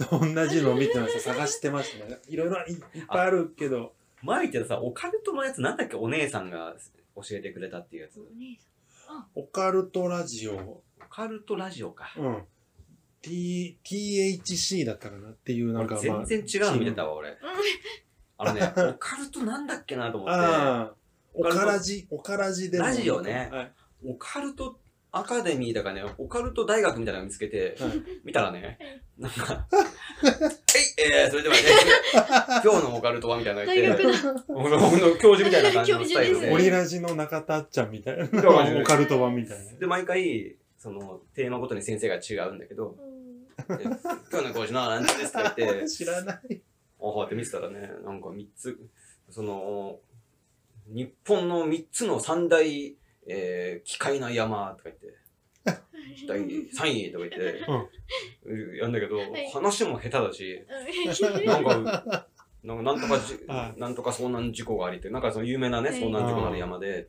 [SPEAKER 2] 同じのを見てました探してましたねいろいろいいっぱいあるけど
[SPEAKER 3] 前言ってたさ、オカルトのやつなんだっけお姉さんが教えてくれたっていうやつ。
[SPEAKER 1] お姉さ
[SPEAKER 2] オカルトラジオ、
[SPEAKER 3] オカルトラジオか。
[SPEAKER 2] うん、T THC だったかなっていうなんか、
[SPEAKER 3] 俺全然違うの見てたわ、俺。あのね、オカルトなんだっけなと思って。
[SPEAKER 2] ああオカラジオカラジでも
[SPEAKER 3] ラジオね
[SPEAKER 2] はい、
[SPEAKER 3] オカルトアカデミーだからね、オカルト大学みたいなの見つけて、
[SPEAKER 2] はい
[SPEAKER 3] 見たらね、なんか、はい、えー、それ ではね、今日のオカルトはみたいなの
[SPEAKER 1] ん
[SPEAKER 3] が
[SPEAKER 1] 大
[SPEAKER 3] 言
[SPEAKER 1] 学
[SPEAKER 3] って、
[SPEAKER 1] だ
[SPEAKER 3] ほんとほんと教授みたいな感じのスタイル
[SPEAKER 1] 教授ですね
[SPEAKER 2] オリ
[SPEAKER 3] で。
[SPEAKER 2] ラジの中田あっちゃんみたいな
[SPEAKER 3] そうですね
[SPEAKER 2] オカルト版みたいな
[SPEAKER 3] で、毎回、その、テーマごとに先生が違うんだけど、
[SPEAKER 1] うん
[SPEAKER 3] で今日の講師の何時ですとか言って、
[SPEAKER 2] 知らない
[SPEAKER 3] あはって見てたらね、なんか3つ、その、日本の3つの三大、えー、奇怪な山とか言って、第3位とか言って、うやんだけど、
[SPEAKER 1] い
[SPEAKER 3] 話も下手だし、
[SPEAKER 1] うん
[SPEAKER 3] なんか、なんかなんとかじ
[SPEAKER 2] は、
[SPEAKER 3] なんとか遭難事故がありって、なんかその有名なね、
[SPEAKER 1] はい
[SPEAKER 3] 遭難事故のある山で、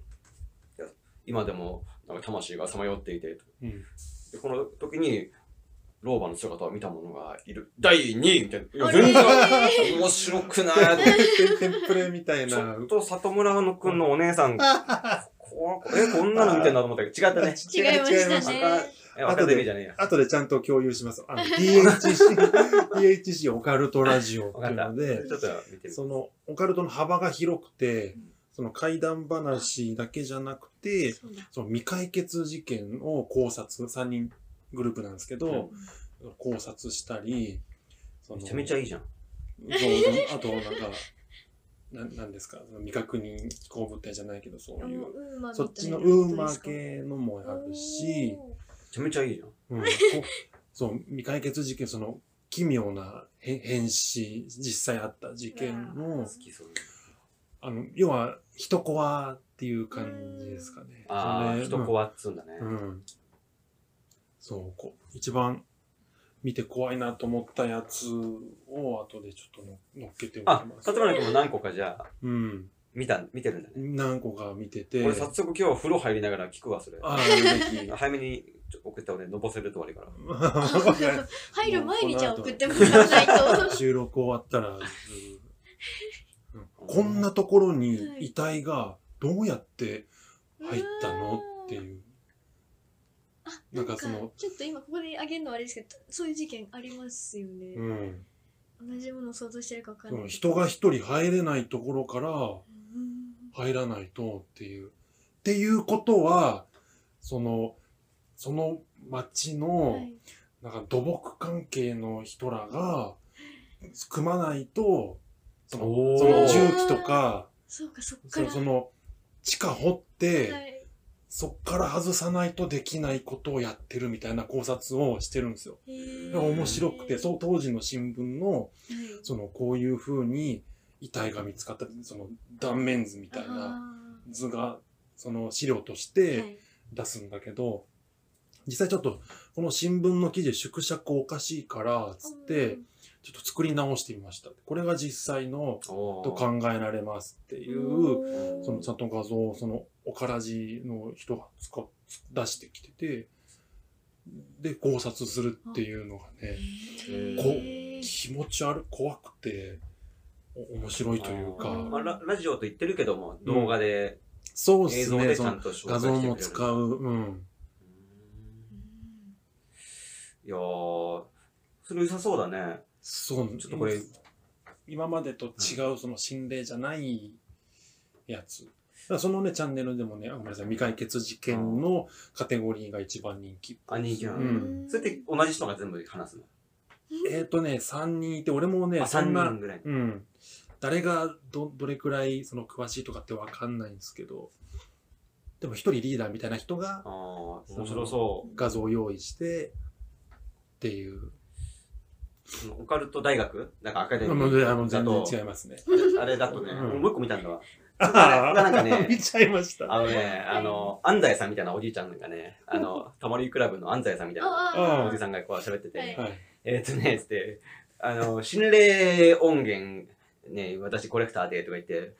[SPEAKER 3] いや今でも、なんか魂がさまよっていて、
[SPEAKER 2] うん
[SPEAKER 3] でこの時に、老婆の姿を見た者がいる。第2位みたいな。いや、
[SPEAKER 1] あれ
[SPEAKER 3] 全然面白くないと思って
[SPEAKER 2] テンプレみたい
[SPEAKER 3] ち
[SPEAKER 2] な
[SPEAKER 3] ょっと里村のくんのお姉さ ん、こえ、こんなの見てんだと思ったけど、違ったね。
[SPEAKER 1] 違いましたね
[SPEAKER 3] え、若手じゃねえや。
[SPEAKER 2] 後でちゃんと共有します。あの DHC、DHC オカルトラジオっていうので
[SPEAKER 3] ち、ょっと見てみる。
[SPEAKER 2] そのオカルトの幅が広くて、その怪談話だけじゃなくて、
[SPEAKER 1] そうだ
[SPEAKER 2] その未解決事件を考察、3人グループなんですけど、考察したり、その
[SPEAKER 3] めちゃめちゃいいじゃん。
[SPEAKER 2] そうそうあと、なんか、ななんですか、その未確認飛行物体じゃないけど、そう
[SPEAKER 1] あ
[SPEAKER 2] い
[SPEAKER 1] も
[SPEAKER 2] う。
[SPEAKER 1] うウーマンみたいな
[SPEAKER 2] そっちのウーマー系のもあるし、
[SPEAKER 1] おー
[SPEAKER 3] めちゃめちゃいいじゃん。
[SPEAKER 2] うん、こそう、未解決事件、その奇妙なへ変死、実際あった事件
[SPEAKER 1] う
[SPEAKER 2] の
[SPEAKER 1] わ
[SPEAKER 3] 好、きそう。
[SPEAKER 2] あの、要は、人コアっていう感じですかね。
[SPEAKER 3] ああ、
[SPEAKER 2] それ
[SPEAKER 3] 人怖っつうんだね。
[SPEAKER 2] うん。そう、こう、一番見て怖いなと思ったやつを後でちょっとの乗っけておき
[SPEAKER 3] あ、
[SPEAKER 2] ます。
[SPEAKER 3] 里村君も何個かじゃあ、
[SPEAKER 2] うん。
[SPEAKER 3] 見た、見てるんだね。
[SPEAKER 2] 何個か見てて。
[SPEAKER 3] 俺早速今日風呂入りながら聞くわ、それ。
[SPEAKER 2] ああ、ぜひ。
[SPEAKER 3] 早めにちょ送った俺、のぼせると悪いから。
[SPEAKER 1] 入る前にじゃあ送ってもらわない と。
[SPEAKER 2] 収録終わったら、うんこんなところに遺体がどうやって入ったのって
[SPEAKER 1] う。
[SPEAKER 2] いう。
[SPEAKER 1] あな
[SPEAKER 2] な
[SPEAKER 1] んん
[SPEAKER 2] か
[SPEAKER 1] か
[SPEAKER 2] その
[SPEAKER 1] ちょっと今ここであげるのはあれですけど、そういう事件ありますよね。
[SPEAKER 2] うん。
[SPEAKER 1] 同じものを想像してるかわかん
[SPEAKER 2] そ
[SPEAKER 1] な
[SPEAKER 2] の
[SPEAKER 1] い。
[SPEAKER 2] 人が一人入れないところから
[SPEAKER 1] うん。
[SPEAKER 2] 入らないとっていう。っていうことは、その、その町の、
[SPEAKER 1] はい
[SPEAKER 2] なんか土木関係の人らが、組まないと、その
[SPEAKER 3] おー
[SPEAKER 2] その重機とか、
[SPEAKER 1] そうか、そっか
[SPEAKER 2] そ
[SPEAKER 1] ら。
[SPEAKER 2] その、地下掘って、
[SPEAKER 1] はい。
[SPEAKER 2] そっから外さないとできないことをやってるみたいな考察をしてるんですよ。
[SPEAKER 1] へー
[SPEAKER 2] 面白くて、そう、当時の新聞の、
[SPEAKER 1] はい
[SPEAKER 2] その、こういう風に遺体が見つかった、その、断面図みたいな図が、その資料とし
[SPEAKER 1] あー
[SPEAKER 2] て
[SPEAKER 1] はい
[SPEAKER 2] 出すんだけど、実際ちょっと、この新聞の記事、縮尺おかしいから、つって、
[SPEAKER 1] うん
[SPEAKER 2] ちょっと作り直してみました。これが実際の
[SPEAKER 3] おー
[SPEAKER 2] と考えられますってい
[SPEAKER 1] お
[SPEAKER 2] う、
[SPEAKER 1] ー
[SPEAKER 2] そのちゃんと画像をそのおからじの人が使っ出してきてて、で考察するっていうのがね、
[SPEAKER 1] へー
[SPEAKER 2] 気持ち悪い、怖くて、お面白いという
[SPEAKER 3] あー
[SPEAKER 2] か、
[SPEAKER 3] まあラ。ラジオと言ってるけども、動画で、
[SPEAKER 2] そうで
[SPEAKER 3] 映
[SPEAKER 2] す
[SPEAKER 3] 像
[SPEAKER 2] ね、
[SPEAKER 3] でち
[SPEAKER 2] そ
[SPEAKER 3] ゃ
[SPEAKER 2] の
[SPEAKER 3] んと紹
[SPEAKER 2] 画
[SPEAKER 3] 介して
[SPEAKER 2] 像
[SPEAKER 3] くれる。
[SPEAKER 2] も使う、うん。
[SPEAKER 1] う
[SPEAKER 3] うん
[SPEAKER 1] ん
[SPEAKER 3] いやー、それ良さそうだね。
[SPEAKER 2] そう、
[SPEAKER 3] ちょっとこれ、
[SPEAKER 2] 今までと違うその心霊じゃないやつ。だからそのね、チャンネルでもね、あごめんなさい、未解決事件のカテゴリーが一番人気。
[SPEAKER 3] あ、人気な
[SPEAKER 2] う
[SPEAKER 3] の、
[SPEAKER 2] ん
[SPEAKER 3] それって同じ人が全部話すの、
[SPEAKER 2] えっ、とね、3人いて、俺もね、
[SPEAKER 3] あ、
[SPEAKER 2] そん
[SPEAKER 3] 3
[SPEAKER 2] な
[SPEAKER 3] 人、ぐらい。
[SPEAKER 2] うん、誰がど、どれくらいその詳しいとかってわかんないんですけど、でも一人リーダーみたいな人が
[SPEAKER 3] ああ、面白そ
[SPEAKER 2] 画像を用意して、っていう。
[SPEAKER 3] う。そのオカルト大学なんかアカデミ
[SPEAKER 2] あもう
[SPEAKER 3] ー
[SPEAKER 2] あの
[SPEAKER 3] だ
[SPEAKER 2] 全
[SPEAKER 3] と、
[SPEAKER 2] 然違いますね。
[SPEAKER 3] あれだとね、
[SPEAKER 2] うん
[SPEAKER 3] もう一個見たんだわ。
[SPEAKER 2] あ
[SPEAKER 3] なんかね
[SPEAKER 2] 見ちゃいました。
[SPEAKER 3] あのね、あの、安西さんみたいなおじいちゃんがね、あの、タモリクラブの安西さんみたいな
[SPEAKER 1] あ
[SPEAKER 3] お
[SPEAKER 1] ー
[SPEAKER 3] じさんがこう喋ってて、
[SPEAKER 1] はい
[SPEAKER 2] はい。
[SPEAKER 3] えーっとね、つって、あの、心霊音源、ね、私コレクターでとか言って、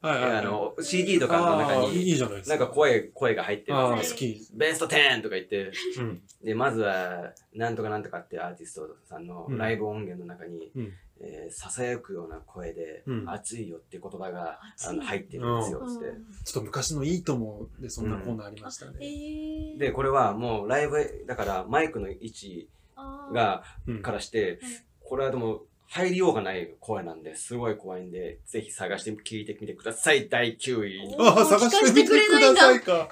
[SPEAKER 2] はい、はい。
[SPEAKER 3] あの、CD とかの中
[SPEAKER 2] あーい
[SPEAKER 3] に、
[SPEAKER 2] いじゃないです
[SPEAKER 3] なんか声、声が入ってる
[SPEAKER 2] ああ、好
[SPEAKER 3] んですよ
[SPEAKER 2] き。
[SPEAKER 3] ベスト10とか言って、
[SPEAKER 2] うん。
[SPEAKER 3] で、まずは、なんとかなんとかっていうアーティストさんの
[SPEAKER 2] うん
[SPEAKER 3] ライブ音源の中に、
[SPEAKER 2] うん
[SPEAKER 3] えー、囁くような声で、
[SPEAKER 2] うん
[SPEAKER 3] 熱いよって言葉が
[SPEAKER 1] 熱い
[SPEAKER 3] あの入ってるんですよ、つって。
[SPEAKER 2] ちょっと昔のいいともでそんなコーナーありました
[SPEAKER 1] え
[SPEAKER 2] ね。
[SPEAKER 1] ー
[SPEAKER 3] で、これはもうライブ、だからマイクの位置
[SPEAKER 1] あー
[SPEAKER 3] が、
[SPEAKER 2] うん
[SPEAKER 3] からして
[SPEAKER 1] はい、
[SPEAKER 3] これはでも入りようがない声なんで、すごい怖いんで、ぜひ探して聞いてみてください、第9位。
[SPEAKER 1] おー
[SPEAKER 2] いか。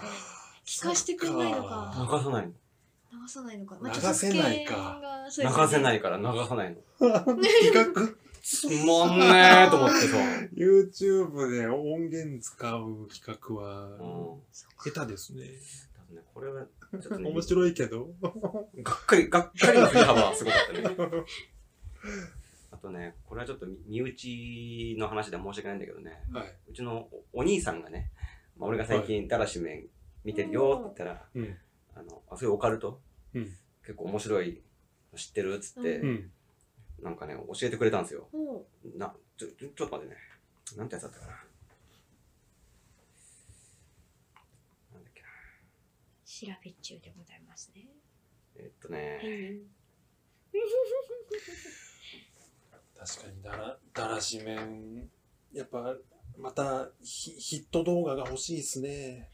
[SPEAKER 1] 聞かせてくれないのか
[SPEAKER 3] 流さないの
[SPEAKER 1] 流さないのか、
[SPEAKER 2] 流せないか
[SPEAKER 3] 流せないいから流さないの。
[SPEAKER 2] 企画
[SPEAKER 3] つまんねーと思ってさ。
[SPEAKER 2] YouTube で音源使う企画は
[SPEAKER 3] うん
[SPEAKER 2] 下手ですね。
[SPEAKER 3] 多分ねこれは、ちょっとね
[SPEAKER 2] 面、白いけど。
[SPEAKER 3] がっかり、がっかりの振り幅はすごかったね。 あとね、これはちょっと身身内の話で申し訳ないんだけどね、
[SPEAKER 2] はい。
[SPEAKER 3] うちのおお兄さんがね、まあ、俺が最近、だらしめん見てるよって言ったら、
[SPEAKER 2] うん。
[SPEAKER 3] あの、あ、それオカルト、
[SPEAKER 2] うん
[SPEAKER 3] 結構面白いの知ってるっつって、
[SPEAKER 2] うん。
[SPEAKER 3] なんかね、教えてくれたんですよ。
[SPEAKER 1] おう
[SPEAKER 3] な、ちょ、ちょちょっと待ってね。なんてやつだったかな。なんだっけな。
[SPEAKER 1] 調べ中でございますね、
[SPEAKER 3] えっとね、
[SPEAKER 2] 確かにだら、だらし面。やっぱ、またヒヒット動画が欲しいですね。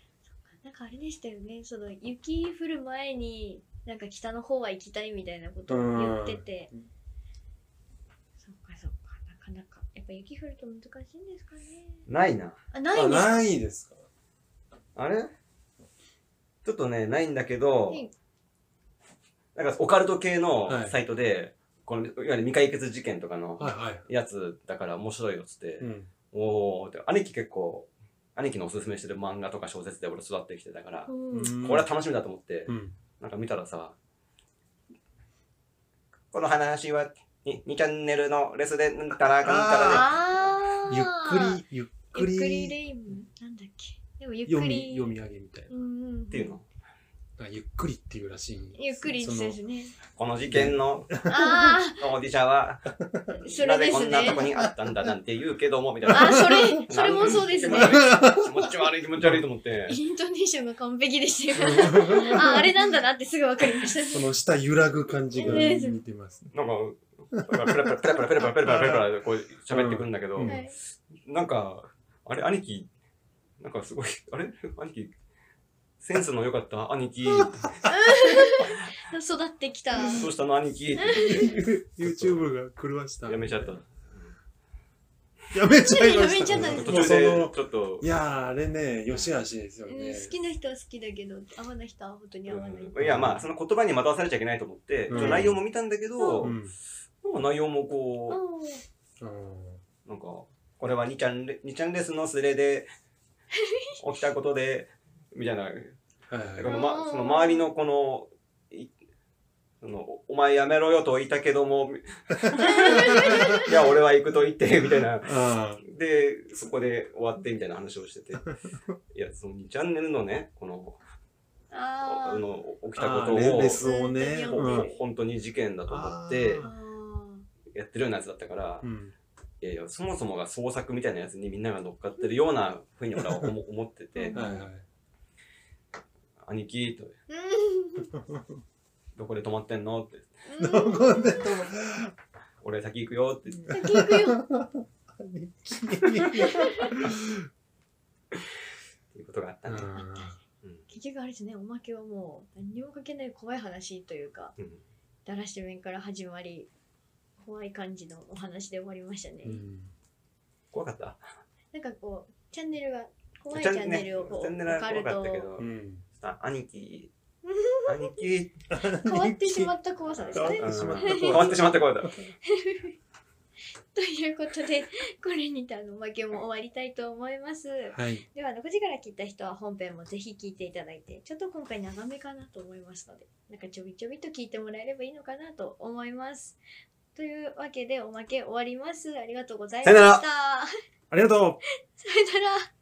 [SPEAKER 1] なんかあれでしたよねその雪降る前になんか北の方は行きたいみたいなことを言ってて
[SPEAKER 2] うん
[SPEAKER 1] そうかそうかなかなかやっっぱ雪降ると難しいんですかね。
[SPEAKER 3] ないな。
[SPEAKER 1] あ、ない
[SPEAKER 2] あ、
[SPEAKER 1] んですか
[SPEAKER 2] ないですか。
[SPEAKER 3] あれちょっとね、ないんだけど、
[SPEAKER 1] はい
[SPEAKER 3] なんかオカルト系の
[SPEAKER 2] はい
[SPEAKER 3] サイトで、この、いわゆる未解決事件とかの
[SPEAKER 2] はいはい。
[SPEAKER 3] やつだから面白いよっつって、
[SPEAKER 2] うん。
[SPEAKER 3] おーって、兄貴結構、兄貴のおすすめしてる漫画とか小説で俺育ってきてたから、
[SPEAKER 1] うん
[SPEAKER 3] これは楽しみだと思って、
[SPEAKER 2] うん。
[SPEAKER 3] なんか見たらさ、この話はに2チャンネルのレスで、なんたらかんたら
[SPEAKER 1] あー
[SPEAKER 2] ゆっくり、ゆっく
[SPEAKER 1] ゆっくり
[SPEAKER 2] り
[SPEAKER 1] レイムなんだっけでもゆっ
[SPEAKER 2] 読
[SPEAKER 1] く
[SPEAKER 2] み
[SPEAKER 1] り
[SPEAKER 2] 読み上げみたいな。
[SPEAKER 1] うんうん、っ
[SPEAKER 3] でっていうの。
[SPEAKER 2] なんかゆっくりっていうらしいんです
[SPEAKER 1] ゆっくり言ってたですね
[SPEAKER 3] この事件の
[SPEAKER 1] あ
[SPEAKER 3] 当事者は、
[SPEAKER 1] あそ
[SPEAKER 3] な
[SPEAKER 1] れ
[SPEAKER 3] ぜ
[SPEAKER 1] で
[SPEAKER 3] こ
[SPEAKER 1] す
[SPEAKER 3] んな
[SPEAKER 1] ね
[SPEAKER 3] とこにあったんだなんて言うけども、みたいな。
[SPEAKER 1] あそれそれもそうですね
[SPEAKER 3] 気持ち悪い気持ち悪いと思って。
[SPEAKER 1] イントネーションが完璧で したよああれなんだなってすぐ分かりました
[SPEAKER 2] その下揺らぐ感じが
[SPEAKER 1] ね
[SPEAKER 2] 似てます ね。
[SPEAKER 3] なんか、ペラペラペラペラペラペラペラペラペラこう喋ってくるんだけど、
[SPEAKER 2] うん
[SPEAKER 1] はい、
[SPEAKER 3] なんか、あれ、兄貴、なんかすごい、あれ兄貴、センスの良かった兄貴、
[SPEAKER 1] 育ってきた
[SPEAKER 3] どうしたの兄貴って言って、
[SPEAKER 2] YouTube が狂わした。
[SPEAKER 3] やめちゃった。
[SPEAKER 2] やめちゃいま
[SPEAKER 1] やめちゃっ
[SPEAKER 2] し
[SPEAKER 1] た
[SPEAKER 2] た。
[SPEAKER 1] んです
[SPEAKER 3] 途
[SPEAKER 2] もう
[SPEAKER 3] 中
[SPEAKER 2] そ
[SPEAKER 3] で
[SPEAKER 2] の、
[SPEAKER 3] ちょっと
[SPEAKER 2] い、やー、あれね、よしあしですよ
[SPEAKER 1] うん
[SPEAKER 2] ね。
[SPEAKER 1] 好きな人は好きだけど合わない人は本当に合わない、
[SPEAKER 3] うんいや、まあ、その言葉に惑わされちゃいけないと思って、
[SPEAKER 2] うん
[SPEAKER 3] ちょっと内容も見たんだけど
[SPEAKER 2] う、ん。
[SPEAKER 3] なんか内容も
[SPEAKER 1] あ
[SPEAKER 3] こ
[SPEAKER 1] ー
[SPEAKER 2] うん
[SPEAKER 3] う、なんか、これは2ちゃんレ、二ちゃんレスのスレ で、起きたことで、みたいな、
[SPEAKER 2] はい
[SPEAKER 3] こ
[SPEAKER 2] はい
[SPEAKER 3] の
[SPEAKER 1] う
[SPEAKER 3] ま、
[SPEAKER 1] ん
[SPEAKER 3] その周りのこの、いそのおお前やめろよと言ったけども、みいや、俺は行くと 言って、みたいな。
[SPEAKER 2] あ
[SPEAKER 3] で、そこで終わって、みたいな話をしてて。いや、その2チャンネルのね、この、
[SPEAKER 1] あ
[SPEAKER 3] あ
[SPEAKER 1] ー
[SPEAKER 3] の起きたこ
[SPEAKER 2] あ
[SPEAKER 3] と
[SPEAKER 2] ー、レ
[SPEAKER 3] を
[SPEAKER 2] レ、スをね。
[SPEAKER 3] ほ
[SPEAKER 2] うん
[SPEAKER 3] 本当に事件だと思って
[SPEAKER 2] あ、
[SPEAKER 1] あ
[SPEAKER 3] やってるようなやつだったから
[SPEAKER 2] う、ん。
[SPEAKER 3] いやいや、そもそもが創作みたいなやつにみんなが乗っかってるようなふうに俺は思思ってて
[SPEAKER 1] う、ん
[SPEAKER 2] はいはい。
[SPEAKER 3] 兄貴、と
[SPEAKER 1] ー
[SPEAKER 3] どこで止まってんのって、
[SPEAKER 1] うんうん
[SPEAKER 2] でとも
[SPEAKER 3] 俺先行くよって。
[SPEAKER 1] 先行くよ
[SPEAKER 2] 兄貴
[SPEAKER 3] っていうことがあった
[SPEAKER 2] うんん
[SPEAKER 3] で、うん
[SPEAKER 1] 結局あれですねおまけはもう何にもかけない怖い話というか
[SPEAKER 3] うん
[SPEAKER 1] だらし面から始まり怖い感じのお話で終わりましたね、
[SPEAKER 2] うん
[SPEAKER 3] 怖かった。
[SPEAKER 1] なんかこうチャンネルが怖いチャンネルをこ
[SPEAKER 3] チ
[SPEAKER 1] う
[SPEAKER 3] ャンネル
[SPEAKER 1] 分
[SPEAKER 3] は
[SPEAKER 1] か
[SPEAKER 3] 怖
[SPEAKER 1] る
[SPEAKER 3] か
[SPEAKER 1] と
[SPEAKER 3] ったけど
[SPEAKER 2] う、ん
[SPEAKER 3] あ 兄貴、兄貴、
[SPEAKER 1] 変わってしまった怖さですね
[SPEAKER 2] 変わってしまった
[SPEAKER 3] うん変わってしまった声だ。
[SPEAKER 1] ということでこれにてあのおまけも終わりたいと思います
[SPEAKER 2] はい。
[SPEAKER 1] では6時から聞いた人は本編もぜひ聞いていただいてちょっと今回長めかなと思いますのでなんかちょびちょびっと聞いてもらえればいいのかなと思いますという わけでおまけ終わりますありがとうございました
[SPEAKER 3] さよなら
[SPEAKER 1] さよ
[SPEAKER 2] ありがとう
[SPEAKER 1] なら